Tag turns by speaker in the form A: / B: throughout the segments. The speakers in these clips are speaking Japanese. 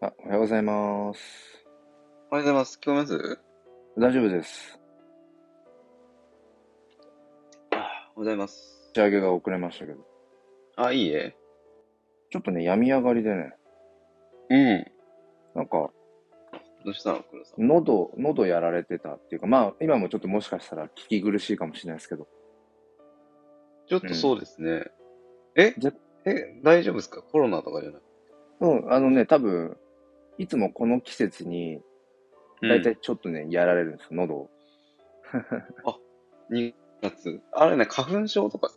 A: あ、おはようございます。
B: おはようございます。聞こえます
A: 大丈夫です。
B: おはようございます。
A: 打ち上げが遅れましたけど。
B: あ、いいえ。
A: ちょっとね、病み上がりでね、
B: うん。
A: なんか、
B: どうしたの黒さん。
A: 喉、喉やられてたっていうか、まあ、今もちょっともしかしたら聞き苦しいかもしれないですけど、
B: ちょっとそうですね。え
A: ぜ
B: え、大丈夫ですかコロナとかじゃない
A: うん、あのね、多分、いつもこの季節に、だいたいちょっとね、やられるんですよ、喉を。
B: うん、2月。あれね、花粉症とか。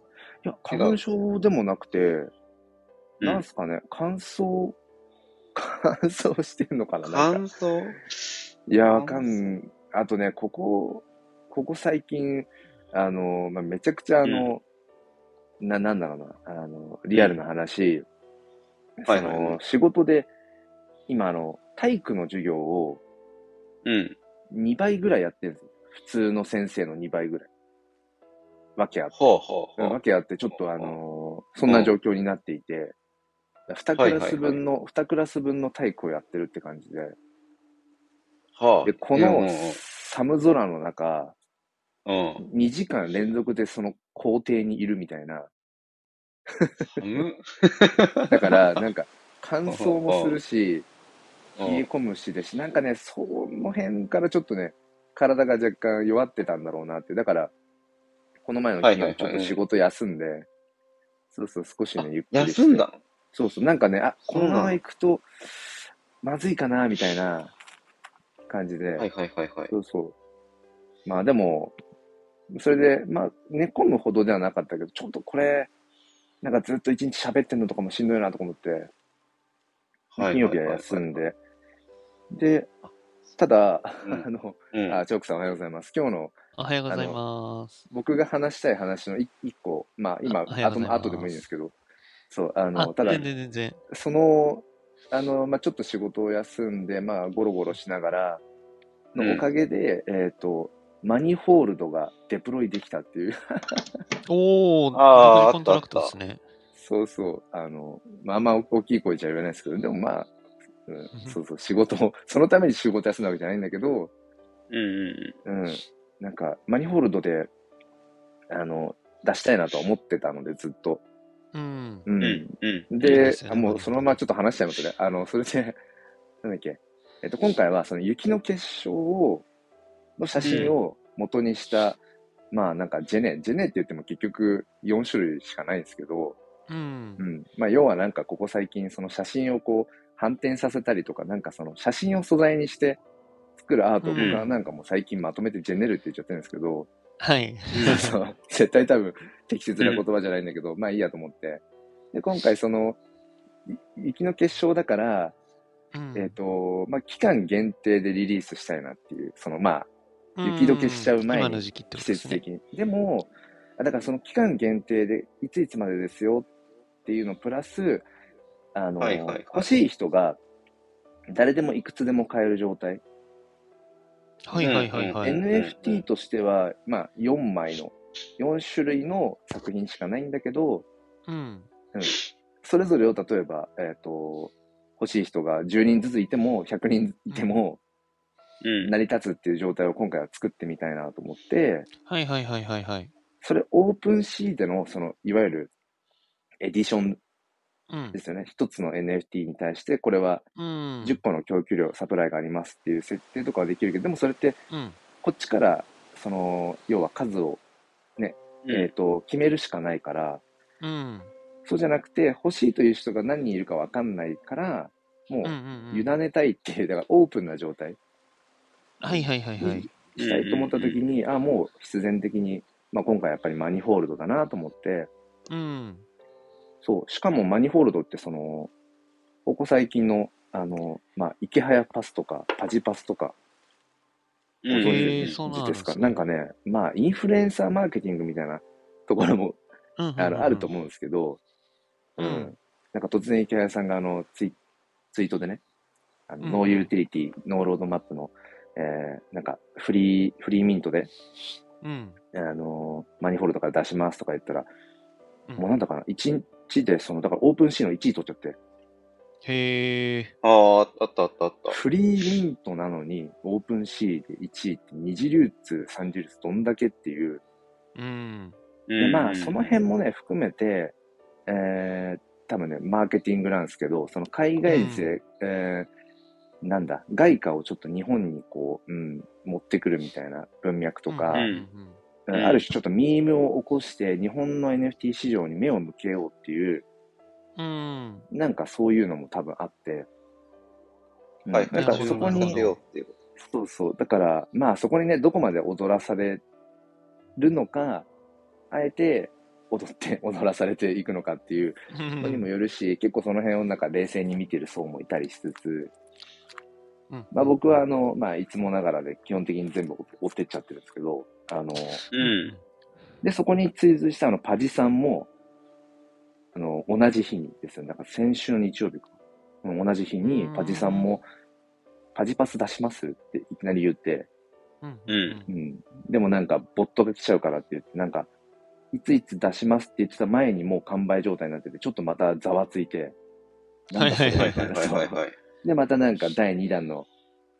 A: いや、花粉症でもなくて、
B: うん
A: なんすかね、乾燥、 乾燥してんのかななんか
B: 乾燥
A: いや、
B: なん
A: わかん、あとね、ここ、ここ最近、あの、まあ、めちゃくちゃあの、な、なんだろうな、あの、リアルな話、そ
B: はいはい
A: の、仕事で、今あの、体育の授業を
B: うん。
A: 2倍ぐらいやってるんですよ。普通の先生の2倍ぐらい。わけあっ
B: ほうほう
A: て、
B: ほ
A: わ
B: う。
A: けあって、ちょっとあの、そんな状況になっていて、2クラス分の、2クラス分の体育をやってるって感じで、
B: はあ。
A: で、こ
B: いやも
A: の
B: う
A: 寒空の中、
B: うん。
A: 2時間連続でその校庭にいるみたいな。
B: 寒
A: だ から、なんか、乾燥もするし、
B: う
A: 冷
B: ん
A: え込むしですし、なんかね、その辺からちょっとね、体が若干弱ってたんだろうなって。だから、この前の金
B: はい
A: 曜
B: はいはい
A: ちょっと仕事休んで、そうそう、少しね、ゆっくりして。
B: 休んだ
A: そうそう、なんかね、あ、
B: そ
A: こ
B: うな
A: の
B: の
A: まま行くと、まずいかな、みたいな感じで。
B: のはいはいはいはい。
A: そうそう。まあでも、それで、まあ、寝込むほどではなかったけど、ちょっとこれ、なんかずっと一日喋ってんのとかもしんどいなとか思って、金曜日は休んで。で、ただ、
B: うん
A: あの、
B: うん。
A: あ、チョークさんおはようございます。今日の
C: おはようございます。
A: 僕が話したい話のい一個、まあ今、
C: あおはようござ
A: 後
C: います
A: 後でもいいんですけど、そう、あ
C: あ
A: の、ただ、
C: 全然全然。
A: その、あの、まあ、ちょっと仕事を休んで、まあ、ゴロゴロしながら、
B: うん
A: のおかげで、えっ、と、マニホールドがデプロイできたっていう、
C: おー、
B: あー
C: コントラクトですね。
A: そうそう、あの、まあ、あんま大きい声じゃ言えないですけど、でもまあ、うん、そうそう、仕事を、そのために仕事休んだわけじゃないんだけど、
B: うんうん
A: うん、なんか、マニホールドで、あの、出したいなとは思ってたので、ずっと。
C: うん。
A: う
B: うん。うんんうん。
C: いい
A: で、
C: ですよね
A: あもうそのままちょっと話しちゃいますね。あの、それで、 なんだっけ、えっと、今回はその雪の結晶を、の写真を元にした、まあなんかジェネ、ジェネって言っても結局4種類しかないんですけど、
C: うん
A: う。ん。まあ要はなんかここ最近その写真をこう反転させたりとか、なんかその写真を素材にして作るアートを僕はなんかもう最近まとめてジェネルって言っちゃってるんですけど、
C: はい。
A: そう絶対多分適切な言葉じゃないんだけど、まあいいやと思って。で、今回その、い雪の結晶だから、
C: うん
A: えっ、と、まあ期間限定でリリースしたいなっていう、そのまあ雪解けしちゃう前に
C: 今の時期ってこ
A: 季
C: とで
A: 節
C: すね。
A: 的に。でも、あだからその期間限定でいついつまでですよっていうのプラス、あの、
B: はいはいはい
A: 欲しい人が誰でもいくつでも買える状態。
C: はいはいはいはい。
B: うん
A: NFT としては、まあ4枚の、4種類の作品しかないんだけど、
C: うん。
A: それぞれを例えば、えっ、と、欲しい人が10人ずついても100人いても
B: うん。
A: 成り立つっていう状態を今回は作ってみたいなと思って、
C: はいはいはいはいはい。
A: それオープンシーでの、その、いわゆるエディション
C: うん
A: で。すよね。一つの NFT に対して、これは
C: うん。
A: 10個の供給量、サプライがありますっていう設定とかはできるけど、でもそれって、
C: うん。
A: こっちから、その、要は数を、えっ、と、決めるしかないから、
C: うん。
A: そうじゃなくて、欲しいという人が何人いるかわかんないから、もう
C: うん。う、ん。
A: 委ねたいっていう、だからオープンな状態
C: はいはいはいはい。
A: にしたいと思った時に、あ、もう必然的に、まあ今回やっぱりマニホールドだなと思って、
C: うん。
A: そう、しかもマニホールドってその、ここ最近の、あの、まあ、池早パスとか、パジパスとか、
B: う
A: ご
B: ん
A: 存知
C: へ
A: で
C: ー
A: す
C: そうなん
A: か,、
C: で
A: ですす
C: ね
A: かなんかね、まあ、インフルエンサーマーケティングみたいなところも
C: うん。
A: あのあると思
C: う
A: うん
C: ん。
A: ですけど、
C: うん
A: なんか突然池谷さんがあのツイツイートでね、あの
C: うん
A: ノーユーティリティ、ノーロードマップの、えー、なんかフリー、フリーミントで、
C: うん。
A: あのーマニフォールドから出しますとか言ったら、
C: うん
A: もうなんだかな、1日で、その、だからオープンシーンの1位取っちゃって、
C: へえ。
B: ああ、あったあったあった。
A: フリーミントなのに、オープンシーで1位って、二次流通、三次流通どんだけっていう。
C: うん。
A: でまあ、その辺もね、含めて、えー、多分ね、マーケティングなんですけど、その海外勢、えー、なんだ、外貨をちょっと日本にこう、うん、持ってくるみたいな文脈とか、
C: うん
A: うんある種ちょっとミームを起こして、日本の NFT 市場に目を向けようっていう、
C: うんうん。うん
A: なんかそういうのも多分あって、うん
B: はいは
A: だ
B: い。
A: から
C: なるほど
A: そこ
C: な
A: に
C: るほ、ど
B: っていうこ
A: そうそう。だから、まあそこにね、どこまで踊らされるのか、あえて踊って、 踊らされていくのかっていうのにもよるし、結構その辺をなんか冷静に見てる層もいたりしつつ、
C: うん
A: まあ僕はあの、まあいつもながらで基本的に全部追ってっちゃってるんですけど、あの、
B: と。
C: う
B: うん。。
A: で、そこに追随したあの、パジさんも、あの、同じ日にですね、なんか先週の日曜日か、うん同じ日に
C: うん
A: パジさんも、パジパス出しますっていきなり言って、
C: うん。
A: うん。でもなんか、ボットが来ちゃうからって言って、なんか、いついつ出しますって言ってた前にもう完売状態になってて、ちょっとまたざわついて、なんだそれ
B: はい
A: み
B: は
A: た
B: い
A: いな
B: はいはいはい。
A: で、またなんか第2弾の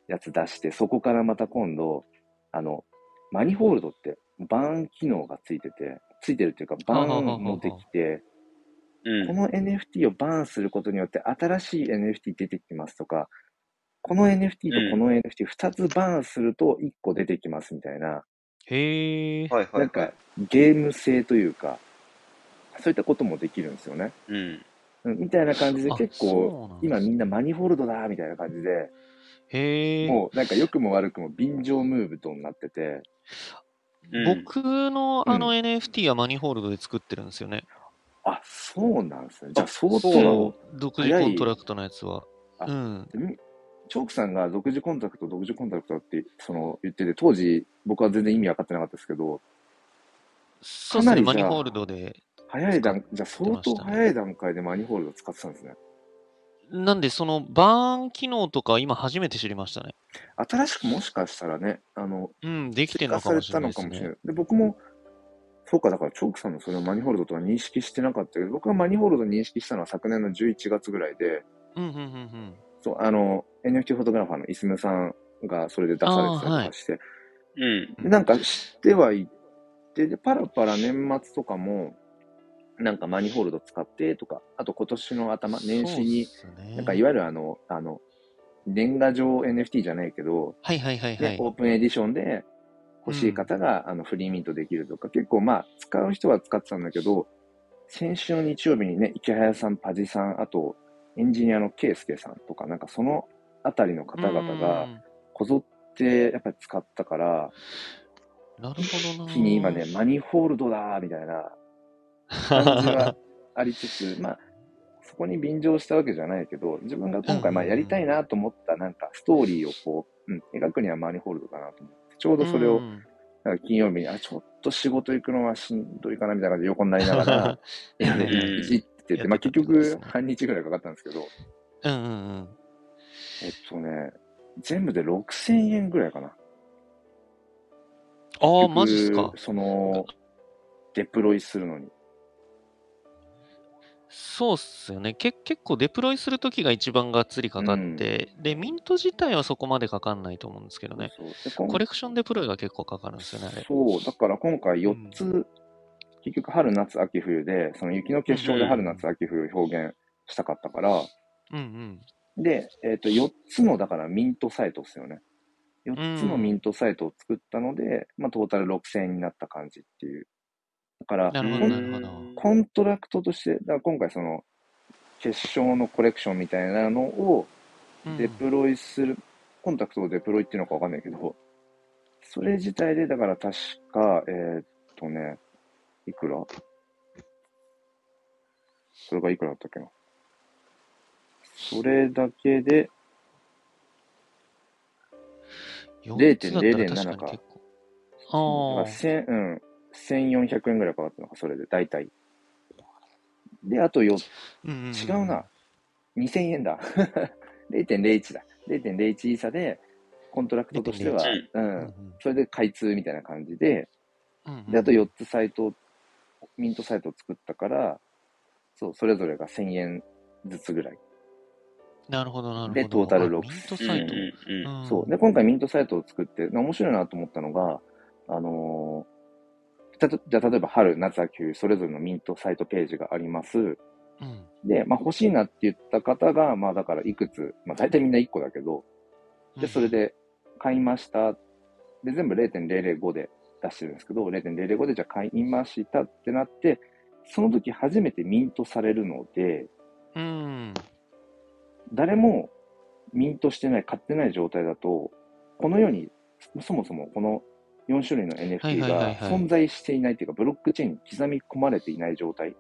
A: やつ出して、そこからまた今度、あの、マニホールドってバーン機能がついてて、ついてるっていうか、バーンもできて、
B: うん
A: こ。の NFT をバーンすることによって新しい NFT 出てきますとか、この NFT とこの NFT2 つバーンすると1個出てきますみたいな、
C: へえ。
B: はいは
A: ないん
B: は
A: か
B: い。
A: ゲーム性というか、そういったこともできるんですよね。
B: うん。
A: うんみたいな感じで
C: あ
A: 結構、
C: そうなんだ
A: 今みんなマニフォールドだみたいな感じで、
C: へえ。
A: もうなんか良くも悪くも便乗ムーブとなってて、
B: うん
C: 僕のあの NFT はマニホールドで作ってるんですよね。
A: あ、そうなんですね。じゃあ
B: あ
A: 相当
B: そうな
A: の
B: の、
C: 独自コントラクトのやつは。
A: あ
C: うん。
A: みチョークさんが独自コンタクト、独自コンタクトってその言ってて、当時僕は全然意味分かってなかったですけど、
C: そうで
A: か
C: すね、
A: な
C: マ
A: り
C: ニ
A: じゃあ
C: ホールドで。
A: 早い段
C: 使、
A: じゃあ相当早い段階でマニホールド使ってたんですね。
C: なんで、そのバーン機能とか今初めて知りましたね。
A: 新しくもしかしたらね、あの、
C: うん、できて
A: 追
C: るの
A: 加
C: か
A: さ
C: も
A: れ
C: したれな
A: の
C: いで
A: か
C: す
A: もしれない。
C: ね。
A: で、僕も、そうか、だからチョークさんのそれをマニホールドとは認識してなかったけど、僕はマニホールド認識したのは昨年の11月ぐらいで、
C: うん、うん、うん、うん。
A: そう、あの、NFT フォトグラファーのイスムさんがそれで出されてたりとかして、
B: うん。
A: でなんか知ってはいって、で、パラパラ年末とかも、なんかマニホールド使ってとか、あと今年の頭、年始に、
C: そうっすね
A: なんかいわゆるあの、あの、年賀状 NFT じゃないけど、
C: はいはいはい
A: ね
C: はい。
A: オープンエディションで欲しい方が、あのフリーミントできるとか、結構まあ、使う人は使ってたんだけど、先週の日曜日にね、池早さん、パジさん、あとエンジニアのケイスケさんとか、なんかそのあたりの方々
C: う
A: が
C: ん
A: こぞってやっぱり使ったから、
C: なるほどな。
A: 一気に今ね、マニホールドだーみたいな感じ はありつつ、まあ、そこに便乗したわけじゃないけど、自分が今回、まあ、やりたいなと思った、なんか、ストーリーをこう、うん、描くにはマニホールドかなと思って、ちょうどそれ
C: う
A: を、
C: ん
A: なんか金曜日に、あ、ちょっと仕事行くのはしんどいかな、みたいな感じで横になりながら、 いやね
B: うん
A: いじってて、まあ、結
C: やっ
A: 局
C: てたってことです、ね
A: 半日ぐらいかかったんですけど、
C: うんうんうん。
A: えっとね、全部で6000円ぐらいかな。
C: ああ、
A: 結局
C: マジっすか。
A: その、デプロイするのに。
C: そうっすよね。け結構デプロイするときが一番がっつりかかって、で、ミント自体はそこまでかかんないと思うんですけどね。
A: そうで今
C: コレクションデプロイが結構かかるんですよね、あれ。
A: そう、だから今回4つ、結局春、夏、秋、冬で、その雪の結晶で春、夏、秋、冬を表現したかったから、
C: うん
A: で、えっ、と、4つの、だからミントサイトですよね。4つの
C: うん
A: ミントサイトを作ったので、まあ、トータル6000円になった感じっていう。だから
C: うん。、なるほ
A: う
C: ど、
A: ん
C: なるほど。
A: コントラクトとして、だから今回その、結晶のコレクションみたいなのを
C: うん
A: デプロイする、コンタクトをデプロイっていうのかわかんないけど、それ自体で、だから確か、えーっとね、いくらそれがいくらだったっけなそれだけで、
C: 4つだったら確かに結
A: だ
C: 構。
A: から
C: ああ。
A: 千うん、1400円ぐらいかかったのか、それで、大体。で、あと4つ、
C: うんんん
A: 違うな。。2000円だ。0.01だ。0.01イーサで、コントラクトとしては、う
C: うん
A: ん、それで開通みたいな感じで、
C: うんうん
A: で、あと4つサイトを、ミントサイトを作ったから、そう、それぞれが1000円ずつぐらい。
C: なるほど、なるほど。
A: でトータル
C: あ
A: 6000
C: ミントサイト。
B: うんうん
C: ん
A: そう。で、今回ミントサイトを作って、な面白いなと思ったのが、あのーたとじゃあ例えば春、夏、秋、それぞれのミントサイトページがあります。
C: うん。
A: で、まあ欲しいなって言った方が、まあだからいくつ、まあ大体みんな1個だけど、
C: う
A: で、
C: ん
A: それ。で買いました。で、全部0.005で出してるんですけど、0.005でじゃあ買いましたってなって、その時初めてミントされるので、
C: うん。
A: 誰もミントしてない、買ってない状態だと、このように、そもそもこの4種類の
C: はい
A: NFT
C: はいはいはい
A: が存在していないというか、ブロックチェーンに刻み込まれていない状態。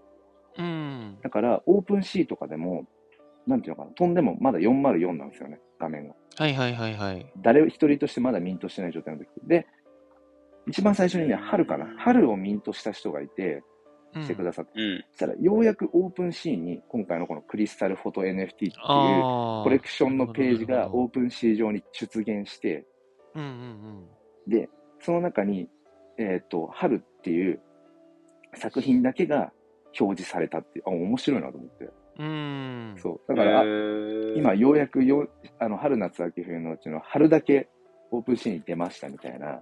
C: うん。
A: だから、オープンシーとかでも、なんていうのかな、飛んでもまだ404なんですよね、画面が。
C: はいはいはいはい。
A: 誰一人としてまだミントしてない状態の時。で、一番最初にね、春かな。春をミントした人がいて、
C: うん
A: してくださって。
B: うん
A: そしたら、ようやくオープンシーに、今回のこのクリスタルフォト NFT っていう、
C: ああ。
A: コレクションのページ
C: なる
A: が
C: ほど
A: オープンシー上に出現して、
C: うんうん
A: で、その中に、えっ、と、春っていう作品だけが表示されたっていう、あ、面白いなと思って。
C: うん。うん。
A: そう。だから、あ
B: へー
A: 今ようやくよあの春、夏、秋、冬のうちの春だけオープンシーンに出ましたみたいな、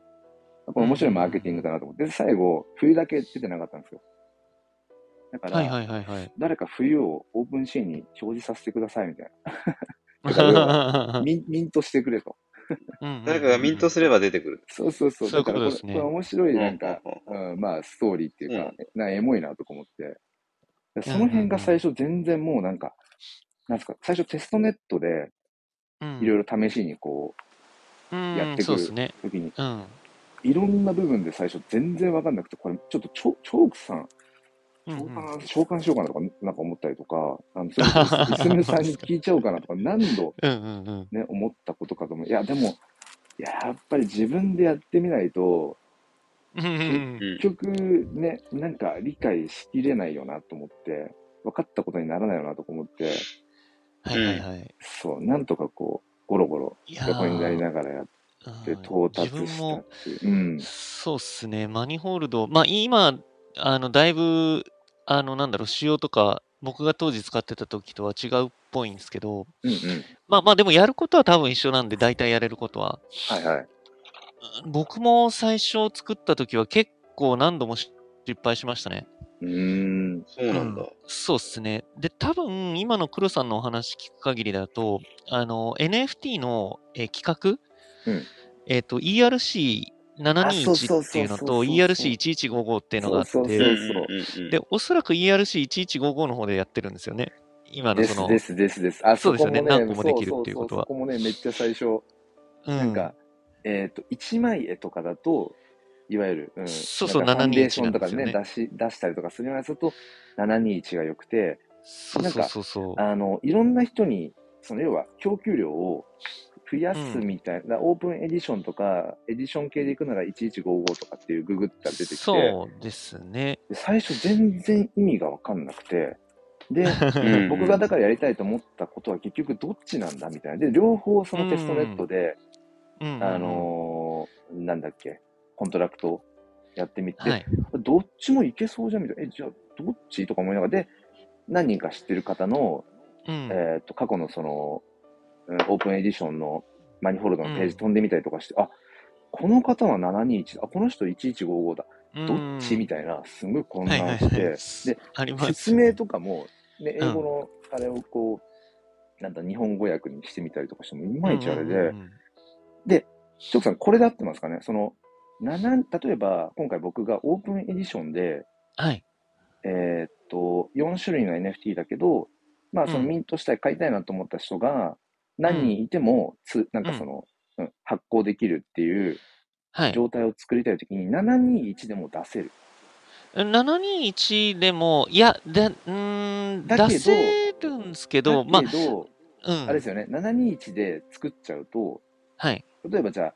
A: これ面白いマーケティングだなと思って、で最後、冬だけ出てなかったんですよ。だから、
C: はいはいはいはい。
A: 誰か冬をオープンシーンに表示させてくださいみたいだから要な。
C: 誰
A: ミンミントしてくれと。
B: 誰かがミントすれば出てくる。
A: そうそうそう。
C: そういうこ
A: だ
C: と
A: から
C: ですね
A: これこれ面白い、なんか、
B: うんうんうん
A: うん、まあ、ストーリーっていうか、なエモいなとか思って。でその辺が最初全然もうなんか、なんですか、最初テストネットでいろいろ試しにこ
C: ろ
A: やってくる
C: そうですね。
A: う、時に、
C: うん。
A: いろんな部分で最初全然わかんなくて、これちょっとチョチョークさん、
C: うん
A: 召
C: うん
A: 喚召喚しようかなとか、なんか思ったりとか、あの、それこそ娘さんに聞いちゃおうかな とか、何度
C: うんうんうん。
A: ね、思ったことかと思う。いや、でも、やっぱり自分でやってみないと、
C: うんうん
B: うん
A: 結局ね、なんか理解しきれないよなと思って、分かったことにならないよなとか思って、
C: はいはいはい。
A: そう、なんとかこう、ゴロゴロ
C: いやー
A: 横になりながらやって
C: うん
A: 到達
C: 自分
A: した
C: も
A: っていう。うん。
C: そうっすね、マニホールド、まあ今、あのだいぶ、あのなんだろう、仕様とか、僕が当時使ってた時とは違うっぽいんですけど、
A: うんうん。
C: まあまあでもやることは多分一緒なんで、大体やれることは。
A: はいはい。
C: 僕も最初作った時は結構何度も失敗しましたね。
A: うーん。
B: そうなんだ。
C: そうっすね。で、多分今の黒さんのお話聞く限りだと、あの NFT の、えー企画、
A: うん
C: えっ、と
A: あそうそうそう
C: ERC721 っていうの
A: そうそう
C: と ERC1155 っていうのがあって、
A: そうそうそう
C: で、おそらく ERC1155 の方でやってるんですよね。今の
A: で
C: そ
A: す
C: の、
A: ですですです。あ
C: そうですよね
A: こも
C: 何個もできるっていうことは
A: そうそうそうそこもね、めっちゃ最初、
C: うん
A: なんか、えっ、と、1枚絵とかだと、いわゆる、うん、
C: そうそう
A: なんかファンデーションとか
C: 721
A: ね、
C: なん
A: 出し、出したりとかするようなやつだと、721が良くて、
C: そう
A: なん
C: そう
A: か
C: そうそう。
A: あの、いろんな人に、その要は供給量を増やすみたいな、オープンエディションとか、エディション系でいくなら1155とかっていうググったら出てきて、
C: そうですね。
A: で最初全然意味がわかんなくて、で、
B: うん
A: 僕がだからやりたいと思ったことは結局どっちなんだみたいな。で、両方そのテストネットで、
C: うんうんうん
A: あのーなんだっけ、コントラクトをやってみて、
C: はい。
A: どっちもいけそうじゃんみたいな。え、じゃあどっちとか思いながら、で、何人か知ってる方の
C: うん。
A: えー、と過去のその、うんオープンエディションのマニフォルドのペー
C: うん
A: ジ飛んでみたりとかして、あこの方は721あこの人1155だどっちみ
C: た
A: たいなすごい混
C: はいはい
A: 乱して、
C: はい。
A: で、
C: あります。
A: 説明とかも、ね、英
C: うん
A: 語のあれをこうなんだ日本語訳にしてみたりとかしてもいまいちあれで、
C: うんうんうんうん
A: ちょくさんこれで合ってますかねその7例えば今回僕がオープンエディションで、
C: はい。
A: えーっと、4種類の NFT だけど、まあ、その
C: うん
A: ミントしたい、買いたいなと思った人が、何人いても、つ、なんかその、うん発行できるっていう
C: はい。
A: 状態を作りたいときに、721でも出せる。
C: 721でも、いや、だ、うーん、
A: だけど
C: 出せるんですけど、ま
A: だけど、
C: あ、うん。
A: あれですよね、721で作っちゃうと、
C: はい。
A: 例えばじゃあ、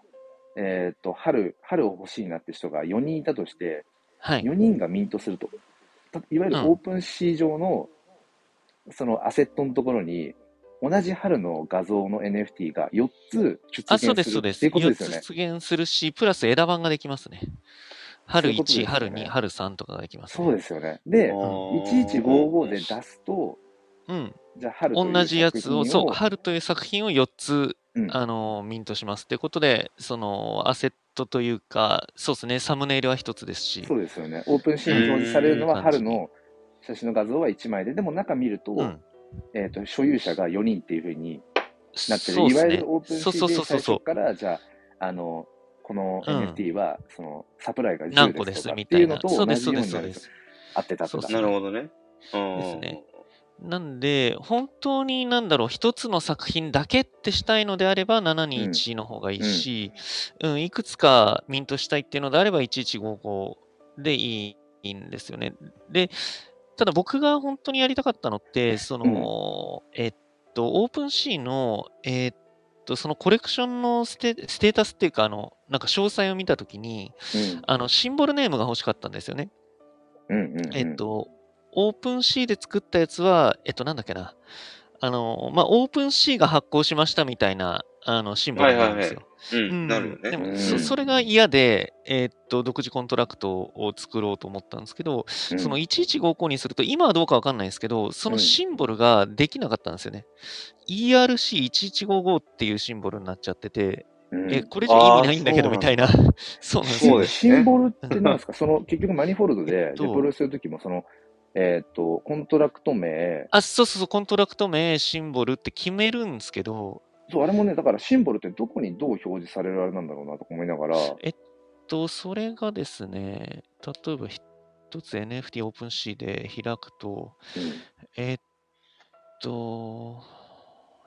A: えーっと、春、春を欲しいなって人が4人いたとして、
C: はい。
A: 4人がミントすると、たいわゆる
C: うん
A: オープンシー上の、そのアセットのところに、同じ春の画像の NFT が4つ出
C: あ、
A: 現す
C: そ
A: る
C: うです、そうで
A: っ
C: す。
A: ていうこと
C: 4
A: ですよ
C: つ
A: ね。
C: 出現するし、プラス枝番ができますね。春
A: そういうことです
C: 1、
A: よね
C: 春2、春3とかができますね。
A: そうですよね。で、
B: あー
A: 1155で出すと、
C: うん、
A: じゃあ、春という
C: 同じやつを、
A: 作
C: そ
A: 品
C: う、春という作品を4つ、
A: うん
C: あの、ミントします。ってことで、その、アセットというか、そうですね、サムネイルは1つですし、
A: そうですよね。オープンシーンに表示されるの
C: う
A: は
C: ん
A: 春の写真の画像は1枚で、でも中見ると、
C: うん、
A: えっと所有者が4人っていうふうになって
C: そ
A: る、い
C: うで
A: わ
C: す
A: ゆ
C: ね
A: るオープン。シ
C: そうそ
A: ー
C: う
A: ンで
C: そうそ
A: 最
C: うそう
A: 初から、じゃあ、あの、この
C: うん
A: NFT は、その、サプライが
C: 何
A: 10
C: 個
A: で
C: で
A: と
C: すす
A: か
C: み
A: ったてい
C: いう
A: の
C: な。
A: と
C: そ
A: 同
C: うです、
A: じ
C: そう
A: よう
C: で
A: に
C: す、そ
A: な
C: う
A: る
C: で
A: と
C: す。
A: 合ってたと
C: そう
A: か
C: っ。す
B: なるほどね。
C: ですね
B: う
C: なんで、本当になんだろう、一つの作品だけってしたいのであれば、721の方がいいし、うん、いくつかミントしたいっていうのであれば、1155でいいんですよね。で、ただ僕が本当にやりたかったのって、その、えっと、オープンシーの、えっと、そのコレクションのステステータスっていうか、あの、なんか詳細を見たときに、あの、シンボルネームが欲しかったんですよね。
A: うんうんうんうん
C: えっと、オープン C で作ったやつは、えっと、なんだっけな。あの、まあ、オープン C が発行しましたみたいな、あの、シンボルなんですよ。
B: ん。なるよ
C: で
B: ね。
A: う
C: も
A: ん
C: そ、それが嫌で、えっと、独自コントラクトを作ろうと思ったんですけど、
A: うん
C: その1155にすると、今はどうかわかんないですけど、そのシンボルができなかったんですよね。ERC1155 っていうシンボルになっちゃってて、
A: うん
C: え、これじゃ意味
B: あー
C: ないんだけ
B: そ
C: ど
B: うな
C: み
B: ん
C: た
B: だ
C: いな、 そうなんです
B: そう
C: よ
B: で
C: ね。
B: す
A: シ
B: ね
A: ンボルってなん ですか、その結局マニフォールド
C: え
A: で
C: っと
A: デプロイするときも、その、えっと、コントラクト名、
C: あ、そうそうそう、コントラクト名、シンボルって決めるんですけど、
A: そう、あれもね、だからシンボルってどこにどう表示されるあれなんだろうなとか思いながら、
C: えっと、それがですね、例えば一つ NFT オープン C で開くと、えっと、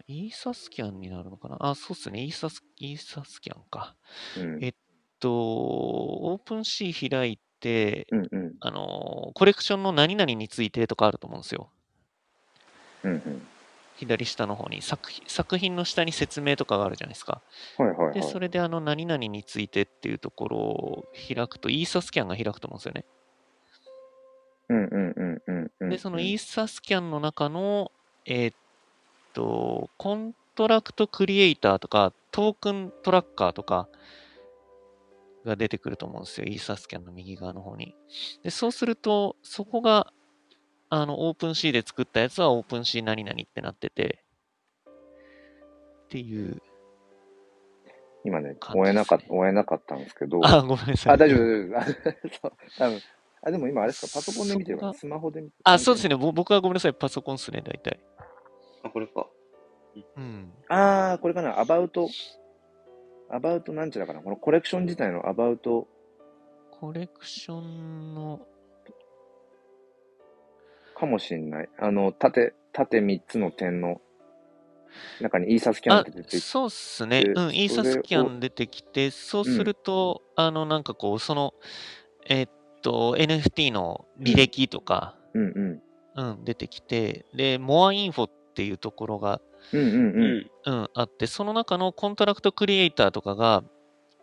C: イーサスキャンになるのかなあ、そうですね、イーサス、イーサスキャンか。
A: うん
C: えっと、オープン C 開いて、
A: うんうん
C: あの、コレクションの何々についてとかあると思うんですよ。
A: うんうん
C: 左下の方に作品作品の下に説明とかがあるじゃないですか。
A: はいはいはい。
C: で、それであの何々についてっていうところを開くと、イーサスキャンが開くと思うんですよね。
A: うんうんうんうんうん。
C: で、そのイーサスキャンの中の、えーっと、コントラクトクリエイターとか、トークントラッカーとかが出てくると思うんですよ。イーサスキャンの右側の方に。で、そうすると、そこが、あの、オープン C で作ったやつはオープン C 何々ってなってて、っていう
A: 今ね、
C: 感じ
A: 追えなかっ
C: ですね
A: 追えなかったんですけど、
C: あ、ごめんなさい。
A: あ、大丈夫、大丈夫。あそう多分あ、でも今あれですか、パソコンで見てるか
C: そ
A: ら、
C: こが
A: スマホで見て
C: あ、そうです
A: ね。
C: ね。ぼ僕はごめんなさい。パソコンっすね、大体。
B: あ、これか。
C: うん。
A: あー、これかな、アバウト、アバウトなんちゃらかな、このコレクション自体のアバウト、
C: コレクションの、
A: かもしれない。あの、縦、縦3つの点の中にイーサスキャンって出て
C: あ
A: きて、
C: そうっすね。う
A: そ
C: ん、
A: れ
C: イーサスキャン
A: を
C: 出てきて、そうす
A: うん
C: ると、あの、なんかこう、その、えーっと、NFT の履歴とか、
A: うんうん。
C: うん、出てきて、で、モアインフォっていうところが、
A: うんうん
B: う
A: うん。
B: ん。
C: うん、あって、その中のコントラクトクリエイターとかが、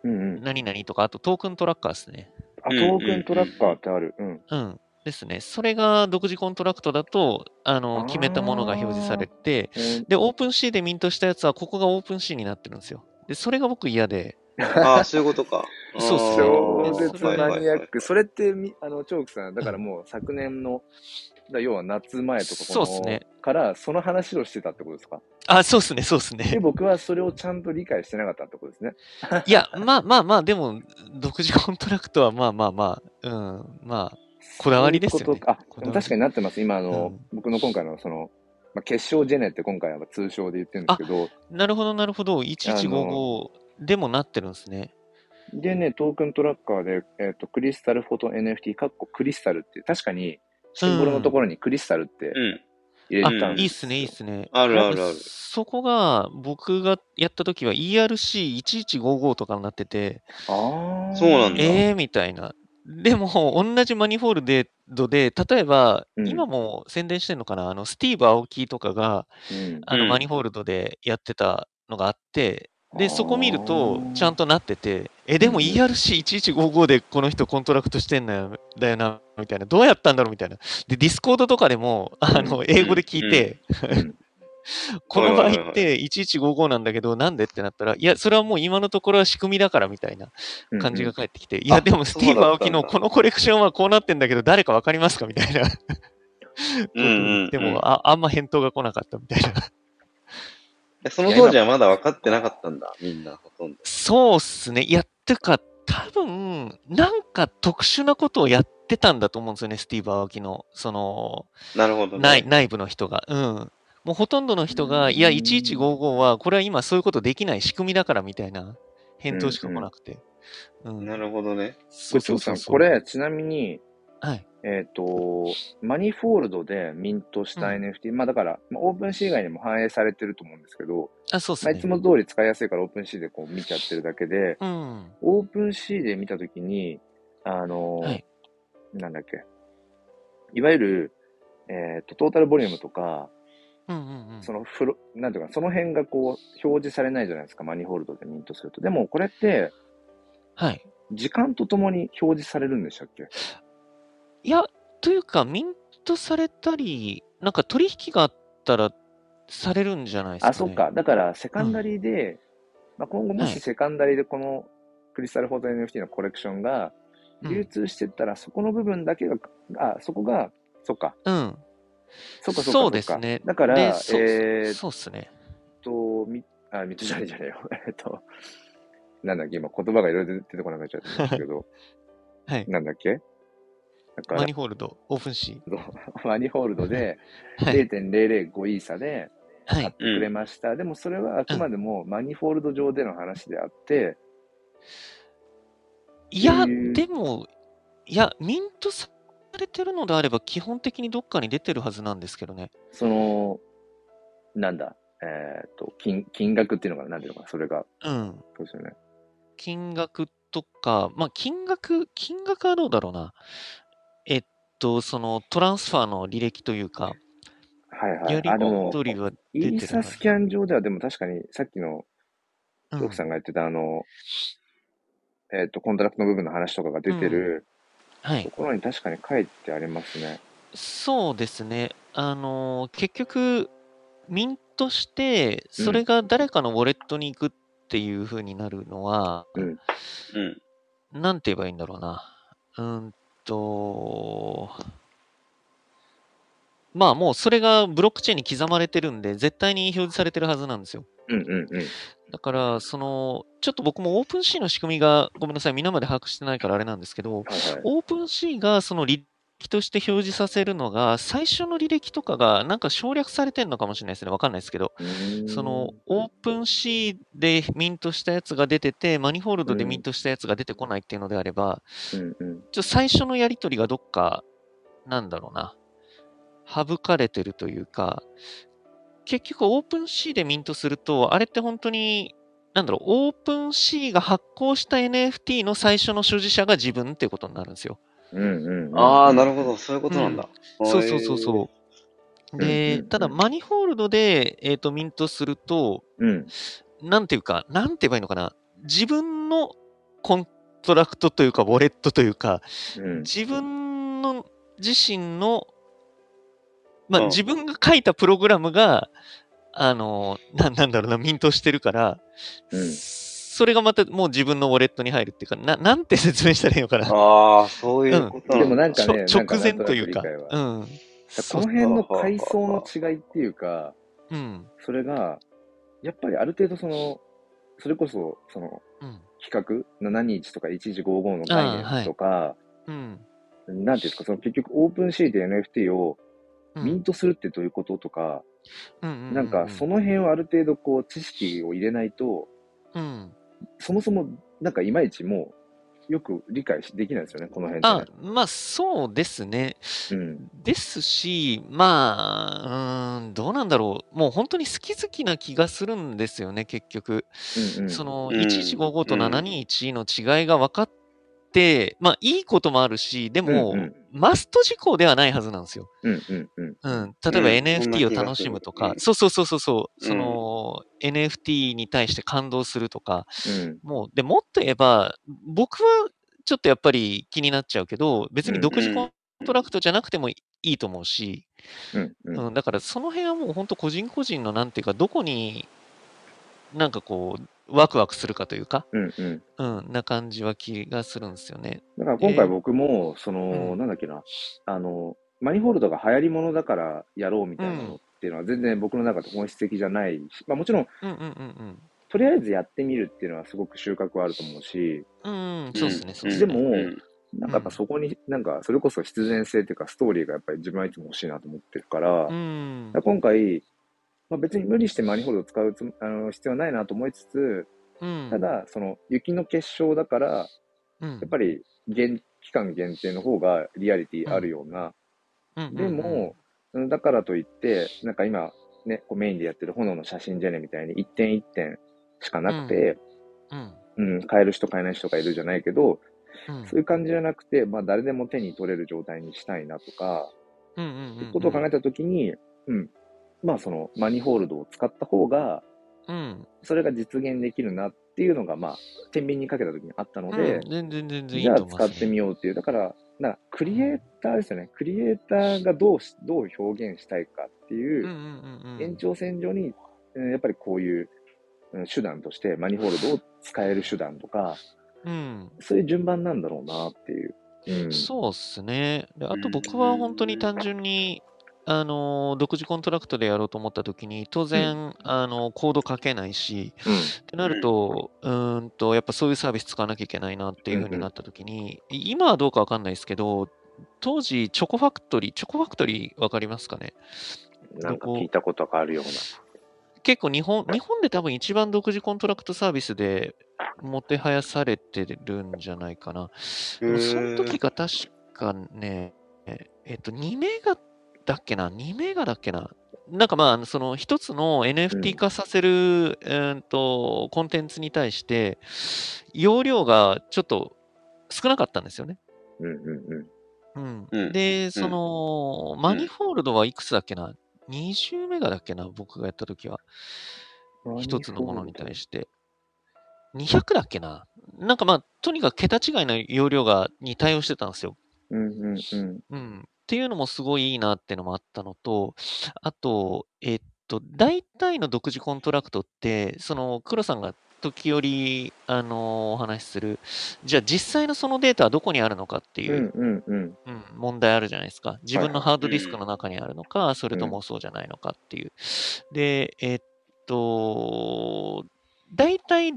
A: うんうん。
C: 何々とか、あとトークントラッカーですね。
A: あ、ト
B: うんうん
A: ークントラッカーってある。うん。
C: うん。ですね。それが独自コントラクトだと、あの、決めたものが表示されて、
A: うん
C: で、オープンシーでミントしたやつは、ここがオープンシーになってるんですよ。で、それが僕嫌で、
B: ああ、そういうことか。
C: そうそう
A: 超絶
C: はいはい
A: マニアック。それってみ、あの、チョークさん、だからもう昨年の、だ要は夏前とかこ
C: そうっす
A: の
C: ね
A: から、その話をしてたってことですか
C: あ、そうっすね、そうっす
A: で、
C: ね。
A: 僕はそれをちゃんと理解してなかったってことですね。
C: いや、まあまあまあ、でも、独自コントラクトはまあまあまあ、うん、まあ、こだわりですよね
A: そういうことか
C: こ
A: あ、で
C: だわ
A: も
C: り
A: 確かになってます。今、あの、
C: うん
A: 僕の今回のその、まあ、決勝ジェネって今回は通称で言ってるんですけど、
C: なるほど、なるほど、1155でもなってるんですね。
A: でね、トークントラッカーで、えっ、と、クリスタルフォト NFT、かっこクリスタルっていう、確かに、シンボルのところにクリスタルって
B: うん。
A: 入
C: あ、
A: れてたん
C: いい
A: で
C: っ
A: す
C: す
A: よ
C: ね、いいっすね。
B: あるあ
C: なん
B: る
C: か
B: ある。
C: そこが、僕がやった時は ERC1155 とかになってて、
A: ああ。
B: そうなんだ
C: えーみたいな。でも、同じマニフォールデードで、例えば、
A: うん
C: 今も宣伝してんのかな、あの、スティーブ・アオキとかが、
A: うん
C: あの、
B: うん
C: マニフォールドでやってたのがあって、で、そこ見ると
A: あ、ー
C: ちゃんとなってて、え、でも
A: うんうん
C: ERC1155 でこの人コントラクトしてんだよだよな、みたいな。どうやったんだろうみたいな。で、ディスコードとかでも、あの、英語で聞いて、
A: うん
C: この場
B: は
C: 合
B: いはい
C: っ
B: はいは
C: て1155なんだけど、なんでってなったら、いや、それはもう今のところは仕組みだから、みたいな感じが返ってきて、いや、でもスティーブ・アオキのこのコレクションはこうなってんだけど、誰かわかりますかみたいな。
B: うんうんうん
C: でもあ、あんま返答が来なかったみたいな。
B: えその当時はまだ分かってなかったんだ、みんなほとんど。
C: そうっすね。いや、ってか、多分、なんか特殊なことをやってたんだと思うんですよね、スティーブ・アワキの、その、
B: なるほどね。
C: 内内部の人が。うん。もうほとんどの人が、いや、
A: うん
C: 1155は、これは今そういうことできない仕組みだからみたいな返答しか来なくて。うん。
B: なるほどね。
C: そ
A: ご
C: う
A: ちそ
C: そうう
A: さ
C: そ
A: ん、こ、
C: う
A: れ、ちなみに、
C: はい。
A: えっ、と、マニフォールドでミントした NFT、まあだから、まあ、オープンシー以外にも反映されてると思うんですけど、
C: あ、そうっす
A: まあ、
C: ね。
A: いつも通り使いやすいからオープンシーでこう見ちゃってるだけで、
C: うん。
A: オープンシーで見たときに、あの、
C: はい
A: なんだっけ、いわゆる、えっ、と、トータルボリュームとか、
C: うんうんうん。
A: そのフロ、なんていうか、その辺がこう、表示されないじゃないですか、マニホールドでミントすると。でも、これって、
C: はい。
A: 時間とともに表示されるんでしたっけ
C: いや、というか、ミントされたり、なんか取引があったら、されるんじゃないですか、ね。
A: あ、そっ。か。だから、セカンダリーで、まあ、今後も
C: はい
A: しセカンダリーでこのクリスタルフォート NFT のコレクションが
C: うん
A: 流通してったら、そこの部分だけが、あ、そこが、そっか、
C: うん。
A: そっかそっかそっか。
C: そうですね。
A: だから、え
C: でそう
A: ーっ
C: そうっすね。
A: と、み、あ、ミッドジャーニーじゃねえよ。 えっと、なんだっけ、今言葉がいろいろ出てこなくなっちゃったんですけど、
C: はい。
A: なんだっけだから
C: マニ、ホールド、オープンシ
A: マニホールドで
C: ー。はい。
A: 0.005イーサで
C: は
A: 買って
C: い。
A: くれました。でもそれはあくまでもマニフォールド上での話であって、
C: いや、
A: っていう
C: でも、いや、ミントされてるのであれば、基本的にどっかに出てるはずなんですけどね。
A: その、なんだ、えーっと、金、金額っていうのかな、なんていうのかな、それが、
C: うん。
A: そうですよね。
C: 金額とか、まあ、金額、金額はどうだろうな。えっと、そのトランスファーの履歴というか、
A: はいは
C: や
A: い。
C: り
A: あ、でも、
C: 取りは
A: イ
C: 出てる
A: ー
C: はず。
A: サスキャン上では、でも確かにさっきの
C: うん
A: 徳さんが言ってた、あの、えーっと、コントラクトの部分の話とかが出てる
C: はい
A: と。ころに確かに書いてありますね。
C: そうですね。あのー結局、ミントして、それが誰かのウォレットに行くっていう風になるのは、
A: うん
B: うん。
C: なんて言えばいいんだろうな。うーんと、まあもうそれがブロックチェーンに刻まれてるんで、絶対に表示されてるはずなんですよ。
A: うんうんうん。
C: だから、その、ちょっと僕もオープンシーの仕組みが、ごめんなさい、皆まで把握してないからあれなんですけど、
A: はいはい。
C: オープンシーがその履歴として表示させるのが、最初の履歴とかがなんか省略されてるのかもしれないですね。わかんないですけど。
A: うーん
C: その、オープンシーでミントしたやつが出てて、マニフォールドでミントしたやつが出てこないっていうのであれば、
A: うんうん。
C: ちょ最初のやり取りがどっか、なんだろうな、省かれてるというか、結局オープンシーでミントすると、あれって本当に、なんだろう、オープンシーが発行した NFT の最初の所持者が自分っていうことになるんですよ。
A: うんうんうん。
B: ああ、なるほど。そういうことなんだ。
C: そうそうそう
B: う。
C: そう。
A: うんうん
C: で
A: う、ん
C: ただマニホールドで、えっ、と、ミントすると、
A: うん。
C: なんていうか、なんて言えばいいのかな、自分のコントラクトというか、ウォレットというか、
A: うん。
C: 自分の自身の、ま
B: う
C: あ、
B: ん
C: 自分が書いたプログラムが、あの、ななんだろうな、ミントしてるから、
A: うん
C: それがまたもう自分のウォレットに入るっていうか、ななんて説明したらいいのかな。
B: ああ、そういうこと
A: でも
B: なんだ。
A: なんかね、
C: ちょ
A: なん
C: 直前というか。
A: なんとなく理
C: う
A: 解は
C: ん。そ
A: この辺の階層の違いっていうか、
C: うん。
A: それが、やっぱりある程度その、それこそ、その、
C: うん。
A: 企画、71とか1155の概念とか、
C: うん。
A: なんていうんですか、その結局オープンシーで NFT を
C: うん
A: ミントするってどういうこととか、
C: うんうんうん
A: なんかその辺をある程度こう知識を入れないと、
C: うん。
A: そもそもなんかいまいちもうよく理解しできないですよね、この辺
C: あ
A: って、
C: まあそうですね。
A: ね。
C: ですし、まあ、うーん、どうなんだろう。もう本当に好き好きな気がするんですよね、結局。
A: うん。うんうん。
C: その
B: うん
C: 1155と
B: うん
C: 721の違いが分かって、まあいいこともあるし、で
A: うん
C: も、
A: うん
C: マスト事項ではないはずなんですよ。
A: うんうんうん。
C: うん、例
B: うん
C: えば
B: そんな
C: NFT を
B: 気が
C: 楽しむと
B: す
C: か
B: る、うん
C: そうそうそうそうそう、
B: うん
C: その NFT に対して感動するとか、
A: うん。
C: もう、でもっと言えば、僕はちょっとやっぱり気になっちゃうけど、別に独自コントラクトじゃなくてもいいと思うし、
A: うんうん。
C: うん、だからその辺はもう本当個人個人のなんていうか、どこになんかこう、ワクワクするかというか、
A: うんうん。
C: うん、な感じは気がするんですよね。
A: だから今回僕も、その、なんだっけな、あの、マニフォールドが流行りものだからやろうみたいなのっていうのは全然僕の中で本質的じゃないし、まあ、もちろん
C: うんうんうん
A: とりあえずやってみるっていうのはすごく収穫はあると思うし、
C: うん。うん、そうですね、そうで
A: で
C: すね。
A: も
B: うん
A: なんかやっぱそこに、なんかそれこそ必然性っていうかストーリーがやっぱり自分はいつも欲しいなと思ってるから、
C: うん
A: だから今回、まあ、別に無理してマニフォールドを使うつもあの必要はないなと思いつつ、
C: うん。
A: ただ、その雪の結晶だから、
C: うん、
A: やっぱり限期間限定の方がリアリティあるような、
C: うんうん
A: でも、うんだからといって、なんか今、ね、こうメインでやってる炎の写真じゃねみたいに一点一点しかなくて、
C: うん、
A: うん、買える人買えない人がいるじゃないけど、
C: うん
A: そういう感じじゃなくて、まあ誰でも手に取れる状態にしたいなとか、
C: うんうんうん、
A: ことを考えたときに、うん、まあそのマニホールドを使った方が、
C: うん、
A: それが実現できるなっていうのが、まあ、天秤にかけたときにあったので
C: うん、全然全然いい
A: じゃ
C: と
A: あ
C: 思います、
A: 使ってみようっていう。だから、なんかクリエイターですよね。クリエイターがどうし、どう表現したいかっていう、
C: うんうんうんうん、
A: 延長線上に、うんやっぱりこういううん手段として、マニホールドを使える手段とか、
C: うん、
A: そういう順番なんだろうなっていう。うん
C: そうっすね。であと僕
B: う
C: は
B: ん
C: 本当に単純に、あのー独自コントラクトでやろうと思った時に当然、あのーコード書けないしってなると、うーんとやっぱそういうサービス使わなきゃいけないなっていう風になった時に、今はどうかわかんないですけど当時チョコファクトリーチョコファクトリーわかりますかね
A: うんなんか聞いたことがあるよう
C: 結構日本、日本で多分一番独自コントラクトサービスでもてはやされてるんじゃないかな。でもその時が確かね、えっと、2メガだっけな、2メガだっけな。なんかまああの、その一つの NFT 化させる、うーんとコンテンツに対して、容量がちょっと少なかったんですよね。
A: な。うんうんうん。
C: うん
B: うん
C: で、その、マニフォールドはいくつだっけな ?20 メガだっけな僕がやった時は。一つのものに対して。200だっけななんかまあ、とにかく桁違いの容量がに対応してたんですよ。
A: うんうんうん。
C: うん。っていうのもすごいいいなってのもあったのと、あと、えっと、大体の独自コントラクトって、その、黒さんが時折、あのお話しする、じゃあ実際のそのデータはどこにあるのかっていう
A: うんうんうん。
C: うん、問題あるじゃないですか。自分のハードディスクの中にあるのか、それと
A: う
C: もそうじゃないのかっていう。で、えっと、大体、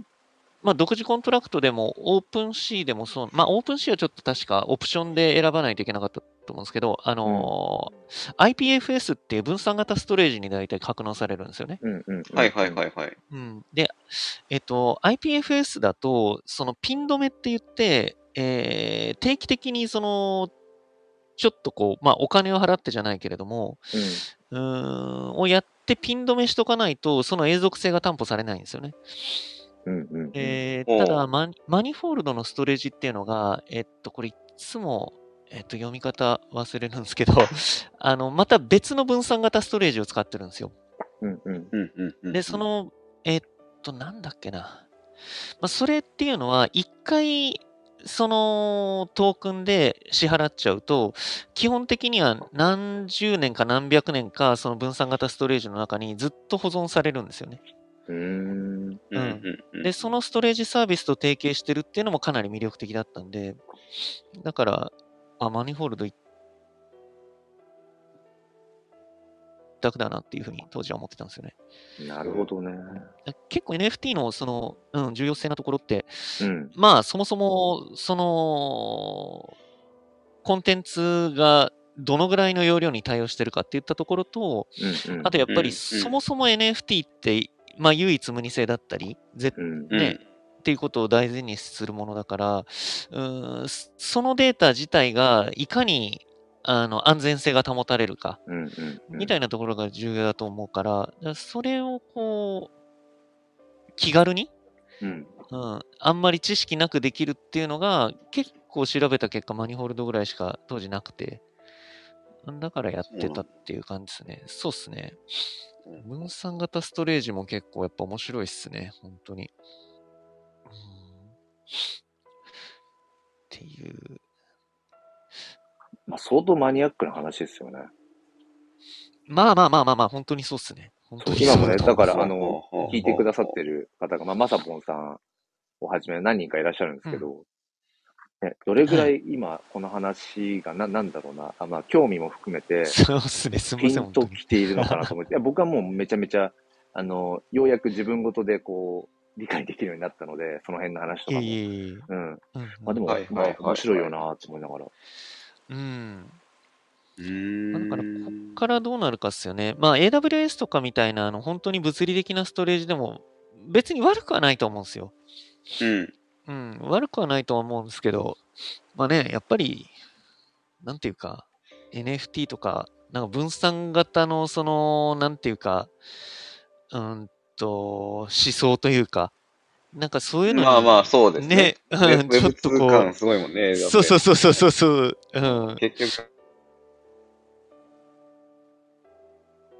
C: まあ、独自コントラクトでも、オープンシーでもそう、まあ、オープンシーはちょっと確かオプションで選ばないといけなかったと思うんですけど、あのー IPFS っていう分散型ストレージに大体格納されるんですよね。
A: うんうんうん。
B: はいはいはいはい。
C: うん、で、えっと、IPFS だと、そのピン止めって言って、えー定期的にその、ちょっとこう、まあ、お金を払ってじゃないけれども、うーん、をやってピン止めしとかないと、その永続性が担保されないんですよね。
A: うんうんうん。
C: えー
B: おう
C: ただマニ、マニフォールドのストレージっていうのが、えっと、これいつも、えっと、読み方忘れるんですけど、 あの、また別の分散型ストレージを使ってるんですよ。
A: うんうん。
B: うんうんうん
C: で、そ、の、えっと、なんだっけな。まあ、それっていうのは、一回、そのトークンで支払っちゃうと、基本的には何十年か何百年か、その分散型ストレージの中にずっと保存されるんですよね。
A: うーん。
B: うんうんうん、
C: で、そのストレージサービスと提携してるっていうのもかなり魅力的だったんで、だから、あ、マニフォールド一択だなっていうふうに当時は思ってたんですよね。
A: なるほどね。
C: 結構 NFT のその、うん、重要性なところって、
A: うん。
C: まあそもそもそのコンテンツがどのぐらいの容量に対応してるかっていったところと、
A: うんうん。
C: あとやっぱ
B: うんう
C: り
B: ん
C: そもそも NFT って、まあ唯一無二性だったり、ぜ
A: うん。
B: うん、
C: ねっていうことを大事にするものだから、うーんそのデータ自体がいかにあの安全性が保たれるか
A: うんうんうん。
C: みたいなところが重要だと思うから、だからそれをこう、気軽に
A: うん。
C: うん、あんまり知識なくできるっていうのが結構調べた結果マニホールドぐらいしか当時なくてだからやってたっていう感じですねそうっすね
B: うん
C: 分散型ストレージも結構やっぱ面白いっすね本当にうんっていう
A: まあ相当マニアックな話ですよね。
C: まあまあまあまあまあ本当にそうっすね本当に
A: 今も
C: そ
A: ね、
C: うと思
A: だ
C: う
A: から、
B: そう
A: あの
B: ほうほう、
A: 聞いてくださってる方が、まあ、まさぽんさんをはじめ何人かいらっしゃるんですけど、ね、どれぐらい今、この話がな、なんだろうな、あまあ、興味も含めて、
C: そうっすね、すみま
A: ピ
C: せん、
A: ン
C: 本
A: と
C: 当に。
A: きているのかなと思って、いや僕はもうめちゃめちゃ、あの、ようやく自分ごとでこう、理解できるようになったので、その辺の話とか
C: いえ
A: も。
C: いえいえ。うん
A: うん。
C: うん
A: まあでも、
B: はいはい
A: まあ
B: はいはい
A: 面白いよなと思いながら。
C: うん。
B: うー
C: まあだ
B: ん。
C: から、こっからどうなるかっすよね。まあ、AWS とかみたいな、あの、本当に物理的なストレージでも、別に悪くはないと思うんですよ。
B: うん。
C: うん、悪くはないとは思うんですけど、まあね、やっぱり、なんていうか、NFT とか、なんか分散型の、その、なんていうか、うーんと、思想というか、なんかそういうのに
B: まあまあ、そうですね。
C: ね、
B: ウェ
C: うん、
B: ブ
C: ちょっと
B: 2
C: こ
B: 感すごいもんね。。
C: う、そうそううそうそうそうそう、うん。
B: 結局、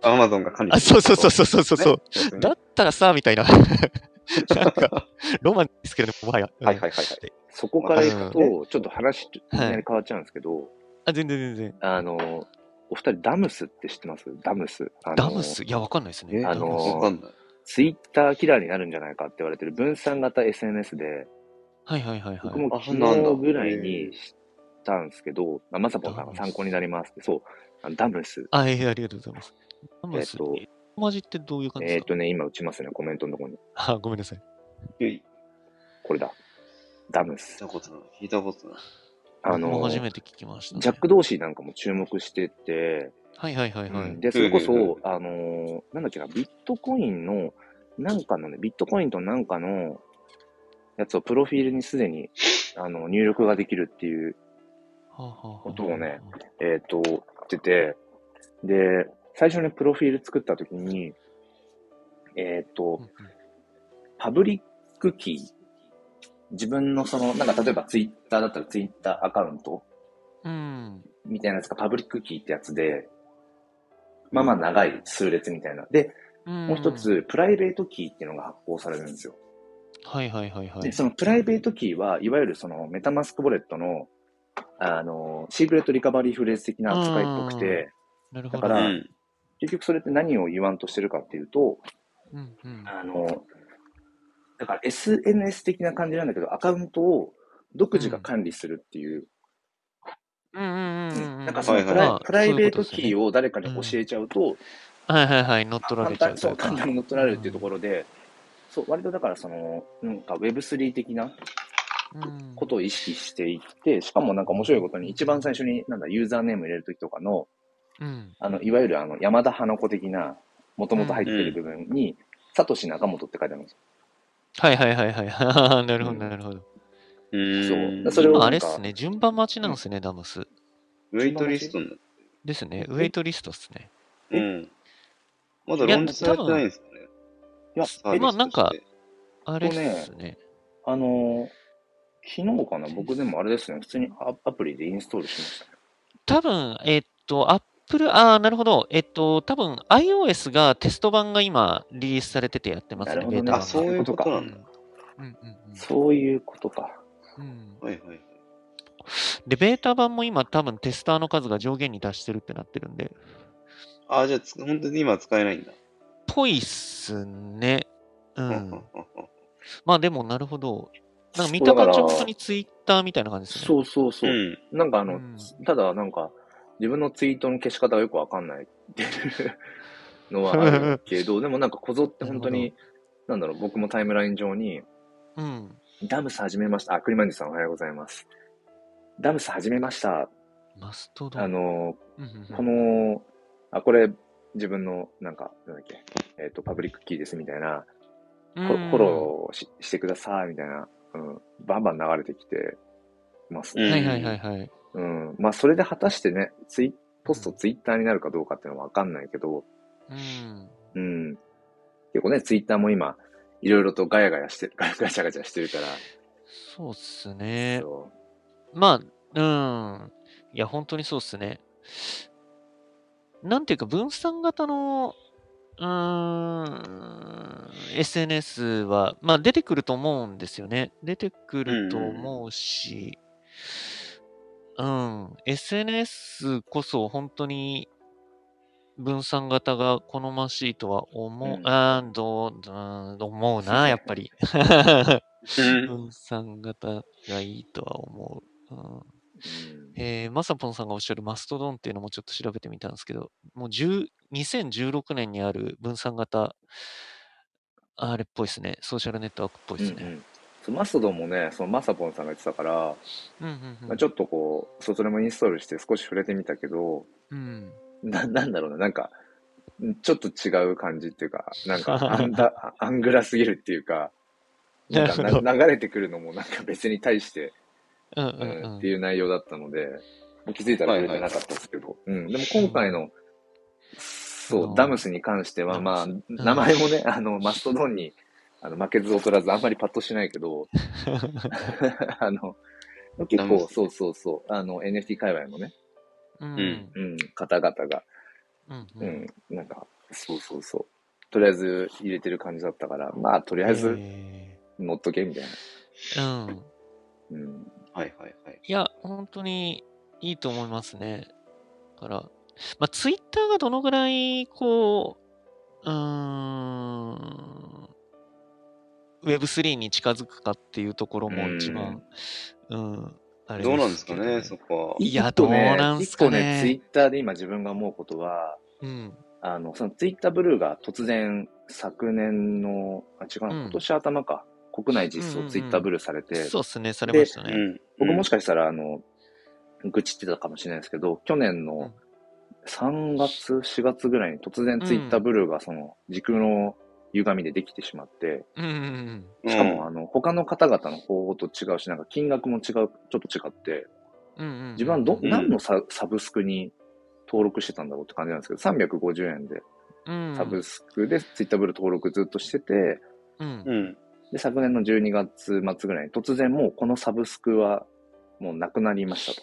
B: アマゾンが管理
C: あ、そうそうそう
B: う
C: そうそうそうそう、
B: そう
C: だったらさ、み たいな。なんか、ロマンですけれども、もはや。うん
B: はいはいはいはい。
A: そこから行く
C: う
A: と、ちょっと話、いきなり変わっちゃうんですけど、
C: あ、全然全然。
A: あの、お二人、ダムスって知ってますダムス。あの
C: ダムスいや、わかんないですね。
A: あ
C: ダムス
A: の
B: わかんない。
A: ツイッターキラーになるんじゃないかって言われてる分散型 SNS で、
C: はいはいはい
A: 僕
C: はい。
A: も昨日ぐらいに知ったんですけど、まあまさぽんさんが参考になりますって、そうあの、ダムス。
C: あ、ええありがとうございます。ダムス
A: えっと
C: えマジってどういう感じ
A: え
C: で
A: っ、
C: すか、
A: とね、今打ちますね、コメントのところに。
C: あ、ごめんなさい。
B: 聞い
A: これだ。ダムス。
B: たことない。聞いたことない。
A: あ
C: 僕
A: の、
C: も
A: ジ
C: 初めて聞きました、ね。
A: ャック・同士なんかも注目してて、
C: はいはいはいはい。
A: で、それこそ、
B: うんうんうん
A: あのーなんだっけな、ビットコインの、なんかのね、ビットコインとなんかのやつをプロフィールにすでに、あの、入力ができるっていう、
C: はあはあはあ
A: ことをね。えっ、と、言ってて、で、最初ね、プロフィール作ったときに、えっ、と
C: うんうん、
A: パブリックキー、自分のその、なんか例えばツイッターだったらツイッターアカウント
C: うん。
A: みたいなやつがパブリックキーってやつで、まあまあ長い数列みたいな。で、
C: も
A: もう一。つ、プライベートキーっていうのが発行されるんですよ。
C: はいはいはいはい
A: で、。そのプライベートキーは、いわゆるそのメタマスクウォレットの、あの、シークレットリカバリーフレーズ的な扱いっぽくて、
C: なるほ
A: だ
C: ど。
A: か
B: う
A: ら
B: ん。
A: 結局それって何を言わんとしてるかっていうと、
C: うんうん。
A: あの、だから SNS 的な感じなんだけど、アカウントを独自が管理するっていう、
C: うんうんうんうん。
A: なんかその
B: はい
A: プ
B: はい
A: ライ,、
C: まあ
A: プライベー
C: そ
A: ト
C: ういうこと
A: キ
C: です
A: ー
C: よね
A: を誰かに教えちゃうと、
C: はいはいはい。乗っ取ら
A: 簡
C: れち
A: 単そ
C: ゃうとい
A: う
C: うか。
A: 簡単に乗っ取られるっていうところで、そう割とだからその、なんか Web3 的な
C: うん
A: ことを意識していって、しかもなんか面白いことに、一番最初になんだユーザーネーム入れるときとかの、
C: うん。
A: あのいわゆるあの山田花子的な、もともと入ってる部分に、サトシ中本って書いてあるんですよ
C: はいはいはいはい ははは。なるほ
A: う
C: ど
A: ん
C: なるほど。
B: うーん
A: そうそれを
C: 今
A: な
C: あ
A: ん
C: れ
A: か
C: っすね。順番待ちなんですね、ダムス。
B: ウェイトリストになっ
C: ですね。
A: え
C: ウェイトリストっすね。
B: てうん。まだローンチされてないんですかね。
A: いや、
B: サービスとして
C: まあなんか、あれっすね。
A: あのー昨日かな、僕でもあれですね、普通にアアプリでインストールしましたね。
C: 多分、えっと、Apple、ああ、なるほど。えっと、多分 iOS がテスト版が今リリースされててやってます
A: な
C: ね、
A: るほどね
C: ベ
B: あ、
C: ータ版が
B: そういうこと
C: う
B: なんんだ。
C: うんう
A: そういうことか。
C: んうんうん
B: はいはいはい。
C: で、ベータ版も今多分テスターの数が上限に達してるってなってるんで、
B: あ、じゃあつ、本当に今は使えないんだ。
C: ぽいっすね。う。
B: うん
C: まあでも、なるほど。なんか見
A: そ
C: た
A: うだから
C: 感じは本当にツイッターみたいな感じですね。
A: そうそうそう。
B: ん。
A: なんかあの、
C: うん
A: ただなんか、自分のツイートの消し方がよくわかんないっていうのはあるけ ど、でもなんかこぞって本当に、なんだろう、僕もタイムライン上に、
C: うん。
A: ダムス始めました。あ、クリマンジさんおはようございます。ダムス始めました。
C: マストドン。
A: あの
C: うんうんう
A: ー、
C: ん
A: この、あ、これ、自分の、なんか、なんだっけ、えっ、と、パブリックキーですみたいな、フォフォローししてくださいみたいな、うん、バンバン流れてきてます
C: うん
A: ね。
C: はいはいはいはい。
A: うんまあ、それで果たしてね、ツイポストツイッターになるかどうかっていうのはわかんないけど、
C: うん。
A: うん、結構ね、ツイッターも今、いろいろとガヤガヤしてる、 ガチャガチャしてるから、
C: そうっすね。
A: そ
C: まあ、うん。いや、本当にそうっすね。なんていうか、分散型の、うーん、SNS は、まあ、出てくると思うんですよね。出てくると思うし、うん、SNS こそ本当に分散型が好ましいとは思う、
A: うん
C: あーどう、うん、思うな、やっぱり。
B: うん
C: 分散型がいいとは思う。うんえー、まさぽんさんがおっしゃるマストドンっていうのもちょっと調べてみたんですけど、もう10 2016年にある分散型、あれっぽいですね、ソーシャルネットワークっぽいです
A: うんう
C: ね。
A: んそうマストドンもね、そのマサポンさんが言ってたから、
C: うんうんうん
A: まあ、ちょっとこう、そうそれもインストールして少し触れてみたけど、
C: うん
A: な、 なんだろうな、なんか、んちょっと違う感じっていうか、なん か、アンダ、アングラすぎるっていうか、なんか
C: なるほど
A: な流れてくるのもなんか別に対して、
C: うん
A: う
C: うんん
A: っ
C: う
A: て
C: ん
A: いう内容だったので、気づいたら触れてなかったですけど、うん、でも今回の、
C: う
A: そ
C: ん
A: う、ダムスに関しては、まあ、名前もね、あの、マストドンに、あの、負けず劣らず、あんまりパッとしないけ ど、あの、結
B: ダム
A: 構、
B: ス
A: そうそうそう、あの、NFT 界隈のね、
C: うん
B: うん
A: うん、方々が、
C: うんう
A: うんん、なんか、そうそうそう、とりあえず入れてる感じだったから、まあ、とりあえず
C: え
A: 乗っとけ、みたいな。
C: ー
A: う
C: うん
A: ん、
B: はいはいはい。
C: いや、本当にいいと思いますね。だから、まあ、ツイッターがどのぐらい、こう、うーん、Web3 に近づくかっていうところも一番、うん、あれ
B: どうなんですか
C: けど
B: ね、そこ
C: いや
A: 一個ね
C: どうなんす
A: 一個
C: かね
A: ね、ツイッターで今自分が思うことは、
C: うん、
A: あの、そのツイッターブルーが突然、昨年の、あ、違うな、
C: うん
A: 今年頭か、国内実
C: うんう
A: 装
C: んうん
A: ツイッターブルーされて、
C: そうですね、されました
B: は。
C: ね。
B: うん。
A: 僕もしかしたら、あの、愚痴ってたかもしれないですけど、去年
C: う
A: の
C: ん
A: 3月、4月ぐらいに突然ツイッターブルーがその、時空の歪みでできてしまって、
C: うんう
B: う
C: ん
B: ん
A: しかも、あの、他の方々の方法と違うし、なんか金額も違う、ちょっと違って、
C: うんうんうん、
A: 自分はど、
B: うん
A: 何のササブスクに登録してたんだろうって感じなんですけど、350円で、
C: うん、
A: サブスクでツイッターブルー登録ずっとしてて、
C: うん、
B: うん。
A: で、昨年の12月末ぐらいに突然もうこのサブスクはもうなくなりまし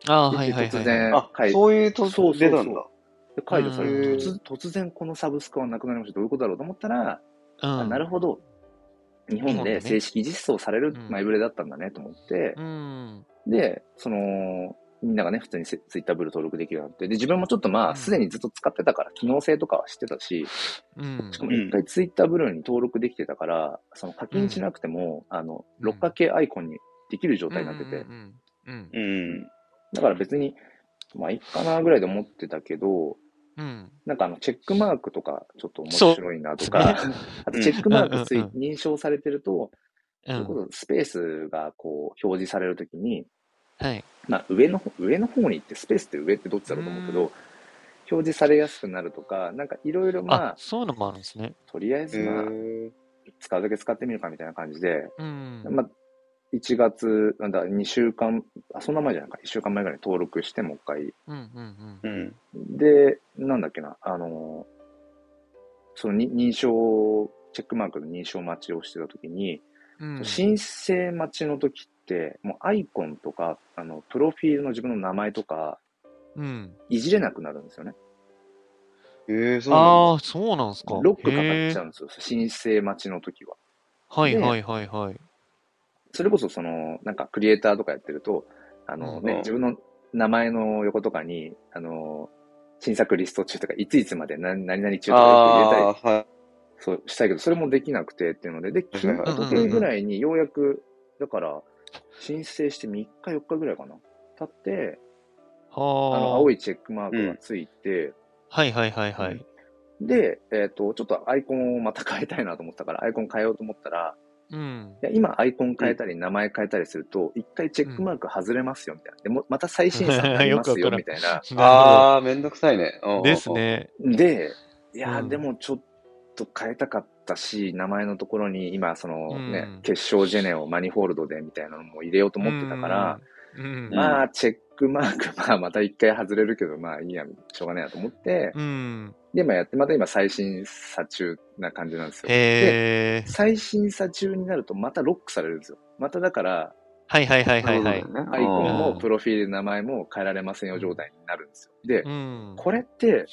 A: たと。
C: ああ、はいはいはい、
A: 突
C: はい。
A: 然
B: あ、
A: 解除
B: そういうと
A: そうそう
B: こ
A: そう
B: 出たんだ。
A: で解除され
C: うん
A: て突、突然このサブスクはなくなりました。どういうことだろうと思ったら、
C: うん
A: あなるほど。日
C: 日
A: 本
C: 本で
A: で
C: ね
A: 正式実装される
C: うん
A: 前触れだったんだねと思って、
C: うん、
A: で、その、みんながね、普通にツイッターブルー登録できるようになって、で、自分もちょっと
C: う
A: ま
C: ん
A: あ、すでにずっと使ってたから、機能性とかは知ってたし、
C: うん
A: しかも一回ツイッターブルーに登録できてたから、その課金しなくても、あの、六角形アイコンにできる状態になってて、
C: うんうん
B: うん。
A: だから別に、まあ、いいかなぐらいで思ってたけど、
C: うんうん
A: なんかあの、チェックマークとか、ちょっと面白いなとか、 あとチェックマークつい
C: うんうん
A: 認証されてると、
C: う
A: それ
C: ん
A: こそスペースがこう、表示されるときに、
C: はい
A: まあ、上の方、上の方に行って、スペースって上ってどっちだろうと思うけ
C: うん
A: ど、表示されやすくなるとか、なんかいろいろま
C: あ
A: あ、
C: そういうのもあるんですね。
A: とりあえずまあ、
B: へ
A: 使うだけ使ってみるかみたいな感じで、
C: うん。
A: まあ、1月、なんだ、2週間、あ、そんな前じゃないか、1週間前ぐらいに登録して、もう一回。
C: うんうん
B: ーうん。
A: で、なんだっけな、あの、そのに認証、チェックマークの認証待ちをしてた時に、
C: うんうん。
A: 申請待ちの時って、もうアイコンとか、あの、プロフィールの自分の名前とか、
C: うん。
A: いじれなくなるんですよね。
B: ええ、そうなんだ。
C: ああ、そうなんですか。
A: ロックかかっちゃ
C: へ
A: うんですよ、申請待ちの時は。
C: ーはいはいはいはい。
A: それこそその、なんかクリエイターとかやってると、あのね、
B: うん
A: 自分の名前の横とかに、あの、新作リスト中とか、いついつまで何何々中とかよく入れたり
B: あー、はい。
A: そうしたいけど、それもできなくてっていうので、で、
B: は
A: 昨
B: い
A: 日、
B: はい
C: はい
A: 一昨日ぐらいにようやく、だから、申請して3日、4日ぐらいかな。経って、あの、
C: は
A: 青
C: あ。
A: いチェックマークがついて、
C: はいはいはいはい。
A: で、えっ、と、ちょっとアイコンをまた変えたいなと思ったから、アイコン変えようと思ったら、
C: うん。
A: いや今アイコン変えたり名前変えたりすると、一回チェックマーク外れますよ、みたいな。でも、また再審査になります
C: よ
A: よ、
C: くわ
A: みたいな。
C: なる
B: ああ、めんどくさいね。うんうんう
C: ほど
B: ん
C: です。ね。
A: で、いやー、
C: うん
A: でもちょっと変えたかったし、名前のところに今、そのね、
C: うん
A: 結晶ジェネをマニフォールドでみたいなのも入れようと思ってたから、
C: うん。
A: まあ、チェックマーク、 まあ、また一回外れるけど、まあいいや、しょうがないなと思って、
C: うん。
A: で、今やって、また今再審査中な感じなんですよ。で、
C: へえ。
A: 再審査中になるとまたロックされるんですよ。まただから、
C: はいはいはいはいはい。
A: アイコン
C: う
A: も
C: ん
A: プロフィール名前も変えられませんよ状態になるんですよ。で
C: う、ん。
A: これって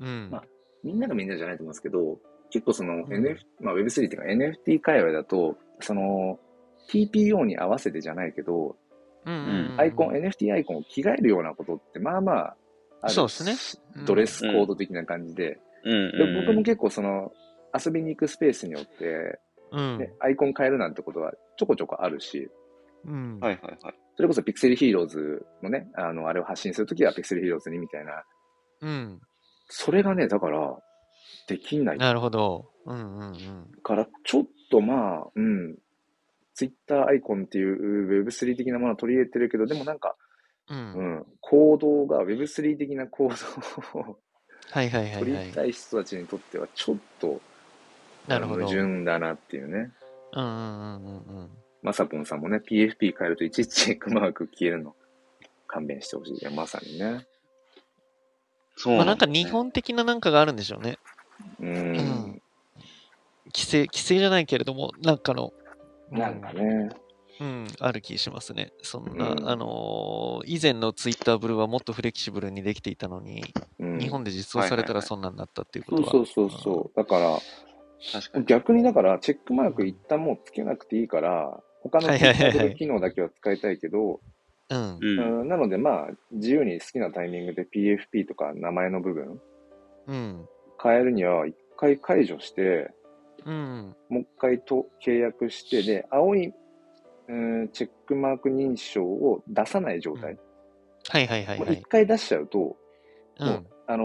C: うん。
A: まあみんながみんなじゃないと思うんですけど、結構その NF、
C: うん
A: まあ Web3 っていうか NFT 界隈だと、その TPO に合わせてじゃないけど、
C: うんうん
A: アイコン、。NFT アイコンを着替えるようなことってまあまあある
C: そうですねうん
A: ドレスコード的な感じで、
B: うん。
A: で僕も結構その遊びに行くスペースによって、
C: うん
A: ね。アイコン変えるなんてことはちょこちょこあるし、
C: うん。
B: はいはいはい。
A: それこそピクセルヒーローズのね、あの、あれを発信するときはピクセルヒーローズにみたいな。
C: うん。
A: それがね、だから、できない
C: なるほど。うんうんうん。
A: から、ちょっとまあ、うん、ツイッターアイコンっていう Web3 的なものを取り入れてるけど、でもなんか、
C: う。
A: うんん、行動が Web3 的な行動を
C: はいはいはい
A: 取
C: は
A: り
C: い。
A: たい人たちにとっては、ちょっと
C: なるほど。
A: 矛
C: うんう
A: 盾
C: ん
A: だなっていうね。
C: うんうんうん。
A: まさぽんさんもね、PFP 変えるといちいちチェックマーク消えるの勘弁してほしい。いや、まさにね。
B: そう
C: ま
B: だ
C: あなんか日本的ななんかがあるんでしょうね。
A: う
C: うんん。規制、規制じゃないけれども、なんかの、
A: なんかね。
C: うん、ある気しますね。そんな、
A: うん
C: あのー以前のツイッターブルーはもっとフレキシブルにできていたのに、
A: うん、
C: 日本で実装されたらそんなんなったっていうこ
A: そ
C: と
A: う
C: は。
A: そうそうそう。だから、
B: 確かに。
A: 逆にだから、チェックマーク一旦もうつけなくていいから、他の
C: はいはいはいはい
A: Twitter 機能だけは使いたいけど、
C: うん。
B: うん。
A: うんなのでまあ、自由に好きなタイミングで PFP とか名前の部分
C: うん。
A: 変えるには、一回解除して、
C: うん。
A: もう一回と契約して、で、青い、うん、チェックマーク認証を出さない状態。
C: はいはいはい
A: も
C: は
A: う一
C: い。
A: 回出しちゃうと、
C: う
A: も
C: ん
A: う。あの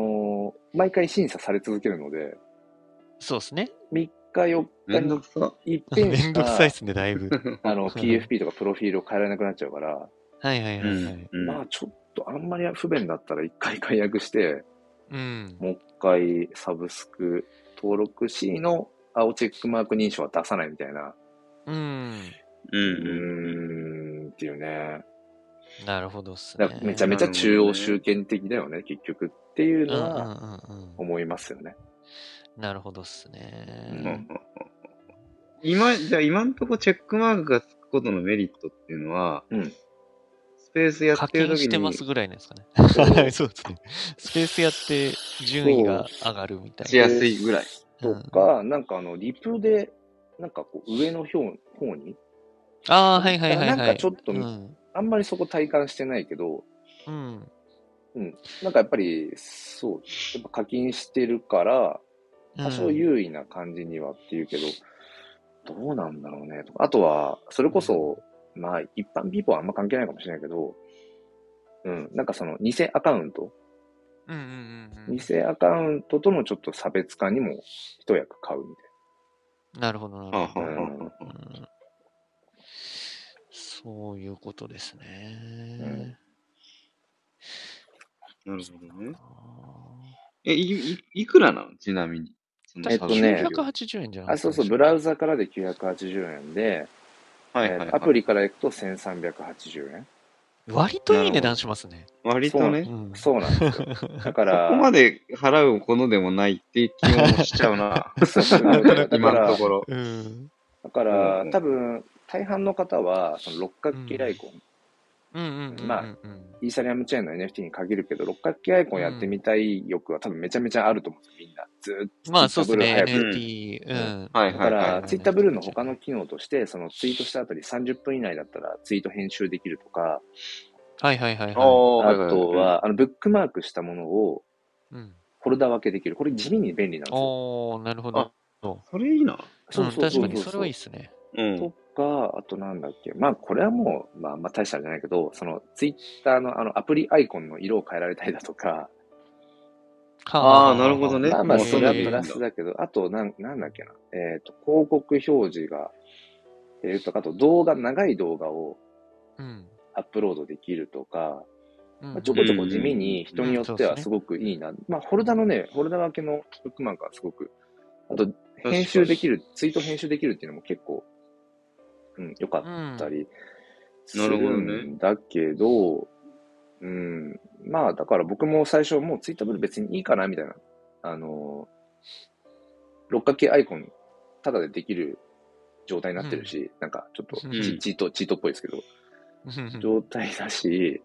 A: ー毎回審査され続けるので、
C: そうですね。
A: 3日
B: めん
A: 4
B: どくさ。
A: 日に一遍
C: めん
A: し
C: どくさいで
A: か、
C: すね、だいぶ。
A: あの、PFP とかプロフィールを変えられなくなっちゃうから、
C: はいはいは
B: う
C: いは
B: ん
C: い。。
B: うん
A: まあちょっとあんまり不便だったら一回 解約して、
C: うん。
A: もう一回サブスク登録 C の青チェックマーク認証は出さないみたいな、
C: うん。
B: う
A: うーん
B: ん。
A: っていうね。
C: なるほどっす
A: だ
C: ね
A: から。めちゃめちゃ中央集権的だよね、結局っていう
C: うんう
A: の
C: ん
A: は
C: うんうん。
A: 思いますよね。
C: なるほどっす
B: うんうんう
C: ね。
B: ん今、じゃあ今んとこチェックマークがつくことのメリットっていうのは、
A: うん
B: スペースや
C: 課
B: ってる
C: 金
B: 時
C: して
B: に
C: ますぐらいなんですかね。 そうですね。スペースやって順位が上がるみた
B: し
C: いな。
B: やすいぐらい。
A: とか、なんかあの、リプで、なんかこう上の表方に、
C: ああ、はいはいはいはい。
A: なんかちょっと
C: うん。
A: あんまりそこ体感してないけど、
C: うん。
A: なんかやっぱり、そう、やっぱ課金してるから、多少
C: うん。
A: 優位な感じにはっていうけど、どうなんだろうねとか。あとは、それこそ、まあ、一般ピーポーはあんま関係ないかもしれないけど、うん、なんかその、偽アカウント、
C: うんうんうん
A: 偽アカウントとのちょっと差別化にも一役買うみ
C: うん。なるほどな
B: は
C: る
B: あ
C: ほど。
B: はあはあはあ
C: うんそういうことです
A: うん
C: ね。
B: なるほどね
C: あ。
B: え、い、いいくらなのちなみに。その
C: ー
A: えっとね
B: サブス
C: 980円じ
A: たい
C: ゃな
A: な。
C: い
A: あ、そうそう、ブラウザからで980円で、
B: クはいはいは
A: え
B: い。
A: ーアプリから行くと1380円。
C: 割といい値段しますね。
B: 割とね、
C: う
B: そ
C: ん
A: そうなんですよ。だから、
B: こまで払うものでもないって気もしちゃうな。
A: だか
B: 今の
A: ら
B: と、ころ。
C: うん。
A: だか
B: う
A: ら
B: ん
A: 多分、大半の方は、その六角形アイコン、
C: うんうんうんうん。
A: まあイーサリアムチェーンの NFT に限るけど、六角形アイコンやってみたい欲は多分めちゃめちゃあると思うんですよ、みんな。ずーっと。
C: まあそうですね、
A: Twitter
B: ブル
C: NFT。うん。
B: はいはい
A: だか
B: はい
A: ら、ツイッターブルーの他の機能として、そのツイートした後に30分以内だったらツイート編集できるとか、
C: はいはいはいは
B: おー
A: あと、は、あの、ブックマークしたものを
C: い。うん
A: フォルダ分けできる。これ地味に便利なんですよ。
C: おー、なるほど。
B: それいいな。
C: うん確かに、それはいいっすね。
B: うん。
A: とか、あとなんだっけ、まあこれはもう、まああんま大したんじゃないけど、そのツイッターのあのアプリアイコンの色を変えられたりだとか、
B: あーなるほどね
A: まあまあ
B: もう
A: そ
B: そ
A: れ
B: れ
A: は
B: でいい
A: プ
B: んだ
A: ラスだけど、あとなんなんだっけな、えっ、と、広告表示が、えっ、と、あと動画、長い動画を
C: うん。
A: アップロードできるとか、
C: うん
A: まあちょこちょこ地味に人によってはすごくいいな。まあフォルダのね、フォルダ分けのブックマークはすごく、あと編集できる、ツイート編集できるっていうのも結構、うん、よかった。
C: うん
A: ったりす
B: なる
A: る
B: ほどね
A: んだけど、うん、まあだから僕も最初もうツイッターブル別にいいかなみたいな、あの六角形アイコンただでできる状態になってるし、なんかちょっとチ,、
B: うん
A: チート、チートっぽいですけど、
C: うん
A: 状態だし、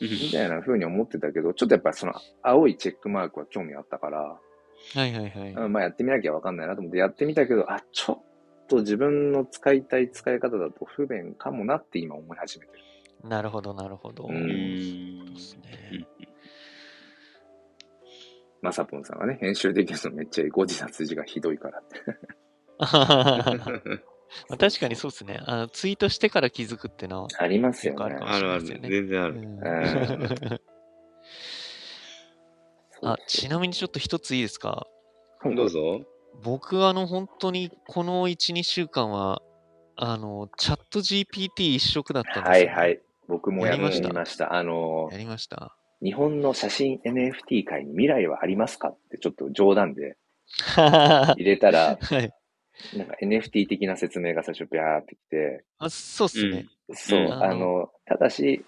B: う
A: み
B: ん
A: たいな風に思ってたけど、ちょっとやっぱその青いチェックマークは興味あったから、
C: はいはいはい。
A: うんまあやってみなきゃわかんないなと思ってやってみたけど、あ、ちょっと自分の使いたい使い方だと不便かもなって今思い始めてる。
C: なるほど、なるほど。
A: う
C: そ
A: ん
C: う
B: う
C: で
B: ん
C: すね。
A: まさぽんさんはね、編集できるのめっちゃいい。誤字脱字がひどいからって。
C: あはははまあ 確かにそうですねあの。ツイートしてから気づくってのは。
A: ありますよ
C: よくあ
A: ね
C: る。かも
B: あるある、
C: そうですよね
B: 全然ある。
C: うん
A: うん
C: あちなみにちょっと一ついいですか
B: どう。ぞ。
C: 僕あの本当にこの1、2週間はあのチャット GPT 一色だったん
A: は
C: です
A: い
C: よ、
A: はい。僕もやり
C: やり
A: ま
C: ま
A: し。
C: したた
A: あの
C: や、りました。
A: 日本の写真 NFT 界に未来はありますかってちょっと冗談で
C: は
A: 入れた ら、
C: い。
A: なんか NFT 的な説明が最初ビャーってきて、
C: あそうっすね。
A: そう、
B: うん
A: あの、ただし、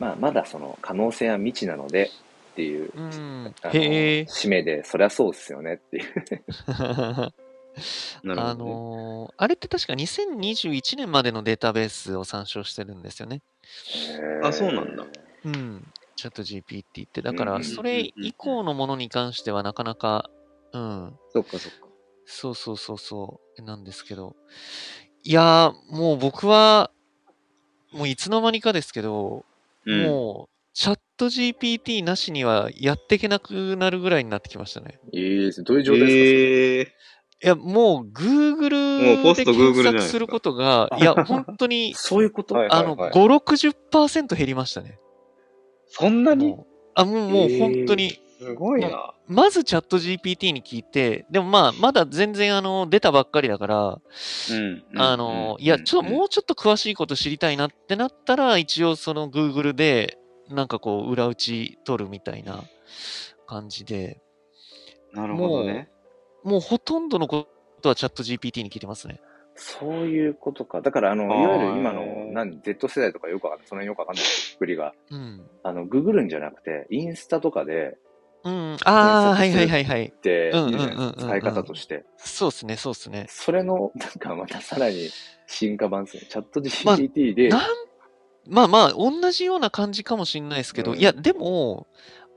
A: まあ、まだその可能性は未知なのでっていう、
C: うん。
A: あの
C: へえ。
A: 締めで、そりゃそうっすよねっていう。
B: なる
C: あ
B: ほどね。
C: のーあれって確か2021年までのデータベースを参照してるんですよね。
B: あそうなんだ。
C: うん。チャット GPT って。だか
A: うんうんうん
C: ら、
A: うん
C: それ以降のものに関してはなかなか、うん。
B: そっかそっか。
C: そうそうそうそう。なんですけど。いやー、もう僕は、もういつの間にかですけど、
B: うん。
C: もう、チャット GPT なしにはやっていけなくなるぐらいになってきましたね。
A: ええどういう
B: えー、
C: いや、もう
B: もうポ
C: Google
B: ス
C: で
B: ト Google
C: 検
B: じゃないで
C: 索
B: すか
C: することが、 いや、本当に
A: そういうこと、
C: あの、
A: はいはい
C: 5、60%減りましたね。
B: そんなに
C: もうあもうもう
A: えー
C: 本当に、
B: すごいな。
C: まずチャット GPT に聞いて、でもまあ、まだ全然あの出たばっかりだから、
B: うん。
C: あの、いや、ちょっともうちょっと詳しいこと知りたいなってなったら、一応その Google で、なんかこう、裏打ち取るみたいな感じで、
B: うん。なるほどね。
C: もうほとんどのことはチャット GPT に聞いてますね。
A: そういうことか。だから、あの、
B: あー
A: いわゆる今の、なん、Z 世代とかよくわかんない、その辺よくわかんないですくくりが、
C: うん。
A: あの、ググるんじゃなくて、インスタとかで、
C: うん。ああ、は
A: 検索す
C: いは
A: る
C: いはいはい。
A: で、
C: うんうんうんうんうん
A: 使い方として、
C: そうですね、そうですね。
A: それの、なんかまたさらに進化版ですね。チャット GPT で、
C: なんまあまあ、同じような感じかもしれないですけど、
A: うん
C: いや、でも、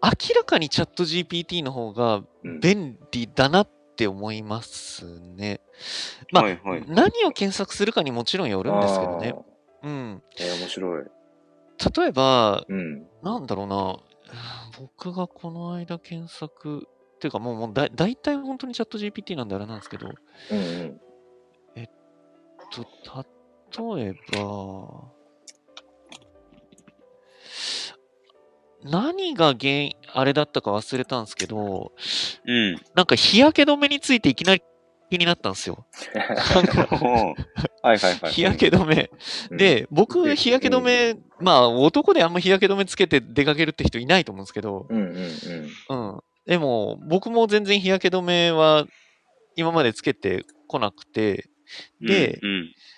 C: 明らかにチャット GPT の方が
A: うん
C: 便利だなって思いますね。まあ、
B: はいはい。
C: 何を検索するかにもちろんよるんですけどね。うん。
A: あー。えー面白い。
C: 例えば、
A: うん。
C: なんだろうな、僕がこの間検索、っていうかもうもうだ大体本当にチャット GPT なんであれなんですけど、
A: うんうん。
C: と例えば、何が原因、あれだったか忘れたんですけど、
B: うん。
C: なんか日焼け止めについていきなり気になったんですよ。なんか
B: はいはいはい。
C: 日焼け止め。で、僕、日焼け止め、まあ、男であんま日焼け止めつけて出かけるって人いないと思うんですけど、
A: うんうんうん。
C: うん。でも、僕も全然日焼け止めは今までつけてこなくて、で、
B: うん、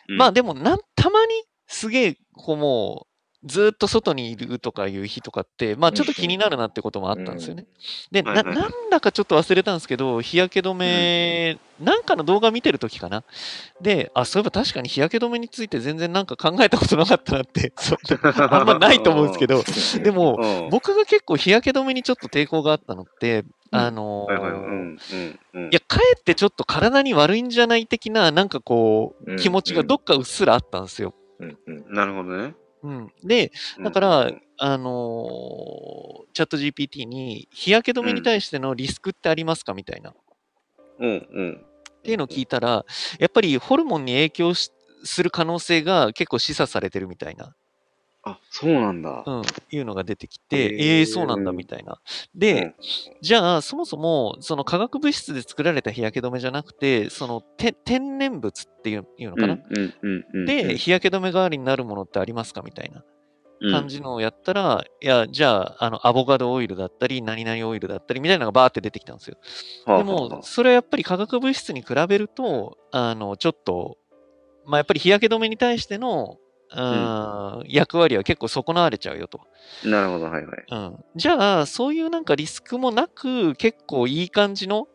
B: うん
C: まあ、でもなん、たまにすげえ、こう、もう、ずーっと外にいるとかいう日とかって、まあ、ちょっと気になるなってこともあったんですよね。で、
B: は
C: な、
B: いはいは
C: ないんだかちょっと忘れたんですけど、日焼け止め、なんかの動画見てるときかな。で、あ、そういえば確かに日焼け止めについて全然なんか考えたことなかったなって、 そうあんまないと思うんですけ
B: ど。
C: ど、 でも、
B: うん
C: 僕が結構日焼け止めにちょっと抵抗があったのって、あの
B: はいはいはい。うんうんうん。
C: いや、かえってちょっと体に悪いんじゃない的な、なんかこ
A: うん
C: う、気持ちがどっかうっすらあったんですよ。
A: うんうん。
B: なるほどね。
C: うん。で、だか
B: う
C: ら
B: ん、
C: あのーチャット GPT に、日焼け止めに対してのリスクってありますかみたいな。っ
B: うん。
C: ていうのを聞いたら、やっぱりホルモンに影響しする可能性が結構示唆されてるみたいな、
B: あ、そうなんだ
C: う。ん、いうのが出てき
B: へ
C: て、
B: ー
C: ええー、そうなんだ、
B: うん
C: みたいな。で、じゃあ、そもそも、その化学物質で作られた日焼け止めじゃなくて、そのて天然物っていういうの
B: うん
C: か
B: う
C: な、
B: んうんうん。
C: で、、日焼け止め代わりになるものってありますかみたいな感じのをやったら、いや、じゃあ、あの、アボカドオイルだったり、何々オイルだったり、みたいなのがバーって出てきたんですよ。
B: うん。
C: でも、それはやっぱり化学物質に比べると、あの、ちょっと、まあ、やっぱり日焼け止めに対しての、うーん、役割は結構損なわれちゃうよと。
B: なるほど、はいはい。
C: うん、じゃあ、そういうなんかリスクもなく、結構いい感じの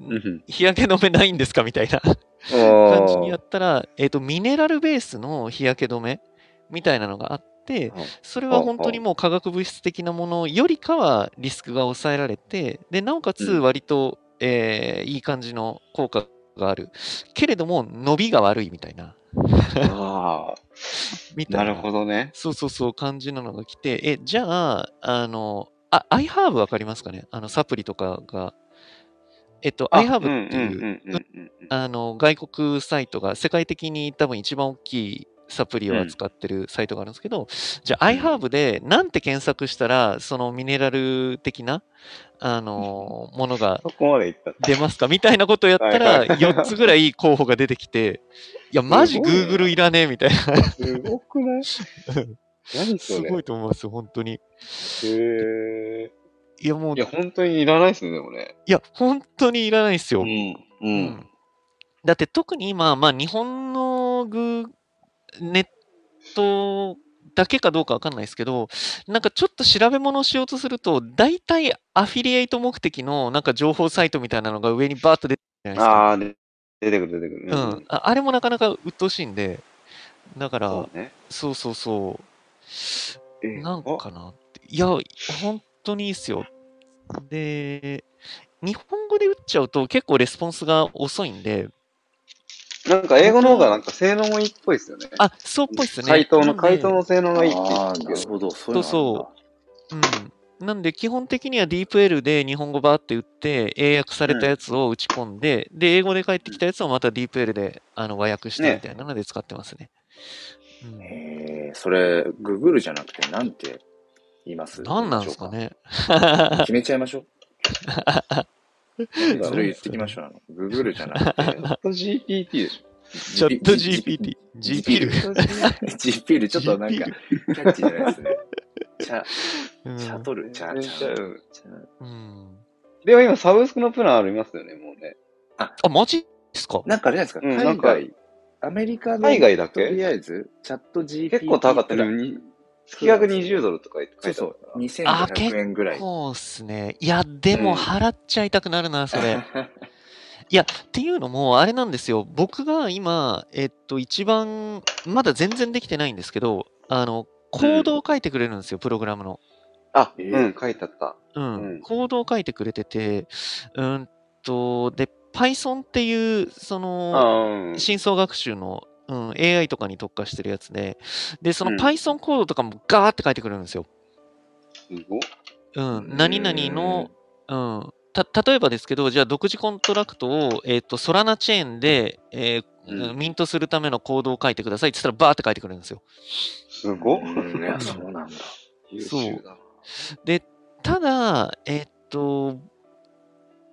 B: うん
C: 日焼け止めないんですかみたいな感じにやったら、えっとミネラルベースの日焼け止めみたいなのがあって
B: はい、
C: それは本当にもう化学物質的なものよりかはリスクが抑えられて、でなおかつ
B: うん
C: 割と、えーいい感じの効果がある。けれども、伸びが悪いみたいな。
B: ああ、
C: み
B: な
C: た
B: いる
C: な
B: ほどね。
C: そうそうそう、感じなのが来て、え、じゃあ、あの、あ、iHerb わかりますかねあの、サプリとかが、えっと、
A: あ
C: iHub っていう、あの、外国サイトが世界的に多分一番大きいサプリを扱ってるサイトがあるんですけど、じゃあ
B: うん
C: iHerb でなんて検索したら、そのミネラル的な、あの、ものが
B: そこまでいったっ
C: 出ますかみたいなことやった
B: はい
C: ら、
B: はい
C: 4つぐらい候補が出てきて、いや、マジ
B: すごいね
C: Google いらねえみたいな、
B: て。すごくない 何
C: す
B: それ
C: ごいと思います、本当に。
B: へえ。
C: いや、もう、
B: い
C: い
B: や、本当にいらないですね、でもね。
C: や、本当にいらないですよ。
B: ん。う。
C: うんんだって特に今、まあ、日本のグーネットだけかどうかわかんないですけど、なんかちょっと調べ物をしようとすると、大体アフィリエイト目的のなんか情報サイトみたいなのが上にバーッと出てくるじゃない
B: ああ、で出てくる、出てくる。
C: ですか。うん、ああれもなかなか鬱陶しいんで、だから、
B: そうね。
C: そうそうそ
B: え
C: う、なんかなって。いや、本当にいいっすよ。で、日本語で打っちゃうと結構レスポンスが遅いんで、
B: なんか英語の方がなんか性能もいいっぽいですよね。
C: あ、そうっぽいっすね。
B: 回答の、
C: なんで
B: 回答の性能がいいって言
A: あ
B: って
A: あ、
B: た
A: な
B: け
A: る
B: ど
A: ほど。そういうの
C: そううん、なんで基本的には DeepL で日本語バーって打って英訳されたやつを打ち込んで、で英語で返ってきたやつをまた DeepL であの和訳して
B: ね
C: みたいなので使ってますね。
A: あるんだ。へえそれ、ググるじゃなくて、なんて言います
C: うん、何なんですかね
A: 決めちゃいましょう。 それ言ってきましょう。あのググるじゃなくて、
B: チャット GPT でし
C: チャット
A: GP
C: GPT。GP
B: ょ。
A: GP ちょっとなんか、キャッチーじゃないですね。チャ、
C: うん
A: チャトル、チャ、チャ、チャ
C: うん
B: でも今、サブスクのプランありますよね、もうね。
C: あ、マジですか
A: なんかあれじゃないですか、
B: うんなん
A: 海
B: か
A: 外、アメリカの、
B: 海外だ
A: とり
B: け
A: あえず、チャット GPT。
B: 結構高かっ
A: プ
B: たね
A: ラン。
B: 月額20ドルとか書いてあ
A: そう
B: る
A: そう、
C: あ
A: 2500円ぐらい。
C: こうっすね。いや、で
B: うん
C: も払っちゃいたくなるな、そ れ。いや、っていうのも、あれなんですよ。僕が今、えっと、一番、まだ全然できてないんですけど、あの、コードを書いてくれるんですよ、プログラムの。
B: あ、
A: え
B: うん、書いてあった。
C: うん。
B: うん
C: コードを書いてくれてて、うんと、で、Python っていう、そ
B: あ
C: の、
B: ーうん。
C: 深層学習の、うん、AI とかに特化してるやつで、で、その
B: うん
C: Python コードとかもガーって書いてくれるんですよ。
B: すごっ
C: うん。何々の、うん、た例えばですけど、じゃあ独自コントラクトを、えっとソラナチェーンで、えー
B: うん
C: ミントするためのコードを書いてくださいって言ったらバーって書いてくれるんですよ。
B: す
A: うん、
B: ごっ
A: うんいや、そうなんだ。
B: 優秀だ。
C: で、ただ、えっと、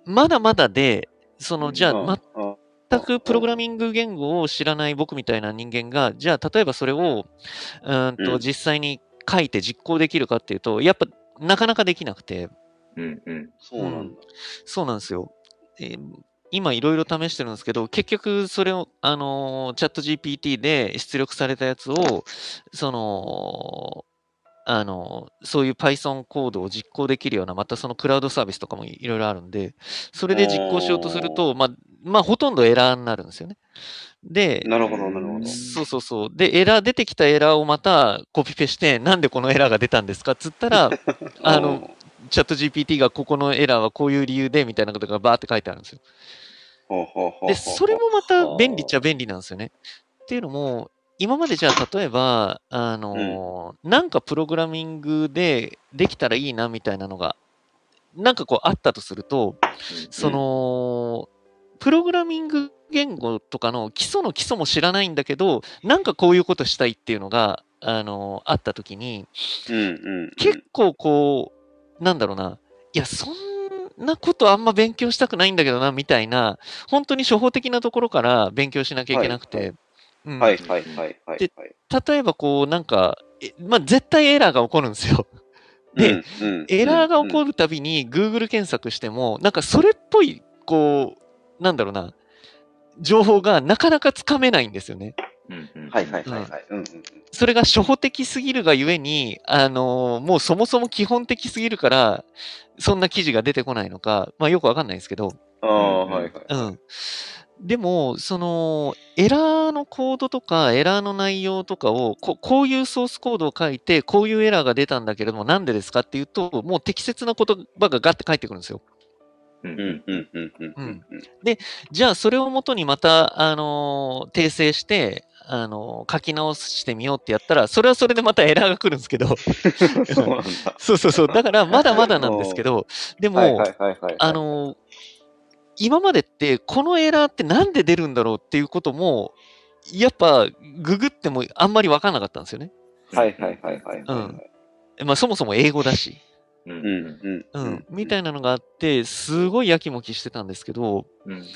C: まだまだで、そのじゃあ
B: あ、
C: 全くプログラミング言語を知らない僕みたいな人間が、じゃあ例えばそれをうーん
B: う
C: と
B: ん
C: 実際に書いて実行できるかっていうと、やっぱなかなかできなくて、
A: うん うん。
B: そうなんだ。
C: そうなんですよ。えー今いろいろ試してるんですけど、結局それを、あのチャット GPT で出力されたやつを、その、あのーそういう Python コードを実行できるような、またそのクラウドサービスとかもいろいろあるんで、それで実行しようとすると、まあ、まあ、ほとんどエラーになるんですよね。で、
B: なるほど、なるほど。
C: そうそうそう。で、エラー、出てきたエラーをまたコピペして、なんでこのエラーが出たんですかっつったら、あの、チャット GPT がここのエラーはこういう理由でみたいなことがバーって書いてあるんですよ。
B: ほうほうほうほう、
C: で、それもまた便利っちゃ便利なんですよね。っていうのも、今までじゃあ例えば、あのーなんかプログラミングでできたらいいなみたいなのが、なんかこうあったとすると、その、プログラミング言語とかの基礎の基礎も知らないんだけど、なんかこういうことしたいっていうのが、あのーあった時に、
B: うんうん。
C: 結構こう、なんだろうな、いや、そんなことあんま勉強したくないんだけどな、みたいな、本当に初歩的なところから勉強しなきゃいけなく
B: はい
C: て、うん
B: はいはいはいはい。
C: で例えばこう、なんか、えまあ、絶対エラーが起こるんですよ。でエラーが起こ
B: る。
C: るたびに Google 検索しても、なんかそれっぽい、こう、なんだろうな、情報がなかなかつかめないんですよね。
A: うんうん。
B: はいはいはいはい。うんうんうん
C: それが初歩的すぎるがゆえに、あのーもうそもそも基本的すぎるから、そんな記事が出てこないのか、まあよくわかんないですけど、
B: ああ、はいはい。
C: うん。でも、その、エラーのコードとか、エラーの内容とかをこ、こういうソースコードを書いて、こういうエラーが出たんだけれども、なんでですかっていうと、もう適切な言葉がガッて返ってくるんですよ。
A: うん
B: う
A: うん。
B: んうんうんうんうんうん。
C: じゃあ、それをもとにまた、あのー訂正して、あのー書き直してみようってやったら、それはそれでまたエラーが来るんですけ ど、
B: そうなんだ。
C: そうそうそう。だから、まだまだなんですけど、で
B: はい
C: も
B: は、いはいはい。
C: あの、今までってこのエラーってなんで出るんだろうっていうことも、やっぱググってもあんまり分かんなかったんですよね。
D: はいはいはいはい。
C: うんまあそもそも英語だし。
D: う。
B: うんん、うん、
C: うん、みたいなのがあって、すごいやきもきしてたんですけど、
D: うん。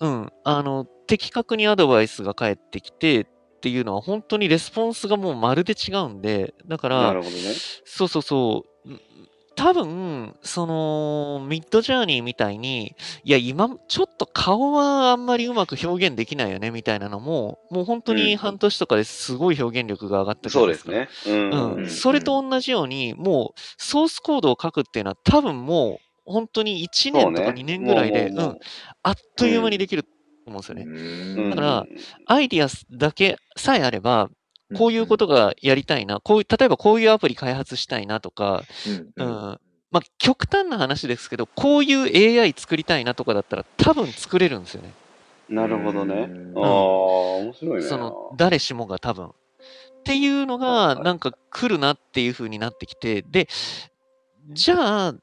C: うん、あの、的確にアドバイスが返ってきてっていうのは、本当にレスポンスがもうまるで違うんで、だか
B: な
C: ら、
B: るほどね。
C: そうそうそう、うん多分、その、ミッドジャーニーみたいに、いや、今、ちょっと顔はあんまりうまく表現できないよね、みたいなのも、もう本当
B: う
C: に
B: ん
C: 半年とかですごい表現力が上がったじゃ
B: そ
C: な
B: う
C: い
B: です
C: か。
B: ね。うん
C: う
B: うん
C: ん、それと同じように、もうソースコードを書くっていうのは、多分もう本当に
B: そう
C: 1年
B: ね
C: とか2年ぐらい
B: もうも
C: で、
B: うも
C: うん
B: う
C: あっという間にできると思うんですよね。
B: うん
C: だから、アイディアだけさえあれば、こういうこととがやりたいな、こういう例えばこういうアプリ開発したいなとか、
A: うん
C: うん
A: うん
C: まあ、極端な話ですけど、こういう AI 作りたいなとかだったら、多分作れるんですよね。
B: なるほどね。
A: うん
B: ああ、面白いね。
C: その誰しもが多分。っていう
B: は
C: の
B: い
C: が、
B: はい
C: なんか来るなっていう風になってきて、で、じゃあっ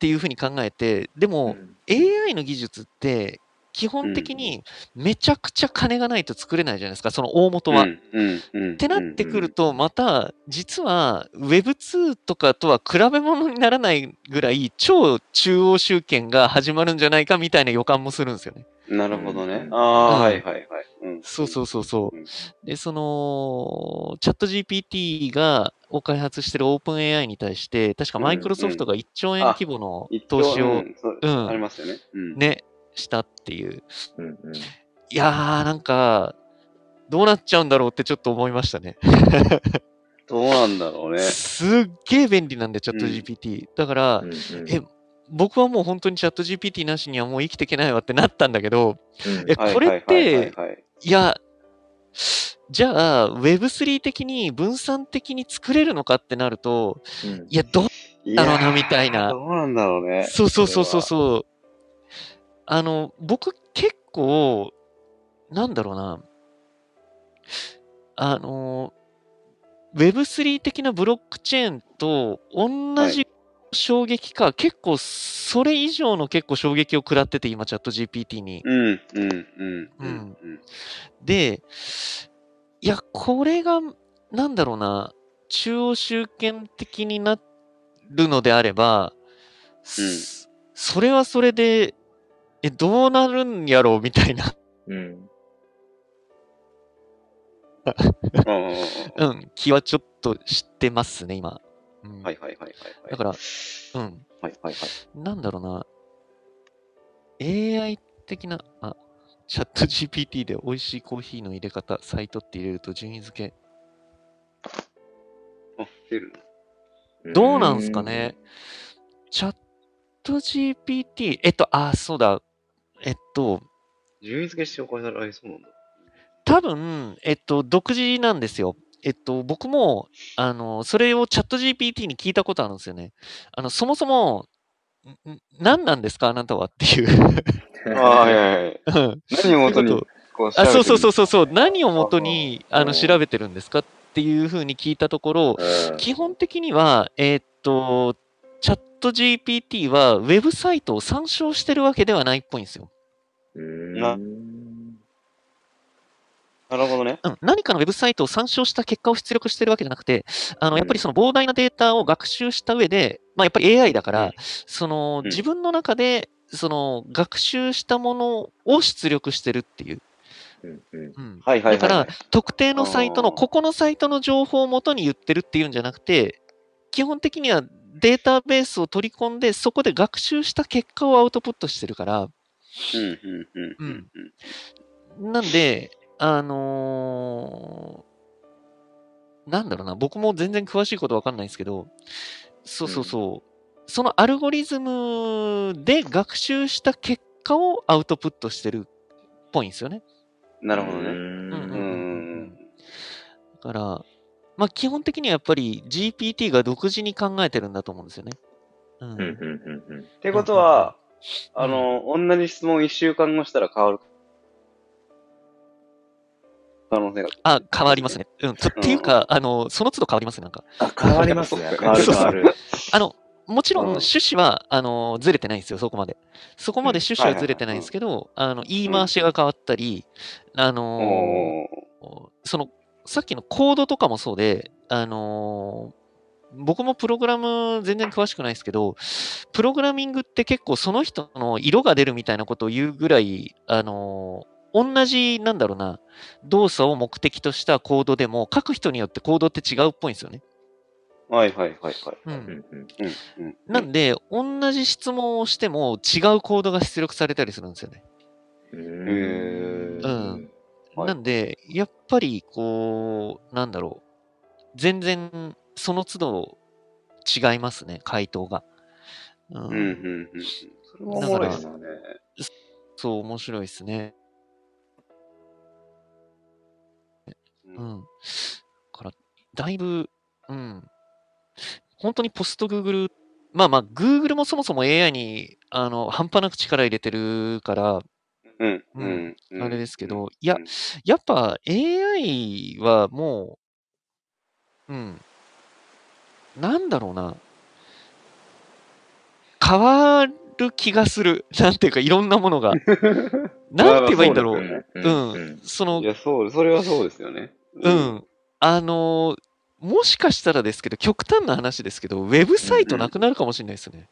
C: ていう風に考えて、でも AI の技術って、基本的にめちゃくちゃ金がないと作れないじゃないですか、その大元は。
B: うんうんうん、
C: ってなってくると、また、実は Web2 とかとは比べ物にならないぐらい、超中央集権が始まるんじゃないかみたいな予感もするんですよね。
B: うん。なるほどね
D: う。ん
B: ああ、
C: うん
B: はいはいはい。うん
C: そうそうそうそう
B: うん。
C: で、その、チャット GPT が、を開発してる OpenAI に対して、確かマイクロソフトが1兆円規模の
B: 一応
C: 投資を
B: う、んそう
C: うん
B: ありますよね。うん。
C: ね、したっていう。
A: うんうん
C: いやー、なんか、どうなっちゃうんだろうってちょっと思いましたね。
B: どうなんだ ろうね。
C: すっげー便利なんで、チャット GPT。だから、
A: うん
C: え僕はもう本当にチャット GPT なしにはもう生きていけないわってなったんだけど、
A: うん
C: え
B: はい
C: これっ
B: はいはい
C: て
B: はいはい
C: いや、じゃあ Web3 的に分散的に作れるのかってなると、
A: うん
C: いや、どう
B: い
C: だろう
B: や
C: なみたい
B: ー
C: な。
B: どうなんだろうね。
C: そうそうそうそう
B: う。
C: そう。あの、僕結構、なんだろうな。あの、Web3 的なブロックチェーンと同じ衝撃か、結構それ以上の結構衝撃を食らってて、今、チャット GPT に。
B: うんうんうんうんうん。
C: で、いや、これが、なんだろうな、中央集権的になるのであれば、すそれはそれで、え、どうなるんやろうみたいな、
A: うん
B: うんうんうんうん
C: うん、気はちょっとしてますね、今。うん
B: はいはいはいはいはい。
C: だから
B: う。
C: うんん、
B: はいはいはい。
C: なんだろうな、AI 的な、あ、チャット GPT で美味しいコーヒーの入れ方、サイトって入れると順位付け。
B: あ、出る
C: どうなんすかねチャット GPT、えっと、あ、そうだ、えっと、
B: 順位付けしてお金られそうなんだ。
C: 多分、えっと、独自なんですよ。えっと、僕も、あの、それをチャット GPT に聞いたことあるんですよね。あの、そもそも、んん何なんですかあなたはっていう。
B: ああ、いやいやいや。
C: うん
B: 何を元
C: という
B: に
C: こ
B: こう調
C: あ
B: べて
C: そうそう
B: る
C: そうそうそう。何をもとに、
B: あ
C: あ
B: の
C: の、調べてるんですかっていうふうに聞いたところ、基本的には、えーっと、チャット GPT はウェブサイトを参照してるわけではないっぽいんですよ。
B: ななるほどね。
C: うん、何かのウェブサイトを参照した結果を出力してるわけじゃなくて、あのやっぱりその膨大なデータを学習した上で、まあ、やっぱり AI だか
B: うん
C: ら、その
B: ん
C: 自分の中でその学習したものを出力してるっていう。うん
B: はいはいは
C: だ
B: い。
C: から、特定のサイト
B: あ
C: の、
B: ー
C: ここのサイトの情報を元に言ってるっていうんじゃなくて、基本的にはデータベースを取り込んで、そこで学習した結果をアウトプットしてるから、
B: うんうんうんうんうん。
C: なんで、あのーなんだろうな、僕も全然詳しいことわかんないんですけど、そうそうそう、そのアルゴリズムで学習した結果をアウトプットしてるっぽいんですよね。
B: なるほどね。
C: うん
B: う
C: うん
B: ん。
C: だから、まあ、基本的にはやっぱり GPT が独自に考えてるんだと思うんですよね。うん
B: ってことは、あの、同じ質問を1週間後したら変わる。可能性が。
C: あ、変わりますね。うん。とっていうか、あの、その都度変わりますね、なんか。
A: あ、変わりますね。
B: 変わる変わる。
C: あの、もちろん
A: うん
C: 趣旨は、あのずれてないんですよ、そこまで。そこまで趣旨はずれてないんですけど、あの言い回しが変わったり、あ
B: お
C: の
B: お
C: そのさっきのコードとかもそうで、あのー僕もプログラム全然詳しくないですけど、プログラミングって結構その人の色が出るみたいなことを言うぐらい、あのー同じなんだろうな、動作を目的としたコードでも、書く人によってコードって違うっぽいんですよね。
B: ーはいはいはいはい。
A: う
C: う、
A: んんうん
B: うんうん、
C: なんで、同じ質問をしても違うコードが出力されたりするんですよね。
A: うん
C: うん
B: はい
C: なんで、やっぱり、こう、なんだろう。全然、その都度、違いますね、回答が。うん。
B: うんうんうんうん。それはおもろいですよね。
C: そう、面白いですね。う
B: うん
C: ん。から、だいぶ、うん。本当にポスト Google、まあまあ、Google もそもそも AI に、あの、半端なく力入れてるから、
B: うんうんうん。
C: あれですけ
B: うん。
C: ど、いや
B: うん、
C: やっぱ AI はもう、うん、なんだろうな、変わる気がする。なんていうか、いろんなものが。なんて言えばいいんだろ
A: そう
C: う。
A: です
C: う
A: よ
C: ん、その
B: い、や、そう、それはそうですよね。
C: う。ん、あのーもしかしたらですけど、極端な話ですけど、ウェブサイトなくなるかもしれないですね。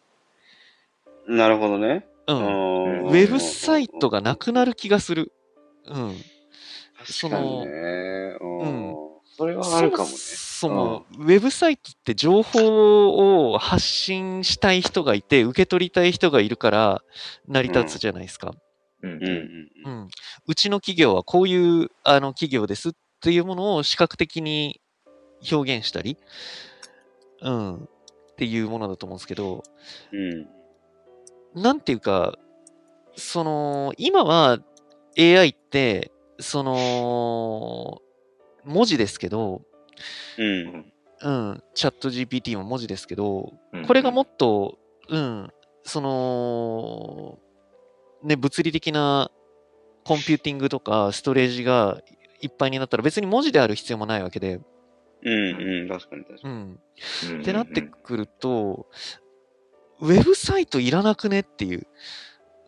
B: なるほどね。
C: うん。
A: うん
C: ウ
B: ウ
C: ェブサイトがなくなる気がする。うん。
B: 確かにね。うん
C: う。
B: それはあるかもね。
C: そもそも、ウェブサイトって情報を発信したい人がいて、受け取りたい人がいるから成り立つじゃないですか。
A: うんうん
B: うんうん
C: う
B: うんん。
C: うちの企業はこういうあの企業ですっていうものを視覚的に表現したり、うん、っていうものだと思うんですけど、
B: うん。
C: なんていうか、その、今は AI って、その、文字ですけど、
B: うん。
C: うん、チャット GPT も文字ですけど、
A: うん
C: これがもっと、うん、その、ね、物理的なコンピューティングとかストレージがいっぱいになったら別に文字である必要もないわけで、
B: うんうん。確かに確か
C: う
B: に。
C: ん。
A: うん
C: ってなってくると、ウェブサイトいらなくねっていう。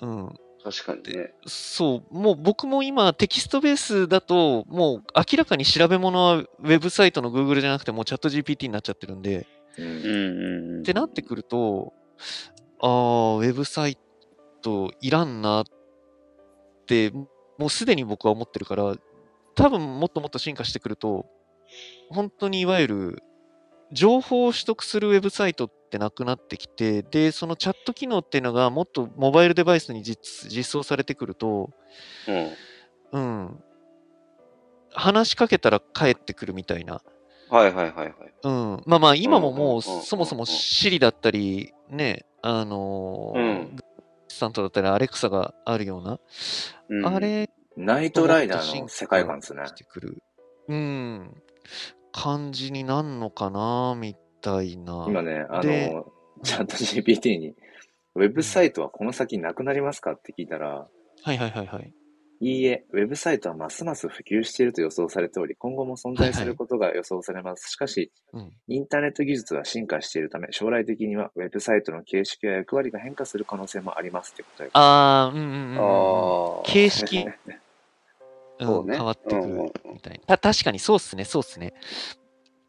C: うん。
B: 確かにね。
C: そう、もう僕も今テキストベースだと、もう明らかに調べ物はウェブサイトの Google じゃなくてもうチャット GPT になっちゃってるんで、
A: うん
B: うんうんうん。
C: ってなってくると、ああ、ウェブサイトいらんなって、もうすでに僕は思ってるから、多分もっともっと進化してくると、本当にいわゆる情報を取得するウェブサイトってなくなってきて、で、そのチャット機能っていうのがもっとモバイルデバイスに実実装されてくると、
B: うん。
C: うん、話しかけたら帰ってくるみたいな。
B: はいはいはいはい。
C: うん、まあまあ、今も
B: うんうんうん
C: も
B: う
C: う、
B: ん
C: そもそも Siri だったり、ね、あのー
B: う、
C: ア
B: ん
C: シスタントだったり、アレクサがあるような、
B: うん。
C: あれ、
A: ナイトライダーの世界観ですね。
C: してくる、うん、感じになんのかな、みたいな。
A: 今ね、あ
C: で
A: の、 チャット GPT に、ウェブサイトはこの先なくなりますかって聞いたら、
C: はいはいはいはい。
A: いいえ、ウェブサイトはますます普及していると予想されており、今後も存在することが予想されます。しかし、
C: うん、
A: インターネット技術は進化しているため、将来的にはウェブサイトの形式や役割が変化する可能性もありますって答え。
C: ああ、うんうん
B: あ
C: うんうん。
B: あ。
C: 形式、うん
B: そうね
C: 変わってく
B: うんうん
C: るみたいな。た確かにそうっすね、そうっすね。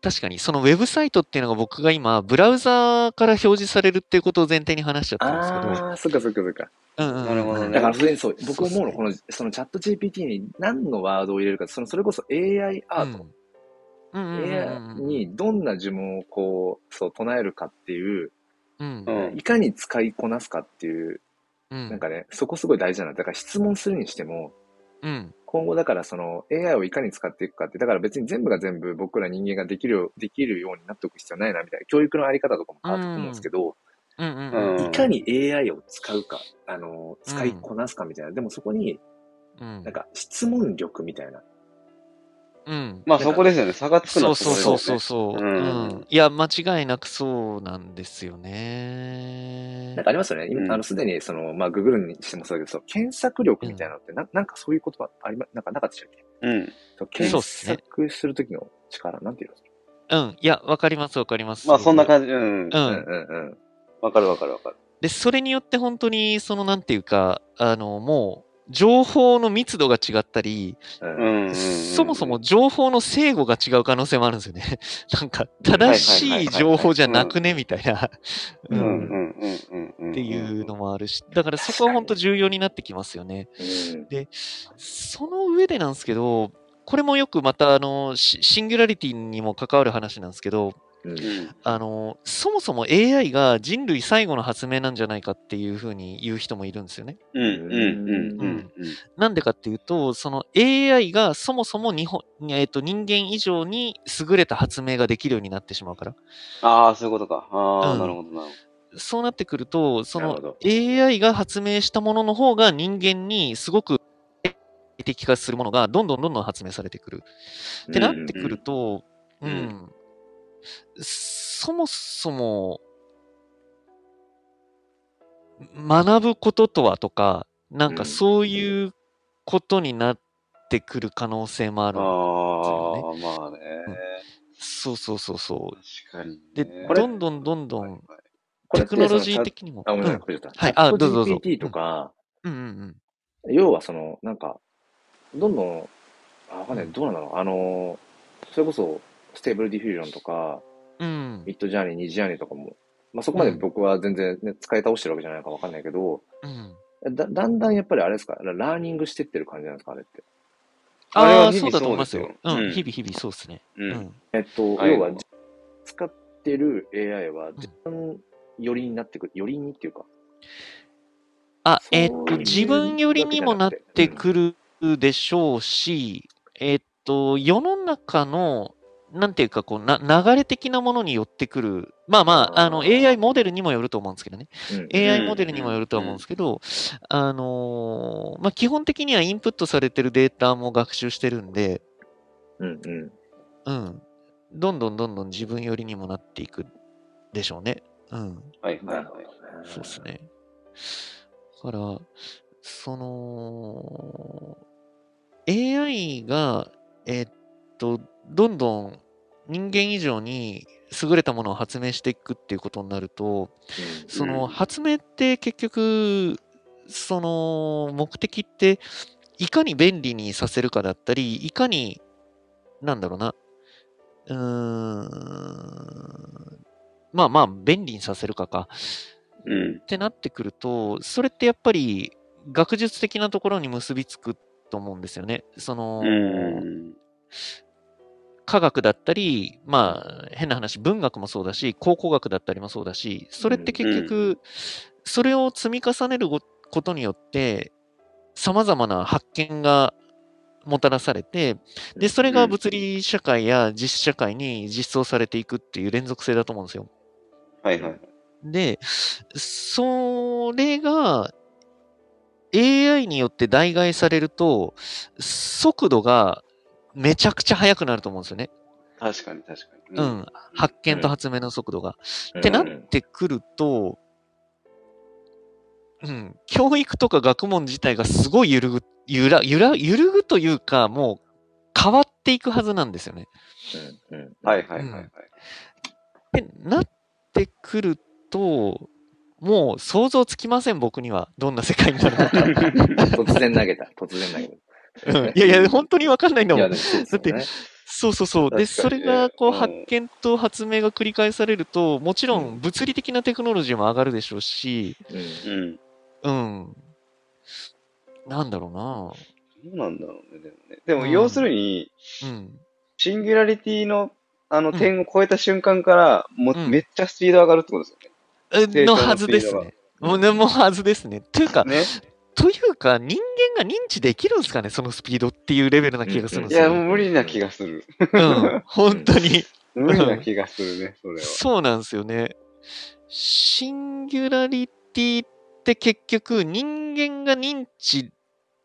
C: 確かに、そのウェブサイトっていうのが僕が今、ブラウザーから表示されるっていうことを前提に話しちゃったんですけど、
A: ああ、そっかそっかそっか。
C: うんうんうん
B: なるほどね
A: だから、それにそう、僕
C: そうっすね
A: 思うの、この、そのチャット GPT に何のワードを入れるか、その、それこそ AI アート、
C: うんうんうんうんう
A: AI
C: ん
A: にどんな呪文をこう、そう、唱えるかっていう、
C: うん
B: う、ん
A: いかに使いこなすかっていう、
C: うん、
A: なんかね、そこすごい大事なんだ。だから質問するにしても、
C: うん、
A: 今後だからその AI をいかに使っていくかって、だから別に全部が全部僕ら人間ができるよできるようになっておく必要はないなみたいな、教育のあり方とかも変わってくると思うんですけど、
C: うん、うん、
B: うん
A: いかに AI を使うか、あの、使いこなすかみたいな、でもそこに
C: うん
A: なん、か質問力みたいな、
C: うん、
B: まあそこですよね。差がつくの
C: そ
B: は
C: うそう
B: こ
C: そう
B: です
C: そ
B: ね
C: うそう、
B: う
C: う
B: ん
C: ん、いや、間違いなくそうなんですよね
A: なん。かありますよね。今、
B: うん
A: あの、すでにその、まあ、ググるにしてもそうだけど、その検索力みたいなのって、ななんかそういう言葉ありま、なんかなかったでしたっけ
B: うん。
A: そう
C: そう
A: 検
C: っすね
A: 索するときの力、なんていうの
C: うん、いや、わかります、わかります。
B: まあそんな
C: じ。
B: 感じ。うん。
C: う
A: うん
C: ん、
A: うんうん。
B: わかるわかるわかる。
C: で、それによって本当に、その、なんていうか、あの、もう、情報の密度が違ったり、
B: うんうんうんうん
C: そもそも、情報の正誤が違う可能性もあるんですよね。 なんか、正しい情報じゃなくね、みたいな。
B: う
C: うん。
B: うんんうんうんうん。
C: っていうのもあるし、だからそこは本当重要になってきますよね。
A: うん
C: その上でなんですけど、これもよくまたあのシシンギュラリティにも関わる話なんですけど
A: うん
B: うん。
C: あの、そもそも AI が人類最後の発明なんじゃないかっていうふうに言う人もいるんですよね。
B: うんうんうんうんうん。
C: なんでかっていうと、その AI がそもそも日本、えっと人間以上に優れた発明ができるようになってしまうから。
B: ああ、そういうことか。ああ、
C: うん
B: なるほどなるほ
C: そうなってくると、そ
A: なるほ
C: の AI が発明したものの方が人間にすごく適化するものがどんどんどんどん発明されてくる。ってなってくると、
A: う
C: うんん
A: うん
C: そもそも、学ぶこととはとか、なん
A: う
C: か
A: ん
C: そういうことになってくる可能性もある。
B: ど。ああ、まあね。
C: そうそうそうそう。
B: 確かにね。
C: で、
A: これ
C: どんどんどんど
B: はいはい
C: ん、
A: これ
C: テ
A: って
C: ク
A: その
C: ノロジー的にも。
A: あ、
C: う
A: ご
C: ん、
A: めなさ
C: うん
A: い、
C: ん
A: これ言った
C: はいあどうぞどうぞ
A: GPT とか、
C: うんうん。
A: 要はその、なんか、どんどん、あ、わかんない、どうなんだろう。あの、それこそ、ステーブルディフュージョンとか、
C: うん
A: ミッドジャーニー、ニジジャーニーとかも、まあ、そこまで僕は全然、ね、使い倒してるわけじゃないからわかんないけど、
C: うん。
A: だ、だんだんやっぱりあれですか、ララーニングしてってる感じなんですか、あれって。
B: あれは
C: ああー、
B: 日々
C: そうだと思います
B: そう
C: よ
B: で。す
C: う、
B: ようんん
C: 日々日々そうですね。
B: う。
C: うんん。
A: えっと、
B: はい
A: 要は、じ使ってる AI は、自分寄りになってくる、寄りにっていうか、
C: あ、
A: そう
C: え
A: い
C: っ
A: う
C: と、自分よりにもなってくるでしょうし、えっと、世の中の、なんていうか、こう、な、流れ的なものによってくる。まあまあ、
A: あー
C: あの、AI モデルにもよると思うんですけどね。
A: うん、
C: AI モデルにもよるとは思うんですけど、あのーまあ、基本的にはインプットされてるデータも学習してるんで、
A: うん、うん。
C: うん。どんどんどんどん自分よりにもなっていくでしょうね。うん。
B: はいはい
A: な
B: は
A: るほど
B: い
A: ね。
C: そうですね。だから、その、AI が、えっと、どんどん人間以上に優れたものを発明していくっていうことになると、その
B: うん
C: 発明って結局、その目的って、いかに便利にさせるかだったり、いかに、なんだろうな、うーん、まあまあ、便利にさせるかか。
B: うん
C: っ。てなってくると、それってやっぱり学術的なところに結びつくと思うんですよね。その、
B: うん。
C: 科学だったり、まあ、変な話、文学もそうだし、考古学だったりもそうだし、それって結局、
B: う
C: それを積み重ねるごことによって、様々な発見がもたらされて、で、それが物理社会や実社会に実装されていくっていう連続性だと思うんですよ。
B: はいはい。
C: で、それが AI によって代替えされると、速度がめちゃくちゃ速くなると思うんですよね。
B: 確かに確かに。
C: う。ん。発見と
A: うん
C: 発明の速度が。
A: うん
C: ってな
A: うん
C: ってくると、うん、教育とか学問自体がすごい揺るぐ、揺ら、揺ら、揺るぐというか、もう変わっていくはずなんですよね。
A: うんうん
B: はいはいはいはい。
C: ってなってくると、もう想像つきません、僕には。どんな世界になるのか。
A: 突然投げた、突然投げた。
C: うんいやいや、本当にわかんないんだ
A: い
C: も
A: や、
C: ん
A: で。もそうですよね。
C: そうそうそう。で、
B: 確
C: そ
B: か
C: れ
B: にね
C: が、こ
B: う
C: う、
B: ん
C: 発見と発明が繰り返されると、もちろ
A: うん
C: ん物理的なテクノロジーも上がるでしょうし、
A: うん
B: うん。
C: うん。なんだろ
B: どうなんだろうね、でもね。でも、
C: うん
B: 要するに、
C: うな。うん。
B: シンギュラリティの、あの、点を超えた瞬間から、もう、
C: うん
B: めっちゃスピード上がるってことです
C: え
B: 成長の
C: のはずですね。もうね、もうはずですね。というか
B: よ、ね。
C: というか、人間が認知できるんですかね、そのスピードっていうレベルな気がするん
B: い
C: です
B: や、
C: よ
B: もう
C: ね。
B: 無理な気がする。
C: うん。本当に。
B: 無理な気がす るね、それは。
C: そうなんですよね。シンギュラリティって結局人間が認知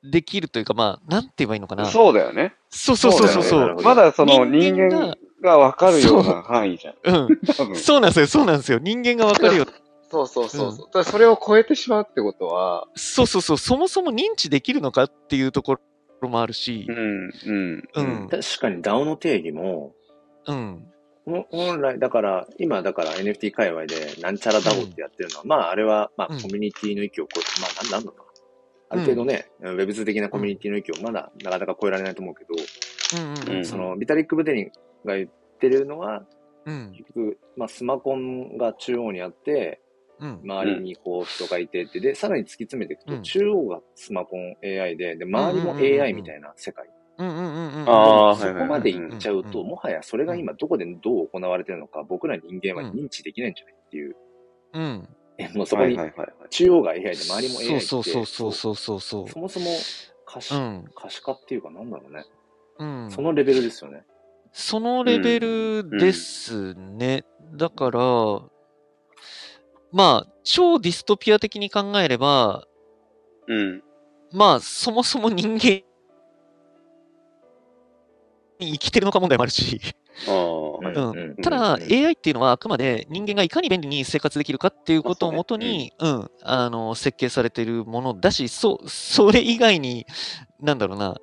C: できるというか、まあ、なんて言えばいいのかな。
B: そうだよね。
C: そうそうそうそう
A: そうだ
C: そ
A: よ
C: う
A: ね。
B: まだその人
C: 人間が
B: 間がわかるような範囲じゃん。
C: うん。
B: 多 分。
C: そうなんですよ、そうなんですよ。人間がわかるよ。
B: そうそうそうそう。だからそれを超えてしまうってことは、
C: そうそうそう、そもそも認知できるのかっていうところもあるし
B: う、ん、うん。
C: うん、
A: 確かに DAO の定義も、
C: うん、
A: ほ本来、だから、今、だから NFT 界隈で、なんちゃらダボってやってるのは、まあ、あれは、まあ、
C: うん
A: コミュニティの域を超え、まあ、なんなんだろうな。ある程度ね、ウェブ2的なコミュニティの域をまだなかなか超えられないと思うけど、
C: うんうん
B: う
C: う
B: んん
A: その、ビタリック・ブテリンが言ってるのは、
C: うん
A: 結局、まあ、スマコンが中央にあって、
C: うん
A: 周りにこう人がいてって、で、さらに突き詰めていく
C: う
A: と、
C: ん
A: 中央がスマコン AI で、で、周りも
C: うんうんうんうん
A: AI みたいな世界。
C: うんうんうんうん
B: あー
A: そこ
B: はいはい
A: まで行っちゃう
C: うんうん
A: と、
C: うん
A: もはやそれが今どこでどう行われてるのか、僕ら人間は認知できないんじゃないっていう。
C: うん
A: え、 もうそこに
B: はい、はいはいはい
A: 中央が AI で周りも AI って。
C: そうそうそうそうそうそ
A: そ
C: うそ
A: もそも可視,、
C: ううん
A: 可視化っていうかなんだろうね。
C: うん
A: そのレベルですよね。
C: そのレベルですね。だから、まあ、超ディストピア的に考えれば、
B: うん。
C: まあ、そもそも人間に生きてるのか問題もあるし、
B: ああ、はい。
C: うん
A: ん
C: ただ、
A: うん
C: AI っていうのはあくまで人間がいかに便利に生活できるかっていうことをもとに、うん、あの、設計されているものだし、そう、それ以外に、なんだろうな、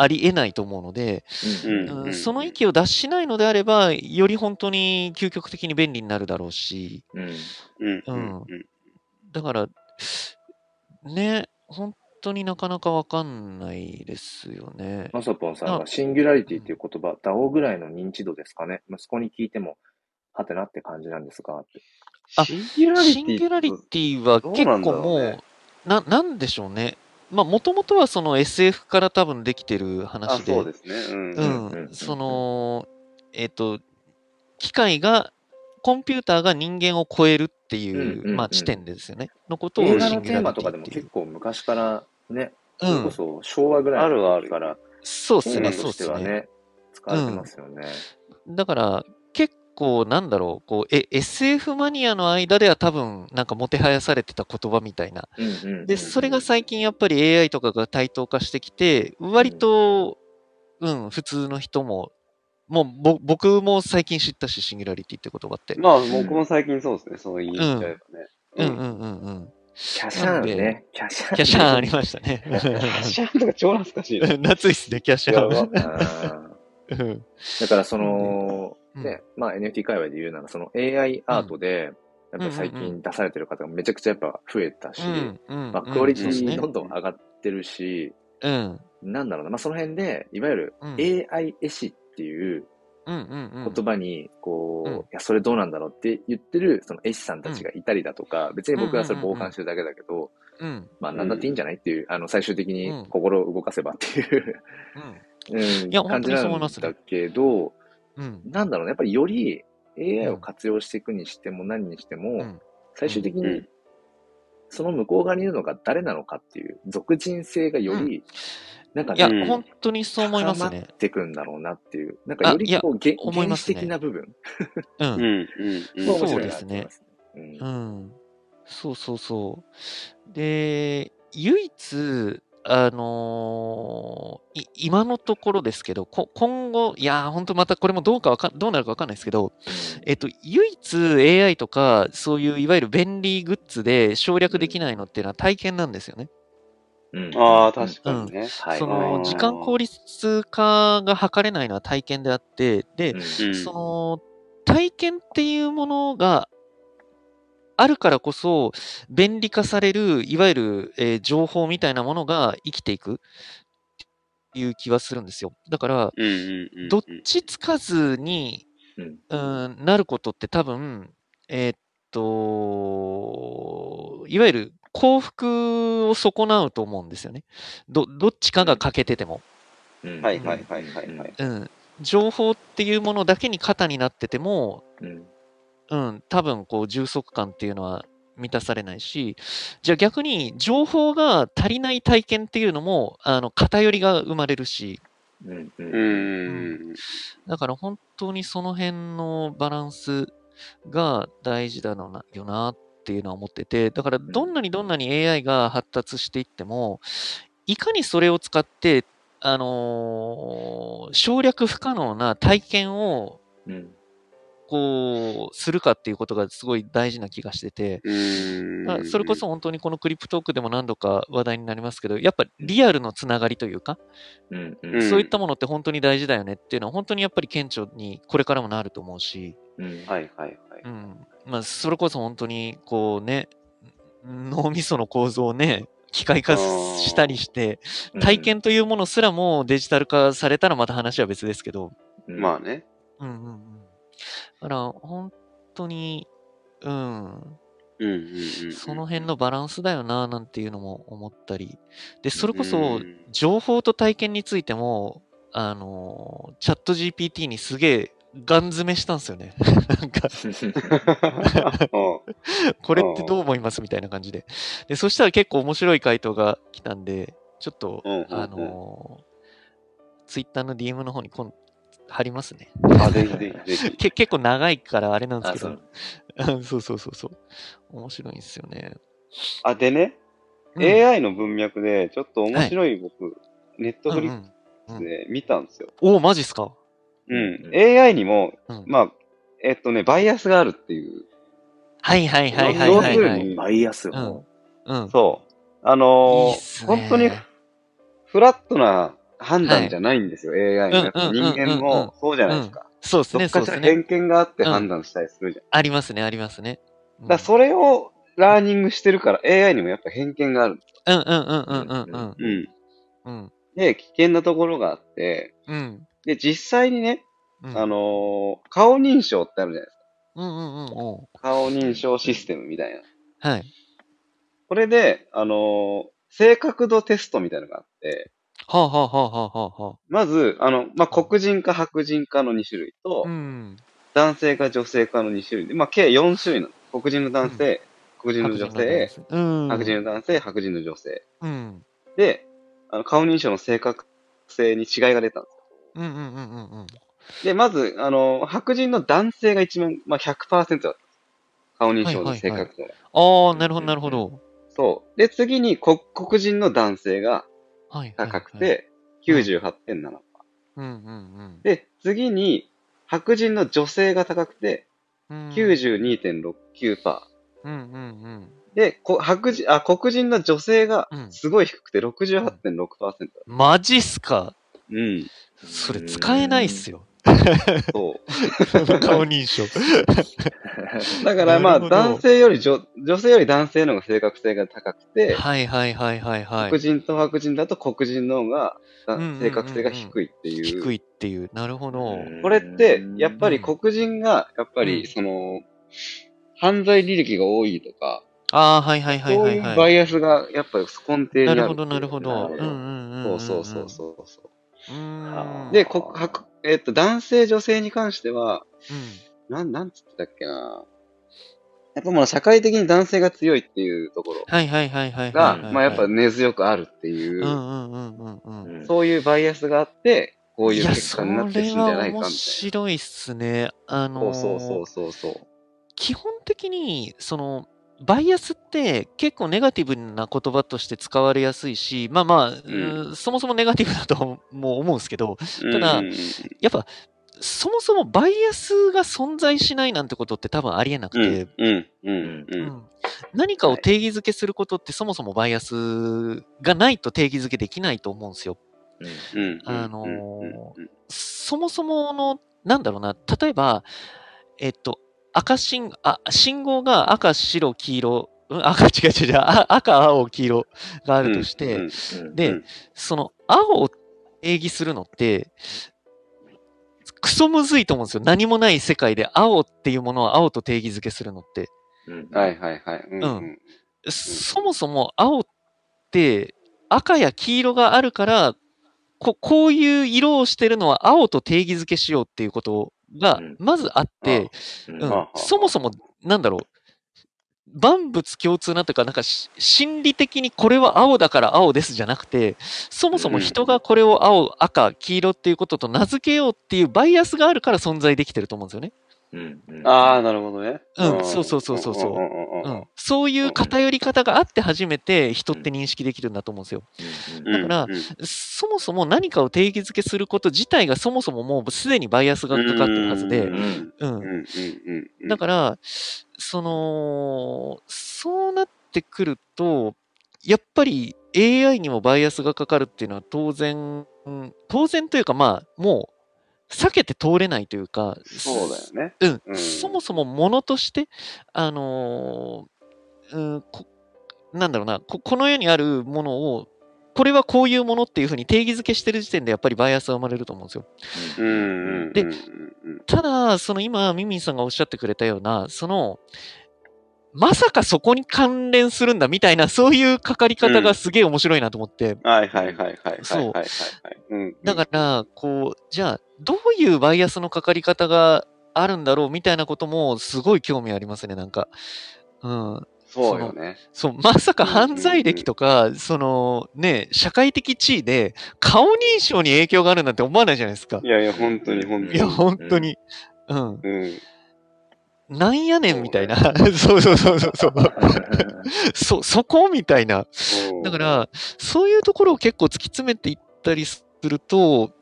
C: ありえないと思うので、
A: うん
B: うん
C: うんその域を脱しないのであれば、より本当に究極的に便利になるだろうし、
A: うん
B: うん。
C: う
B: うんん。うん
C: だから、ね、本当になかなかわかんないですよね。
A: まさぽんさん
C: あ
A: が、シンギュラリティっていう言葉、ダオぐらいの認知度ですかね。息子に聞いても、はてなって感じなんですかって。
C: あ
B: シンギュラリティ。
C: シンギュラリティは結
B: どうな
C: 構
B: んだろ
C: も
B: う
C: う
B: ね、
C: ななんでしょうね。まあ、もともとはその SF から多分できてる
B: あ、
C: 話で、
B: そうですね。うん。
C: う
A: うんうんうんん、
C: その、えっ、と、機械が、コンピューターが人間を超えるっていう、
A: うんうん
C: まあ、
A: うん
C: 地点でですよね。のことをシ
A: 映
C: ンギ
A: 画の
C: ュラリテ
A: テーマとかで
C: ィっ
A: も
C: てい
A: 結
C: う。
A: 構昔からね、
C: う
A: それこ
C: ん、
A: そ昭和ぐらい
B: あるある
A: から、
C: そうです
A: 音
C: ね、
A: 楽
C: そ
A: と
C: う
A: し
C: で
A: て
C: す
A: は
C: ね。
A: ね、使われてますよね。
C: だから、結構、なんだろう、こう、え、SF マニアの間では多分、なんかもてはやされてた言葉みたいな。
A: うんうんうんうん
C: で、それが最近やっぱり AI とかが対等化してきて、割と、うん、普通の人も、もうぼ僕も最近知ったし、シンギュラリティって言葉って。
B: まあ、僕も最近そうですね。そう言っちゃえばね。
C: うんうんうんうん。
A: キャシャーンね。キャシャーン。
C: キャシャーンありまし たね。
B: シャンとか超懐かしいな。
C: 夏いっすね、キャシャーン。
A: うん
C: うん
A: だからその、
C: うん
A: ね、まあ NFT 界隈で言うなら、その AI アートで、やっぱ最近出されてる方がめちゃくちゃやっぱ増えたし、
C: うん
A: まあクオリテ
B: そうです
A: ィ
B: ね
A: どんどん上がってるし、
C: うん
A: なんだろうな、まあその辺で、いわゆる
C: うん
A: AI 絵師っていう
C: うんうんうん。
A: 言葉に、こう、
C: うん
A: いや、それどうなんだろうって言ってる、その絵師さんたちがいたりだとか、別に僕はそれ傍観してるだけだけど、
C: うん
A: まあなんだっていいんじゃないっていう、あの、最終的に
C: うん
A: 心を動かせばっていう、うん、
C: いや
A: 感じ
C: 本当にそう
A: な
C: 思い
A: ん
C: ますね
A: だけど、
C: うんうん。
A: なんだろうね、やっぱりより AI
C: うん
A: を活用していくにしても何にしても、
C: ん
A: 最終的
B: う
A: に
B: ん
A: その向こう側にいるのが誰なのかっていう、俗人性がより、なんか
C: いや
A: ね、
B: う、ん
C: 本当にそう思います
A: 高ま
C: ね
A: っ。てくんだろうなっていう、なんかよ
C: あい
A: り
C: や
A: こう、げ
C: 思い
A: 原
C: ま
A: 始
C: すね
A: 的な部分
C: う。
B: うんん。うん。
A: が面
C: そ
A: 白
C: う
A: い
C: で
A: な
C: す
A: と
C: ね
A: 思いますね。う
C: うんん。そうそうそう。で、唯一、あのーい今のところですけど、こ今後、いやー、本当またこれもどうかわかんどうなるかわかんないですけど、えっと、唯一 AI とか、そういういわゆる便利グッズで省略できないのっていうのは体験なんですよね。
A: うん
B: ああ、確かにね。
A: はい
C: そ
B: うん
C: の、時間効率化が図れないのは体験であって、で、
A: うん
C: その、体験っていうものがあるからこそ、便利化される、いわゆる、えー情報みたいなものが生きていくっていう気はするんですよ。だから、
B: うん。うん。うん。
C: どっちつかずに、
A: うん
C: うん、なることって多分、えーっと、いわゆる幸福を損なうと思うんですよね。ど、どっちかが欠けてても。
A: うん
B: はいはいはいはいはい。
C: うん。情報っていうものだけに肩になってても、
A: うん
C: うん、多分こう充足感っていうのは満たされないし、じゃあ逆に情報が足りない体験っていうのも、あの、偏りが生まれるし、
A: うんう
B: うんん。
C: だから本当にその辺のバランスが大事だろうなよなっていうのは思ってて、だからどんなにどんなに AI が発達していっても、いかにそれを使って、あのー省略不可能な体験を
A: うん
C: こう、するかっていうことがすごい大事な気がしてて、
B: う
C: あ
B: ん。
C: それこそ本当にこのクリプトークでも何度か話題になりますけど、やっぱリアルのつながりというか、
A: うんうん
C: そういったものって本当に大事だよねっていうのは、本当にやっぱり顕著にこれからもなると思うし、
A: ん
B: はいはいはい。
C: うんまあ、それこそ本当にこうね、脳みその構造をね、機械化したりして、体験というものすらもデジタル化されたらまた話は別ですけど、
A: うん
B: まあね。
C: うんうんうん。だから本当に、うん、
B: うんうんうんうん。
C: その辺のバランスだよな、なんていうのも思ったり。で、それこ
B: う
C: そ
B: ん、
C: 情報と体験についても、あの、チャット GPT にすげえ、ガン詰めしたんですよね。 なんか、
B: う
C: これってどう思いますみたいな感じで。で、そしたら結構面白い回答が来たんで、ちょっと、
B: んうんうんうん
C: あの、ツイッターの DM の方に今貼りますね。
B: あ、ぜひぜひぜひ。
C: け結構長いからあれなんです
A: あ
C: け
A: そ
C: ど
A: う、
C: うん そうそうそうそう。面白いんですよね。
B: あ、でね、
C: うん
B: AI の文脈で、ちょっと面白い僕、ネットフリ
C: う
B: ッ
C: んうん
B: クスで見たんですよ。
C: うんおマジっすか
B: う。
A: うんん
B: AI にも、
C: うん
B: まあ、えっとね、バイアスがあるっていう。
C: はいはいはいはい
B: 要
C: は
B: す
C: い、は
B: る
C: い。
B: に、
A: バイアス
C: うん
A: も
C: うん。
B: そう。あの
C: いいっ
B: ー
C: すね
B: 本当にフラットな判断じゃないんですよ、AI
C: うん
B: やっぱ人間
C: うんうんうんうん
B: もそうじゃないですか。
C: そうです
B: ど
C: ね、
B: っ
C: そ
B: か
C: う
B: し
C: です
B: ら
C: ね。
B: 偏見があって
C: うん
B: 判断したりするじゃん。
C: ありますね、ありますね。う
B: だ
C: ん
B: からそれをラーニングしてるから AI にもやっぱ偏見がある。
C: うんうんうんうんうんうん。
B: うん。
C: うん。
B: で、危険なところがあって、
C: うん。
B: で、実際にね、
C: うん。
B: あのー顔認証ってあるじゃないです
C: うんうんうんおう
B: か。顔認証システムみたいな。
C: はい。
B: これで、あのー正確度テストみたいなのがあって、
C: はあはあはあはあはあは
B: まず、あの、まあ、黒人か白人かの2種類と、
C: あ。うん。
B: 男性か女性かの2種類で、まあ、計4種類なの。黒人の男性、黒人の女性、
C: 白人の男性うん。
B: 白人の男性、白人の女性。
C: うん。
B: で、あの顔認証の正確性に違いが出たんで
C: うんうんうんうんうん。
B: す。で、まず、あの、白人の男性が一番、まあ、100%だった。顔認証の正確性が。
C: ああ、なるほどなるほど。
B: そう。で、次にこ黒人の男性が
C: はい。はい
B: 高く。
C: はい
B: て、98.7。
C: うんうん
B: で、次に、白人の女性が高くて、
C: うん。
B: 92.69%。
C: うんうんうん。
B: で、こ白人、あ、黒人の女性が
C: うん
B: すごい低くて68.6%。
C: マジっすか
B: うん。
C: それ使えないっすよ。
B: そ
C: 顔認証。
B: う。だからまあ、
C: なるほど
B: 男性より女、女性より男性の方が正確性が高くて、
C: はいはいはいはいはい
B: 黒。人と白人だと黒人の方がだ
C: うんうんうんうん
B: 正確性が低いっていう。
C: 低いっていう。なるほど。
B: これって、やっぱり黒人が、やっぱ
C: うん
B: り、その、犯罪履歴が多いとか、
C: ああ、はいはいはい
B: そう
C: はいいうは
B: バ
C: い。
B: イアスがやっぱり根底にあ
C: な
B: る
C: るほどなるほど。
A: なるほ
C: うんう
A: ど
C: んうんん
B: そ
C: ん
B: うそうそうそうそう。
C: うーん。
B: で、こ白えっと、男性、女性に関しては、
C: うん
B: なん、なんつってたっけな。やっぱまあ社会的に男性が強いっていうところ
C: はいはいはいはいはいはい。
B: が、まあやっぱ
C: うん
B: 根強くあるっていう、
C: うんうんうんうん。
A: うん
B: そういうバイアスがあって、こういう
C: や
B: 結果になってるんじゃないかみ
C: それは
B: たいな。
C: 面白いっすね。あ
B: そ
C: の
B: うそうそう
C: ー、
B: そうそう。
C: 基本的に、その、バイアスって結構ネガティブな言葉として使われやすいし、まあまあ、うんそもそもネガティブだとはもう思うんですけど、ただ
B: うんうんうん
C: やっぱ、そもそもバイアスが存在しないなんてことって多分ありえなくて、
B: うんうんう
C: うんん何かを定義づけすることってそもそもバイアスがないと定義づけできないと思うんですよ。
B: うんうん。
C: あのー
B: うんうん
C: そもそもの、なんだろうな、例えば、えっと、赤信、あ、信号が赤、白、黄色、うん、赤、違う違う違う、あ赤、青、黄色があるとして、
B: うんうん
C: で、
B: うん
C: その青を定義するのって、クソむずいと思うんですよ。何もない世界で青っていうものを青と定義づけするのって。
B: はいはいはい。うんうん
C: うんそもそも青って赤や黄色があるから、ここういう色をしてるのは青と定義づけしようっていうことが
A: うん
C: まずあって、
A: うん
C: うん
B: はあはあ
C: そもそもなんだろう、万物共通なというか、なんかし心理的にこれは青だから青ですじゃなくて、そもそも人がこれを青、赤、黄色っていうことと名付けようっていうバイアスがあるから存在できてると思うんですよね。
A: うんうん
B: ああ、なるほどね。
C: うんそうそうそうそうそうん
B: ん
C: う
B: うんうん
C: ん、そういう偏り方があって初めて人って認識できるんだと思うんですよ。
A: うん
B: うん
C: だから
B: うんうん
C: そもそも何かを定義づけすること自体がそもそももうすでにバイアスがかかってるはず
B: う
C: で、
B: んうん
C: う
B: うん
C: ん、
B: うんうんうん。
C: だから、その、そうなってくると、やっぱり AI にもバイアスがかかるっていうのは当然、うん当然というかまあ、もう避けて通れないというか、
B: そうだよね。
C: うん、
B: うん
C: そもそもものとして、あのーうん、こなんだろうなこ、この世にあるものを、これはこういうものっていうふうに定義づけしてる時点でやっぱりバイアスが生まれると思うんですよ。
B: うんうんうん。
C: で
B: うん
C: ただ、その今、ミミンさんがおっしゃってくれたような、その、まさかそこに関連するんだみたいな、そういうかかり方がすげえ面白いなと思って。
B: はいはいはいはいはいはい
C: そう
B: はいはい。うん
C: だから、こう、じゃあ、どういうバイアスのかかり方があるんだろうみたいなことも、すごい興味ありますね、なんか。うん。
B: そうよね。
C: そう、まさか犯罪歴とか、その、ね、社会的地位で、顔認証に影響があるなんて思わないじゃないですか
B: い。やいや、本当に本当
C: い
B: に
C: や、。本当に。うん。
B: うん。
C: なんやねんみたいな。 そうそうそうそうそう。そ、そこみたいな。
B: そう
C: だか、ら、そういうところを結構突き詰めていったりすると、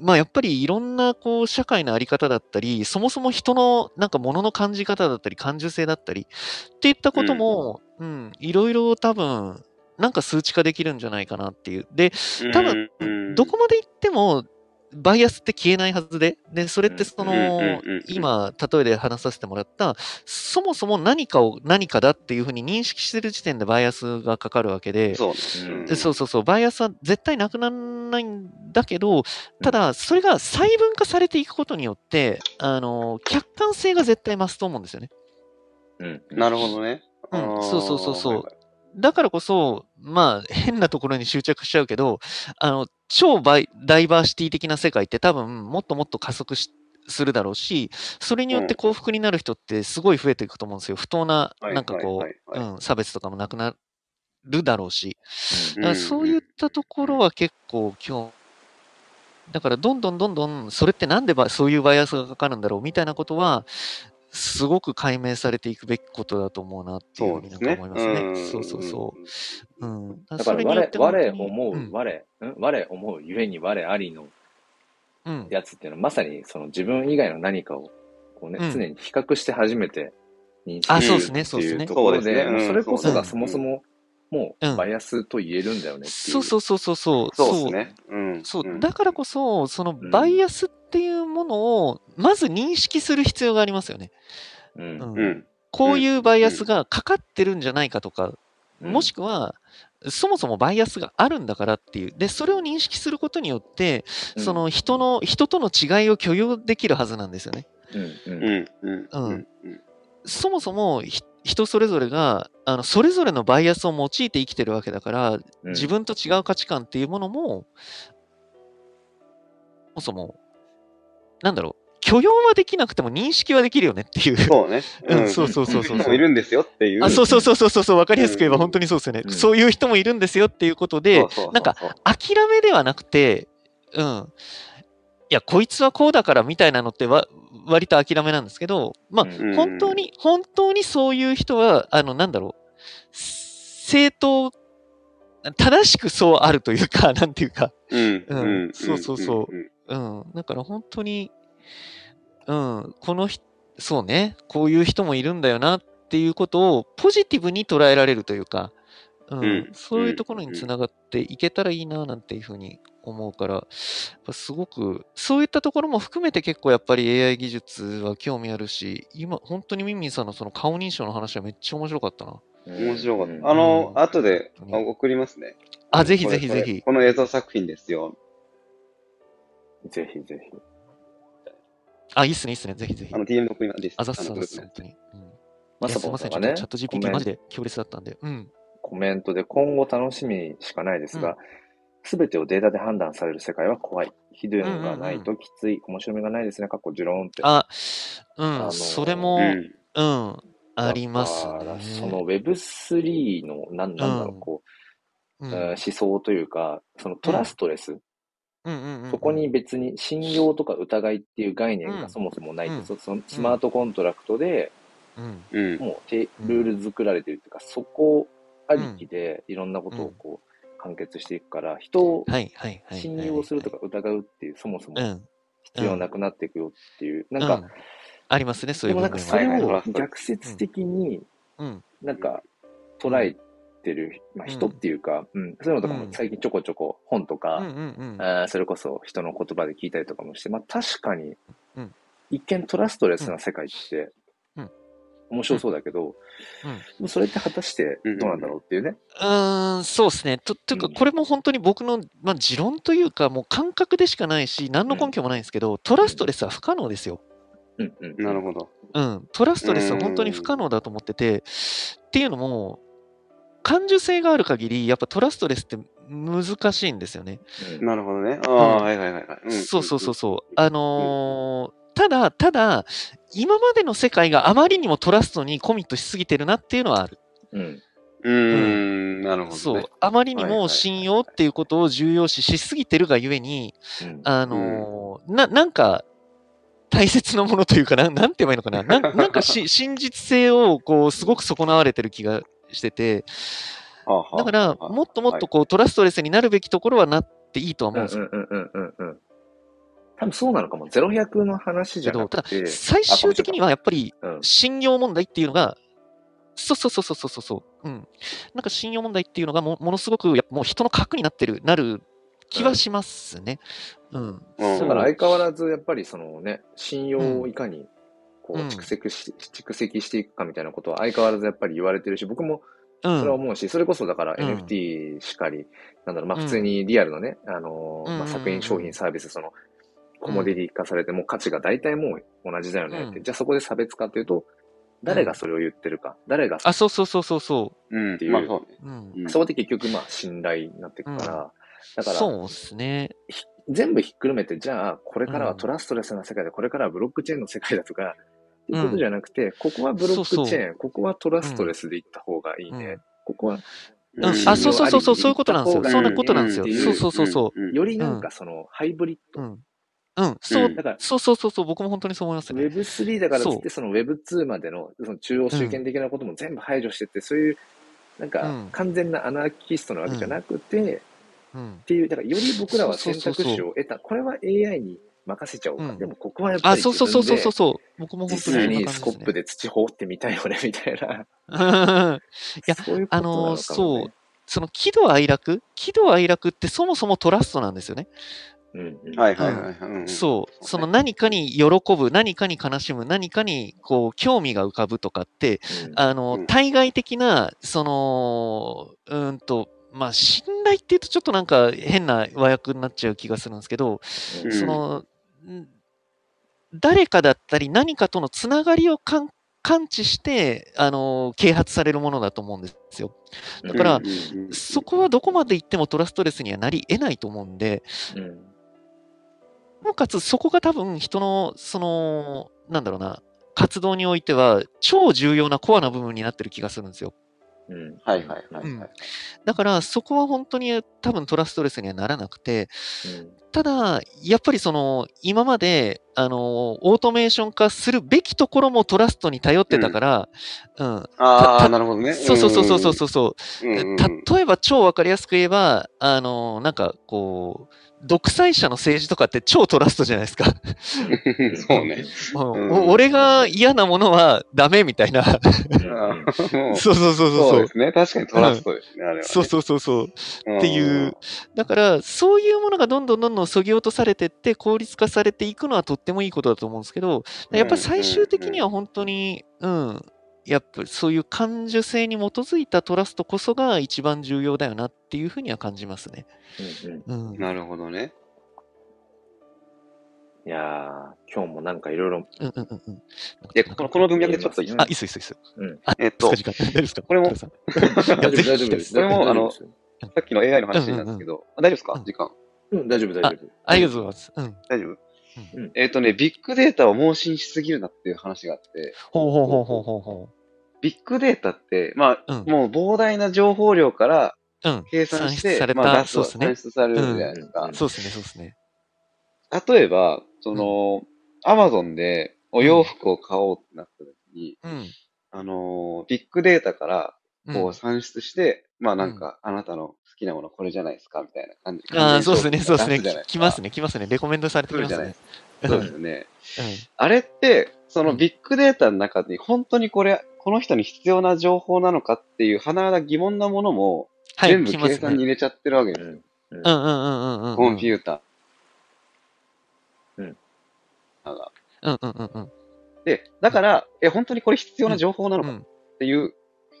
C: まあやっぱりいろんなこう社会のあり方だったり、そもそも人のなんか物の感じ方だったり、感受性だったりっていったことも、うん、いろいろ多分、なんか数値化できるんじゃないかなっていう。で、多分
B: うん
C: どこまで行っても、バイアスって消えないはずで、で、それってそ
B: うんうん
C: の
B: うんうん、
C: 今、例えで話させてもらった、そもそも何かを何かだっていうふうに認識してる時点でバイアスがかかるわけで、
B: そう
A: う
B: ね
A: ん
B: うん。
C: そうそうそう、バイアスは絶対なくならないんだけど、ただ、それが細分化されていくことによって、あの、客観性が絶対増すと思うんですよね。
B: なるほどね。
C: う
B: あ
C: ん
B: ー
C: そうそうそうそう
B: はいはい
C: だからこそ、まあ、変なところに執着しちゃうけど、あの、超バイダイバーシティ的な世界って多分、もっともっと加速しするだろうし、それによって幸福になる人ってすごい増えていくと思うんですよ。不当な、
B: はい
C: なんかこ、
B: はいうはいはい
C: うん、差別とかもなくなるだろうし。
B: うん
C: だからそういったところは結構今日、だからどんどんどんどん、それってなんでばそういうバイアスがかかるんだろうみたいなことは、すごく解明されていくべきことだと思うなっていうふ
B: そうう
C: に
B: で
C: なん
B: す
C: か
B: ね
C: 思いますね。
B: ん
C: そうそうそう。うん、
A: だから我、我思う、
C: ん
A: 我、ん我思う、ゆえに我ありの
C: うん、
A: やつっていうのは、まさにその自分以外の何かを、こうね、
C: うん
A: 常に比較して初めて認
C: あ、
A: 識
C: そう
A: す
C: で
A: る
C: すね、
A: って
C: そうで
A: い
C: す
A: う
C: ね
A: と。ころ
B: そう
A: で、
B: ですねうん
A: それこそ
C: うん
A: がそもそも、も
C: うん
A: うバイアスと言えるんだよねっていう。
C: そうそうそうそうそう。
B: そうですね。うん。
C: そう
B: うん
C: だからこそ、そのバイアスっていうものを、まず認識する必要がありますよね。
A: う。
C: うんん
B: うん。
C: こういうバイアスがかかってるんじゃないかとか、もしくは、そもそもバイアスがあるんだからっていう。で、それを認識することによって、
A: うん
C: その人の、人との違いを許容できるはずなんですよね。
A: うんうん
B: うん。うん。
C: うん
B: うん。
C: そもそもひ人それぞれが、あの、それぞれのバイアスを用いて生きてるわけだから、
A: うん
C: 自分と違う価値観っていうものも、そもそも、なんだろう、許容はできなくても認識はできるよねっていう。
B: そうね。
C: うん、そうそうそうそう
B: 人
C: そう
B: もい。るんですよっていう。
C: あそうそうそうそうそうそう、分かりやすく言えば本当にそうですよね。
A: うん
C: そういう人もいるんですよっていうことで、
B: そうそうそう
C: なんか、諦めではなくて、うん、いや、こいつはこうだからみたいなのってわ、割と諦めなんですけど、まあ、
A: うん
C: 本当に、本当にそういう人は、あの、なんだろう、正当、正しくそうあるというか、 なんていうか、
B: うん。うん
C: うん
B: ん。。
C: そうそうそうんうん、だから本当に、うん、この人、そうね、こういう人もいるんだよなっていうことをポジティブに捉えられるというか、うん
B: うん
C: そういうところにつながっていけたらいいななんていうふうに思うから、やっぱすごく、そういったところも含めて結構やっぱり AI 技術は興味あるし、今、本当にミンミンさんのその顔認証の話はめっちゃ面白かったな。
B: 面白かった。
A: あ
B: あ
A: の、
B: の、
C: うん
B: 後であ送りますね。
C: あ、ぜひぜひぜ
B: これ
C: ひ。
B: この映像作品ですよ。
A: ぜひぜひ。
C: あ、いいっすね、いいっすね、ぜひぜひ
B: あ。の、DM 送ります。
C: あざっす、
B: あの
C: あざっす、
B: グルー
C: 本
B: プ
C: 当に。うん
A: ま
C: い
A: さ
C: やすい
A: ぼ
C: ませ
A: さんが
C: ん、ちょっと
A: ね
C: チャット
A: コ
C: GPT
A: メ
C: マ
A: ン
C: ジで強烈だったんで。うん。
A: コメントで今後楽しみしかないですが、すべ、てをデータで判断される世界は怖い。ひどいのがないときつい、面白みがないですね、かっこジュローンって。
C: あ、う
A: あ
C: ん、
A: の
C: それも、うん、
B: う
C: あります
A: だから
C: ね。
A: その Web3 の、なんなんだろう、
C: うん
A: こう、
C: う
A: えー
C: ん
A: 思想というか、そのトラストレス、
C: うんうんうんうん
A: そこに別に信用とか疑いっていう概念がそもそもないって、
C: うん
A: そそのスマートコントラクトで
C: うん
B: うん。
A: もうてルール作られてるっていうか、そこありきでいろんなことをこう完結していくから、人を
C: はいはいはい。
A: 信用するとか疑うっていう、そもそ
C: はいは
A: も
C: い。うん。
A: 必要なくなっていくよっていう、
C: な
A: なんか、
C: ありますね、そうい
A: で
C: う
A: もなん
C: 文
A: か
C: 面
A: そ
C: は。
A: れ
B: はい
A: を
B: はいはい
A: 逆説的に
C: うん。
A: なんか捉えてる、まあ、人っていうか、うん、そういうのとかも最近ちょこちょこ本とか、
C: うんうん
A: あーそれこそ人の言葉で聞いたりとかもして、まあ、確かに
C: うん
A: 一見トラストレスな世界って
C: うん
A: 面白そうだけど、
C: うん
A: でもそれって果たしてどうなんだろうっていうね、
C: うーん、そうですね。と、というか、
A: うん
C: これも本当に僕の、まあ、持論というか、もう感覚でしかないし、何の根拠もないんですけど、トラストレスは不可能ですよ。
A: うんうん
B: なるほど。
C: うん。トラストレスは本当に不可能だと思ってて、っていうのも、感受性がある限り、やっぱトラストレスって難しいんですよね。
B: なるほどね。あ
C: う
B: あ、
C: ん
B: はいはいはいはい。ん
C: そうそうそうそう。あのーただ、ただ、今までの世界があまりにもトラストにコミットしすぎてるなっていうのはある。
A: うんうん
B: うーん、なるほど
C: そう
B: ね。。
C: あまりに
A: はいはいは
C: も
A: い
C: 信用っていうことを重要視しすぎてるがゆえに、
A: うん
C: あのーな、なんか、大切なものというかな、なんて言えばいいのかな。なんなんかし真実性を、こう、すごく損なわれてる気がしてて、だから、もっともっとこう、トラストレスになるべきところはなっていいとは思うんです
A: うんうんうんうんうんうん多分そうなのかも。ゼロ百の話じ
C: け
A: ゃな
C: ど、
A: く
C: ただ
A: て、、
C: 最終的にはやっぱり、
A: うん、
C: 信用問題っていうのが、そうそうそうそうそうそうそう、うん、なんか信用問題っていうのがもものすごくやっぱもう人の核になってる、なる気はしますね。うん。
B: うん
A: だから相変わらずやっぱりそのね、信用をいかにこう
C: うん
A: 蓄積し、蓄積していくかみたいなことは相変わらずやっぱり言われてるし、僕も
C: う
A: それは
C: ん。
A: 思うし、それこそだから
C: うん
A: NFT しかり、なんだろう、まあ
C: うん
A: 普通にリアルのね、あのー、
C: うんうん
A: ま
C: う
A: あ
C: ん
A: 作品、商品、サービス、その、コモディティ化されて、もう価値が大体もう同じだよねって、
C: うん
A: じゃあそこで差別化っていうと、誰がそれを言ってるか、誰が、
C: あ、そうそうそうそうそ
B: うん、
A: っていう
B: まあそうね。
C: う。うん。
B: うん
A: そこで結局まあ信頼になっていくから、だから、
C: そうですね。
A: ひ全部ひっくるめて、じゃあ、これからはトラストレスな世界で、これからはブロックチェーンの世界だとか、っていうことじゃなくて、ここはブロックチェーン、
C: そう
A: ここはトラストレスで行った方がいいね。
C: うん
A: ここは、
C: うん、
A: う
C: あ、
A: ん
C: そうそうそうそう、そういうことなんですよ。
A: うん
C: そんなことなんですよ
A: うん。
C: そうそうそうそ
B: うん。
A: よりなんかその、ハイブリッ
C: う。う
A: ド。
C: ん。うん、そううん
A: だから、
C: そうそうそうそう、僕も本当にそう思いますね。
A: Web3 だからつって、その Web2 までのその中央集権的なことも全部排除してって、そういう、なん
C: う
A: か
C: ん、
A: 完全なアナーキストなわけじゃなくて、っ
C: うん。
A: ていう、だから、より僕らは
C: そう
A: 選
C: そうそ
A: 択
C: うそう
A: 肢を得た。これは AI に任せちゃおうか。
C: うん
A: でも、ここはやっぱ
C: あ、
A: り
C: そうそうそうそうそうそう。僕も本当に
A: 実
C: そんな
A: 際
C: 感じ
A: に
C: です
A: スコップ
C: ね。
A: で土掘ってみたいよね、みたいな。
C: うんや
A: そういうことなのか
C: あ
A: も、
C: の
A: ね、
C: ーそう、その喜怒哀楽喜怒哀楽ってそもそもトラストなんですよね。
A: うんうん。
B: はいはいはいはい。うん
C: そう、
B: そ
C: そう
B: ね
C: の何かに喜ぶ、何かに悲しむ、何かにこう興味が浮かぶとかって、
A: うん
C: あ
B: うん
C: の、対外的な、その、うーんと、まあ、信頼っていうとちょっとなんか変な和訳になっちゃう気がするんですけど、
A: うん
C: その、ん誰かだったり何かとのつながりを感感知して、あの、啓発されるものだと思うんですよ。だから
B: うんうんうん
C: そこはどこまで行ってもトラストレスにはなり得ないと思うんで、
A: うん
C: なおかつそこが多分人の、その、なんだろうな、活動においては超重要なコアな部分になってる気がするんですよ。
A: うん
B: はいはいはいはい。
C: うんだからそこは本当に多分トラストレスにはならなくて、ただ、やっぱりその、今まで、あの、オートメーション化するべきところもトラストに頼ってたから、うん、
B: あ
C: た
B: あ、
C: た
B: なるほどね。
C: そうそうそうそうそうそう、
B: うんうんうん。
C: 例えば超わかりやすく言えば、あの、なんかこう、独裁者の政治とかって超トラストじゃないですか。
A: うん
B: そうね。。
C: もう
B: うん
C: お俺が嫌なものはダメみたいな。
A: うん
B: あーもう
C: そうそうそうそ
B: そう
C: う
B: ですね。確かにトラストですね、あれはね。
C: そう。そうそうそう。
B: っ
C: っていう。だから、そういうものがどんどんどんどんそぎ落とされてって、効率化されていくのはとってもいいことだと思うんですけど、やっぱり最終的には本当に、うん、やっぱりそういう感受性に基づいたトラストこそが一番重要だよなっていうふうには感じますね。
A: うん うん
C: うん。
B: なるほどね。
A: いやー、今日もなんかいろいろ、
C: うんうんうんうん。
B: で、このこの文脈でちょっといい
A: うん
C: あ、いいっすいいっすいいっす。
A: うん
C: あ、
B: えっと
C: 使う時間大丈夫ですか
B: これも
C: 黒田さん
A: 大丈夫
C: ぜひ
A: 大丈夫です。
B: これも
A: 大丈夫ですよ
B: さっきの AI の話なんですけど、あ大丈夫です
C: う
B: か
C: ん
B: 時間。
A: うん、大丈夫、大丈夫。
C: ありがとうございます。うん。
B: 大丈夫
A: うん
B: えっとね、ビッグデータを盲信しすぎるなっていう話があって、
C: ほうほうほうほうほうほ
B: ビッグデータって、まあ、
C: う。うん。
B: もう膨大な情報量から
C: うん。
B: 計算し
C: 算
B: て
C: 出さ、れた
B: まあ、出す
C: そうっすね
B: 算出されるじゃないですか。
C: そうですね、そうですね。
B: 例えば、その、アマゾンでお洋服を買おうってなった時に、
C: うん。
B: あのー、ビッグデータから、
C: うん
B: こう算出して、まあなんか、あなたの好きなものこれじゃないですか、みたいな感じ。
C: ああ、そうですね、そうです
B: 感
C: ね。
B: じ商品が出
C: き来ます
B: じ
C: ね、来ますね。レコメンドされてきますね。
B: ゃないですか。そうですよね。
C: うん
B: あれって、そうの
C: ん
B: ビッグデータの中に、本当にこれ、この人に必要な情報なのかっていう、甚だ疑問なものも、
C: はい、
B: 全部
C: 来ます
B: 計
C: ね
B: 算に入れちゃってるわけですよ。
C: うんうんうんうんうん。
B: コンピューター。
A: うん
B: あが
C: うんうんうんうん。
B: で、だから、え、本当にこれ必要な情報なの
C: う
B: か
C: ん
B: っていう、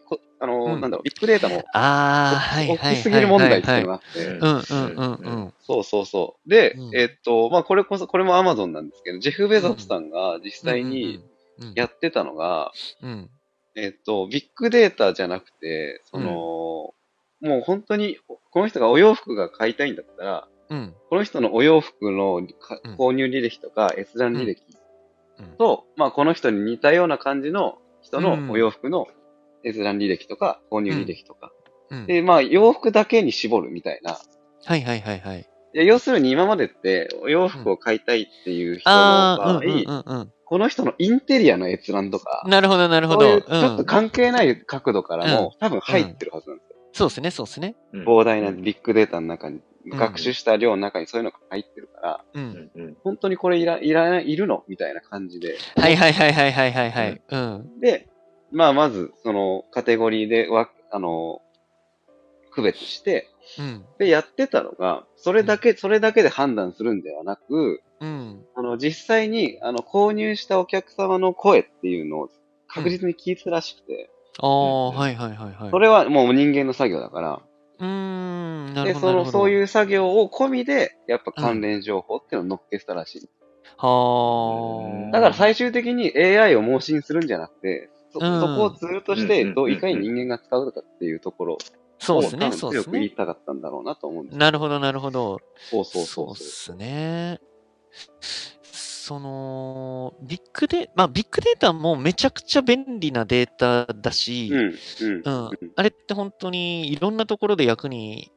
B: こあのー、
C: うん
B: なんだろう、ビッグデータも
C: ああ、はいは
B: 大
C: いはい。
B: きすぎる問題っていうの
C: は
B: があって、
C: いはいうんうんうんうん。
B: そうそうそう。で
C: う、ん
B: えっと、まあ、これこそ、これも Amazon なんですけど、ジェフ・ベゾスさんが実際に
C: うん、
B: やってたのが、
C: うん、
B: えっと、ビッグデータじゃなくて、その、もう本当に、この人がお洋服が買いたいんだったら、
C: うん、
B: この人のお洋服のか
C: うん
B: 購入履歴とか閲覧履歴
C: うん
B: と、まあ、この人に似たような感じの人
C: うん
B: のお洋服の閲覧履歴とか、購入履歴とか。
C: うん。
B: で、まあ、洋服だけに絞るみたいな。
C: はいはいはいはい。
B: いや要するに今までって、お洋服を買いたいっていう人の
C: あ
B: 場
C: あ、
B: 合、
C: うんうんうん
B: この人のインテリアの閲覧と
C: うん。
B: か、
C: なるほどなる
B: そ
C: ほ
B: ういう
C: ど。
B: ち
C: う
B: ょっと
C: ん。
B: 関係ない角度からも、多分入ってるはずなんですよ。
C: そうですね、そうですね。
B: 膨大なビッグデータの中に、
C: ん
B: 学習した量の中にそういうのが入ってるから、
C: うん。
B: 本当にこれいら、いらない、いるのみたいな感じで。
C: はいはいはいはいはいはいはい。うん。
B: で、まあ、まず、その、カテゴリーでわ、あの、区別して、
C: うん。
B: で、やってたのが、それだけ、それだけで判断するんではなく、
C: うん。
B: あの、実際に、あの、購入したお客様の声っていうのを確実に聞いてたらしくて、
C: ああ、はいはいはいはい。
B: それはもう人間の作業だから、
C: うーん、な
B: で、
C: るほ
B: そ
C: どなる
B: の、
C: ほど。
B: そう
C: う。
B: いう作業を込みで、やっぱ関連情報っていうのを乗っけてたらしい。
C: はあ。
B: だから最終的に AI を盲信するんじゃなくて、そ,、
C: うん
B: そこをツールと
A: う
B: し
A: んうん
B: て
A: うん
B: どういかに人間が使うかっていうところを
C: そうです
B: 多
C: ね、
B: 分
C: そうで
B: 強
C: す
B: く言い
C: ね。
B: たかったんだろうなと思うんです
C: なるほどなるほど。
B: そうそうそう
C: っ
B: そう。
C: すね。そのビッグデーまあ、ビッグデータもめちゃくちゃ便利なデータだし、
B: うん、うん。
C: うんあれって本当にいろんなところで役に、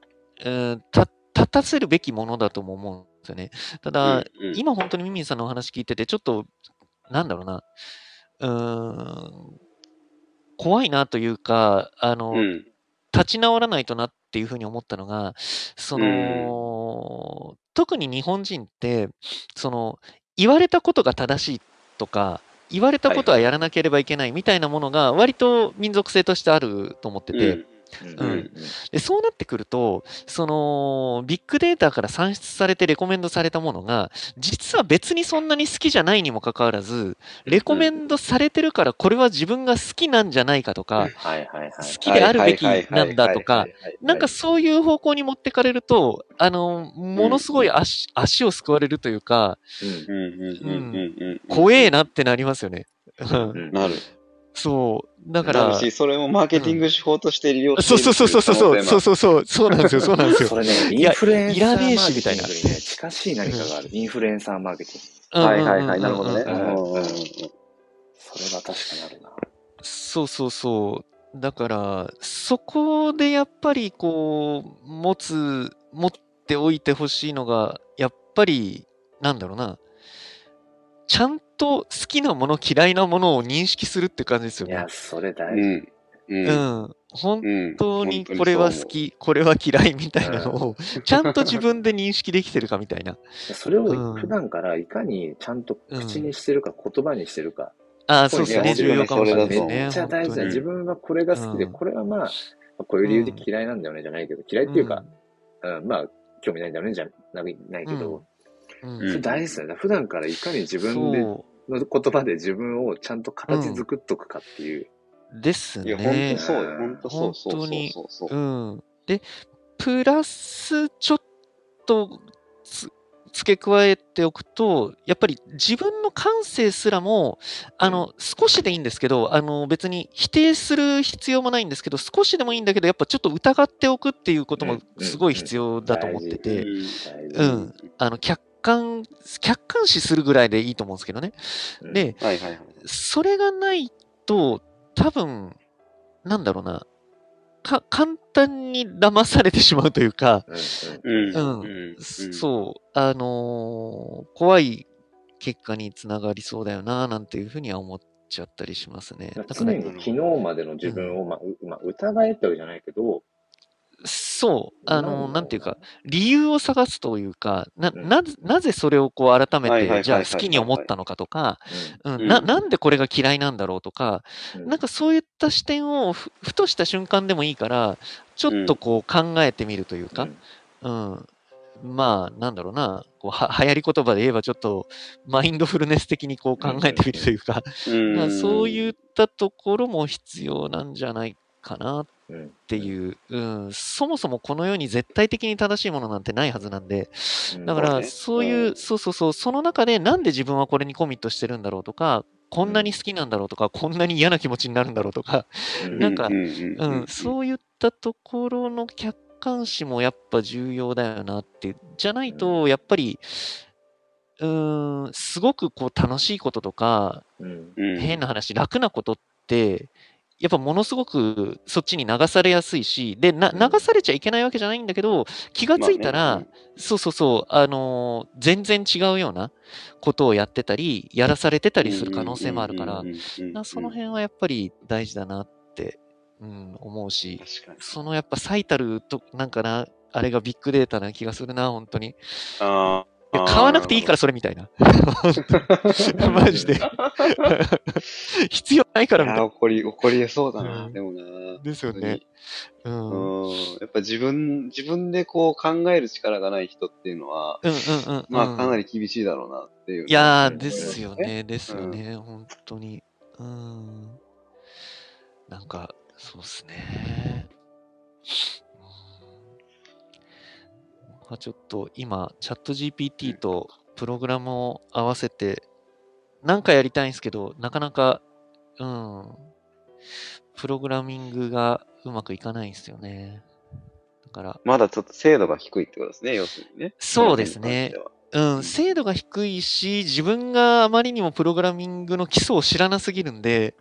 C: うん、た立たせるべきものだとも思うんですよね。ただ、
B: うんうん
C: 今本当にミミンさんのお話聞いてて、ちょっと、なんだろうな、うーん、怖いなというか、あの、
B: うん、
C: 立ち直らないとなっていうふうに思ったのが、その、特に日本人って、その、言われたことが正しいとか、言われたことはやらなければいけないみたいなものが、割と民族性としてあると思ってて、でそうなってくると、その、ビッグデータから算出されてレコメンドされたものが、実は別にそんなに好きじゃないにもかかわらず、レコメンドされてるからこれは自分が好きなんじゃないかとか、好きであるべきなんだとか、なんかそういう方向に持ってかれると、あの、ものすごい足,、足をすくわれるというか、
B: うん、うん、うん、うん。
C: 怖えなってなりますよね。 うん
B: なる。
C: そう。だか
B: なる
C: ら、
B: し、それもマーケティング手法として利用
C: そうそうそうそうそうそう、そう
B: う。
C: そうそう、そうなんですよ、そうなんですよ。
B: はいはいはい、
C: うん
B: なるほどね。
C: うんうんうんそうそうそう。だから、そこでやっぱりこう、持つ、持っておいてほしいのが、やっぱり、なんだろうな。ちゃんと好きなもの、嫌いなものを認識するって感じですよね。
B: うん。うん
C: う。ん。本
B: 本
C: 当にこれは好。き、これは嫌いみたいなのを、 ちゃんと自分で認識できてるかみたいな。
A: それを普段からいかにちゃんと口にしてるか言葉にしてるか、
C: ああ、そうですね。
B: そうですね
C: 重要かもしれないですね。
A: めっちゃ大事だ、
B: うん
A: 自分はこれが好きで、
C: うん
A: これはまあ、こういう理由で嫌いなんだよねじゃないけど、嫌いっていうか、うんまあ、興味ないんだよねじゃないないけど、
C: うん、
B: うん
A: それ大事だよね。普段からいかに自分で
C: そ
A: の
C: う
A: 言葉で自分をちゃんと形作っとくかっていう。
C: です
B: いや、
C: ね。
B: 本当そうよ。本当そうそうそうそう
C: う
B: そう。
C: ん。で、プラスちょっとつ付け加えておくと、やっぱり自分の感性すらも、あの、少しでいいんですけど、あの、別に否定する必要もないんですけど、少しでもいいんだけど、やっぱちょっと疑っておくっていうこと
A: う
C: も
A: んうん
C: すごい必要だと思って
A: う
C: て、
A: 大
C: う
A: 事。
C: ん。あの、客観、客観視するぐらいでいいと思うんですけどね。
A: うん
C: で、
B: はいはいはい。
C: それがないと、多分、なんだろうな、か、簡単に騙されてしまうというか、
B: うん。
C: うん
B: うん
C: そう、あのー怖い結果につながりそうだよな、なんていうふうには思っちゃったりしますね。だか
D: 常
C: ら、
D: に昨日までの自分を、まあ、うまあ、疑えってわけじゃないけど、
C: そう、あの
D: なだ
C: ーなん
D: ろうなん
C: ていうか、理由を探すというか、な、
D: うん
C: なぜ、なぜそれをこう改め
B: はいはいはいはいは
C: て、
B: い
C: じゃあ好きに思ったのかとか、う
B: うん
C: ん、な、なんでこれが嫌いなんだろうとか、
D: うん
C: なんかそういった視点をふふとした瞬間でもいいから、ちょっとこう考えてみるというか、うん、まあ、なんだろうな、こうは流行り言葉で言えばちょっとマインドフルネス的にこう考えてみるというか、
B: うん
C: まあそういったところも必要なんじゃないかなっ
D: うんうん
C: ていう、うん、そもそもこの世に絶対的に正しいものなんてないはずなんで、
D: うん
C: だか
B: そう
C: ら、
B: ね
C: そういう、
B: うん
C: そうそうそう、その中でなんで自分はこれにコミットしてるんだろうとか、こんなに好きなんだろうとか、こんなに嫌な気持ちになるんだろうとか、
D: うん
C: なんか
B: ううん
C: う
B: うん
C: ん、そういったところの客観視もやっぱ重要だよなって、じゃないと、やっぱり、うーん、すごくこう楽しいこととか、
D: うん
B: うん
C: 変な話、楽なことって、やっぱものすごくそっちに流されやすいし、で、な流されちゃいけないわけじゃないんだけど、気がついたら、
B: まあね
C: そうそうそう、あのー全然違うようなことをやってたり、やらされてたりする可能性もあるから、、なその辺はやっぱり大事だなって、うん、思うし、
B: 確かに。
C: そのやっぱ最たると、なんかな、あれがビッグデータな気がするな、本当に。い
B: あ。
C: や買わなくていいからら、それみたいな。マジで。 必要ないからみ
B: あ
C: た
B: ー
C: いな。
B: 怒り、怒りそうだな、
C: うん
B: でもな。
C: ですよね。うん。
B: う
C: うんうん
B: ん。やっぱ自分、自分でこう考える力がない人っていうのは、
C: うんうん。
B: まあかな
C: り。
B: り厳しいだろうなっていう。
C: いや
D: う
C: ー、
D: ん
C: ですよね、ですよ
B: うん
C: ね、本当に。うん。なんか、そうっすね。うん僕はちょっと今、チャット GPT とプログラムを合わせて、なんかやりたいんですけど、なかなか、うん、プログラミングがうまくいかないんですよね。だから、
B: まだちょっと精度が低いってことですね、要するにね。
C: そうですねうん、精度が低いし、自分があまりにもプログラミングの基礎を知らなすぎるんで、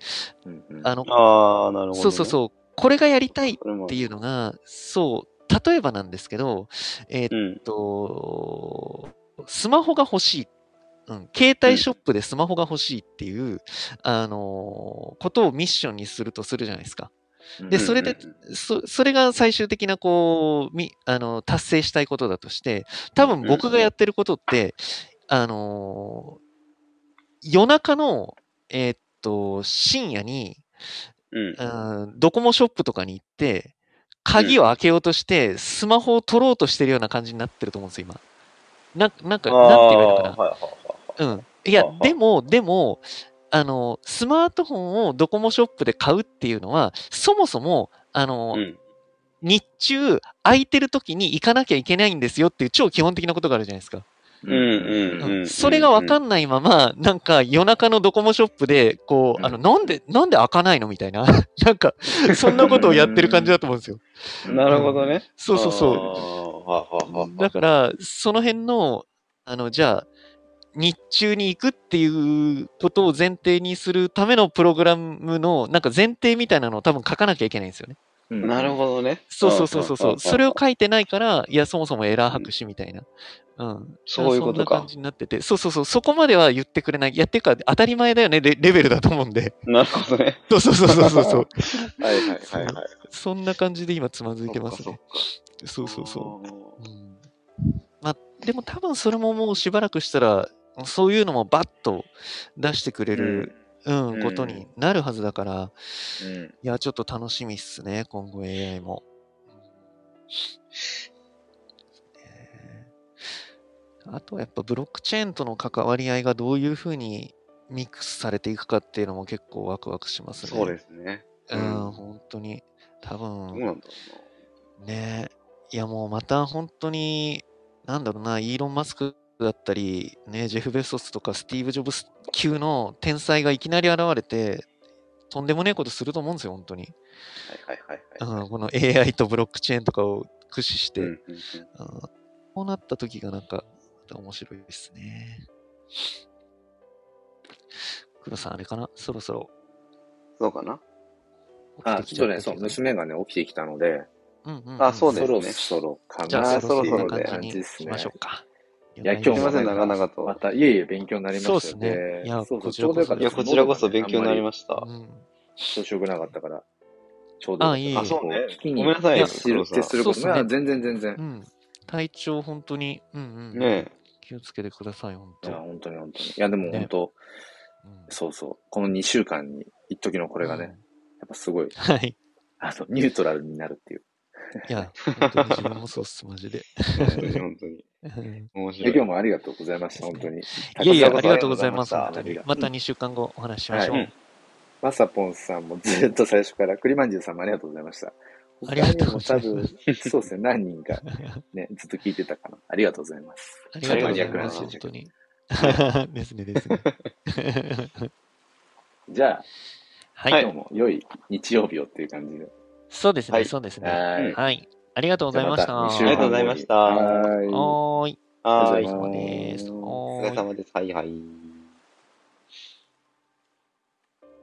D: うんうん
C: あの、
B: ああ、なるほど、ね。
C: そうそうそう、これがやりたいっ
B: これも
C: ていうのが、そう、例えばなんですけど、えーっ
B: うん。
C: と、スマホが欲しい。うん、携帯ショップでスマホが欲しいっていう、あのーことをミッションにするとするじゃないですか。でそれで
B: うん
C: そそれが最終的なこうみあの達成したいことだとして多分僕がやってることって、あのー夜中の、えーっと深夜に、
B: うんうん。
C: うん、ドコモショップとかに行って鍵を開けようとして、スマホを取ろうとしてるような感じになってると思うんですよ今ななんかなんて言われたかな
B: あーはいはいはいはい
C: うん。いや
B: はあは、あ
C: でも、でも、あの、スマートフォンをドコモショップで買うっていうのは、そもそも、あの、
B: うん
C: 日中、空いてる時に行かなきゃいけないんですよっていう超基本的なことがあるじゃないですか。
B: うんうんうんうん
C: それがわかんないまま、なんか夜中のドコモショップで、こう、あの、なんで、なんで開かないのみたいな。 なんか、そんなことをやってる感じだと思うんですよ。
B: なるほどね。
C: そうそうそう。
B: そう
C: だから、その辺の、あの、じゃあ、日中に行くっていうことを前提にするためのプログラムの、なんか前提みたいなのを多分書かなきゃいけないんですよ
D: う
C: ね。
D: ん
B: なるほどね。
C: そうそうそうそう。そ
B: んんん
C: うそれを書いてないから、いや、そもそもエラー白紙みたいな。うん。
B: そういうこと
C: そんな
B: か
C: 感。じになってて。そうそうそう。そこまでは言ってくれない。いや、っていうか、当たり前だよねレ、レベルだと思うんで。
B: なるほどね。
C: そうそうそうそうそう そう。
B: はいはいはいはい。
C: そんな感じで今つまずいてます
B: そっ
C: ね
B: か。そっか
C: そうそうそう。
B: う
C: うんまあ、でも多分それももうしばらくしたら、そういうのもバッと出してくれる、うん
D: うん
C: ことになるはずだから、
D: うん
C: いや、ちょっと楽しみっすね、今後 AI も。ねあとはやっぱブロックチェーンとの関わり合いがどういうふうにミックスされていくかっていうのも結構ワクワクします
B: ん。
C: ね。
B: そうですね。
C: うん、
B: うん
C: 本当に。多
B: ど
C: 分
B: う、なんだろ
C: ねえ、いやもうまた本当に、なんだろうな、イーロン・マスクだったり、ね、ジェフ・ベソスとかスティーブ・ジョブス級の天才がいきなり現れて、とんでもねえことすると思うんですよ、本当に。
B: うな。はいはいはいは
C: うん、この AI とブロックチェーンとかを駆使し
B: い。
C: て、
B: うんうんうん
C: うんこうなった時がなんか、また面白いですね。黒さん、あれかなそろそろ
B: そうかな。
C: 終
A: あ、ちょっとね、そう、
C: う
A: 娘がね、起きてきたので、
C: うんうん、
B: あそうです
A: そ
B: ね
A: ろそろか
C: じゃ
A: な、
C: あ、そろそ
A: っ
C: ろ
A: て
C: な
A: いう
C: 感じ
A: で
C: に
A: す
C: し
A: ね
C: ましょうか。
A: いや今日
B: す
C: 了解
B: み
A: も
B: ません、
A: なんか
B: なかなかと。
A: また、いえいえ、勉強になりました
C: そうっすねいや
A: そうそう、
C: こち
A: ち
C: ら
A: ょ
C: こ
A: うどよ
C: そ
A: かった
B: いや、こちらこそ勉強になり
A: ま
B: ました。
C: うん
A: す。調子よくなかったから、ちょうどよかった
C: あいえいえ
B: あ、そうね。
A: 聞
B: ご
A: き
B: め
A: に
B: んなさい
C: いや
B: よ、
A: 知る
B: 黒
A: って
B: 沢
A: す
B: さ
A: ること
C: そうっす
A: は
C: ね
A: 全然全然
C: う。ん、体調、本当に、うんうん
B: ん。ねえ。
C: 気をつけてください、本
A: い
C: 当。
A: や、本当に本当に。いや、でも
C: ね
A: 本当、
C: うん
A: そうそう。この2週間に、一時のこれがね、
C: うん
A: やっぱすごい、
C: はい。
A: あの、ニュートラルになるっていう。
C: いや、本当に自分もそうっす、マジで。
B: 本当に、本当に。
C: うん
B: 面
A: で
B: 白い。
A: 今日もありがとうございました、本当に。
C: いやいや、
A: こ
C: あ
A: ちら
C: りが
A: こと
C: うございます、
A: あ
C: 本
A: りが
C: 当
A: とうござい
C: に。
A: ま
C: ま
A: した
C: た2週間後お話ししましょう。
A: はいそ。まさぽんさんもずっと最初から、栗まんじゅうさんもありがとうございました。
C: ありがとうございます
A: 他にも多分、そうですね、何人かね、ずっと聞いてたかな。ありがとうございます。
C: ありがとうございます、
A: マ
C: 本
A: ニアック
C: 当
A: な話
C: に。 ですね、ですね。
A: じゃあ、
C: はい
A: 今。日も良い日曜日をっていう感じで。
C: そうです
B: は
C: ね、
B: い
C: そうですね。
A: はい。
C: はい。ありがとうございました。
A: じゃあ
C: は
A: た
C: ー
A: 二
C: い
A: 週間後に
B: ありがとうございました
A: はーい。
C: お
A: あ
B: は
A: り
B: い
A: がとうござい。ます
C: 疲れ様です。
B: お疲
C: は
B: れ
C: ーい。
B: 様です。はいはい。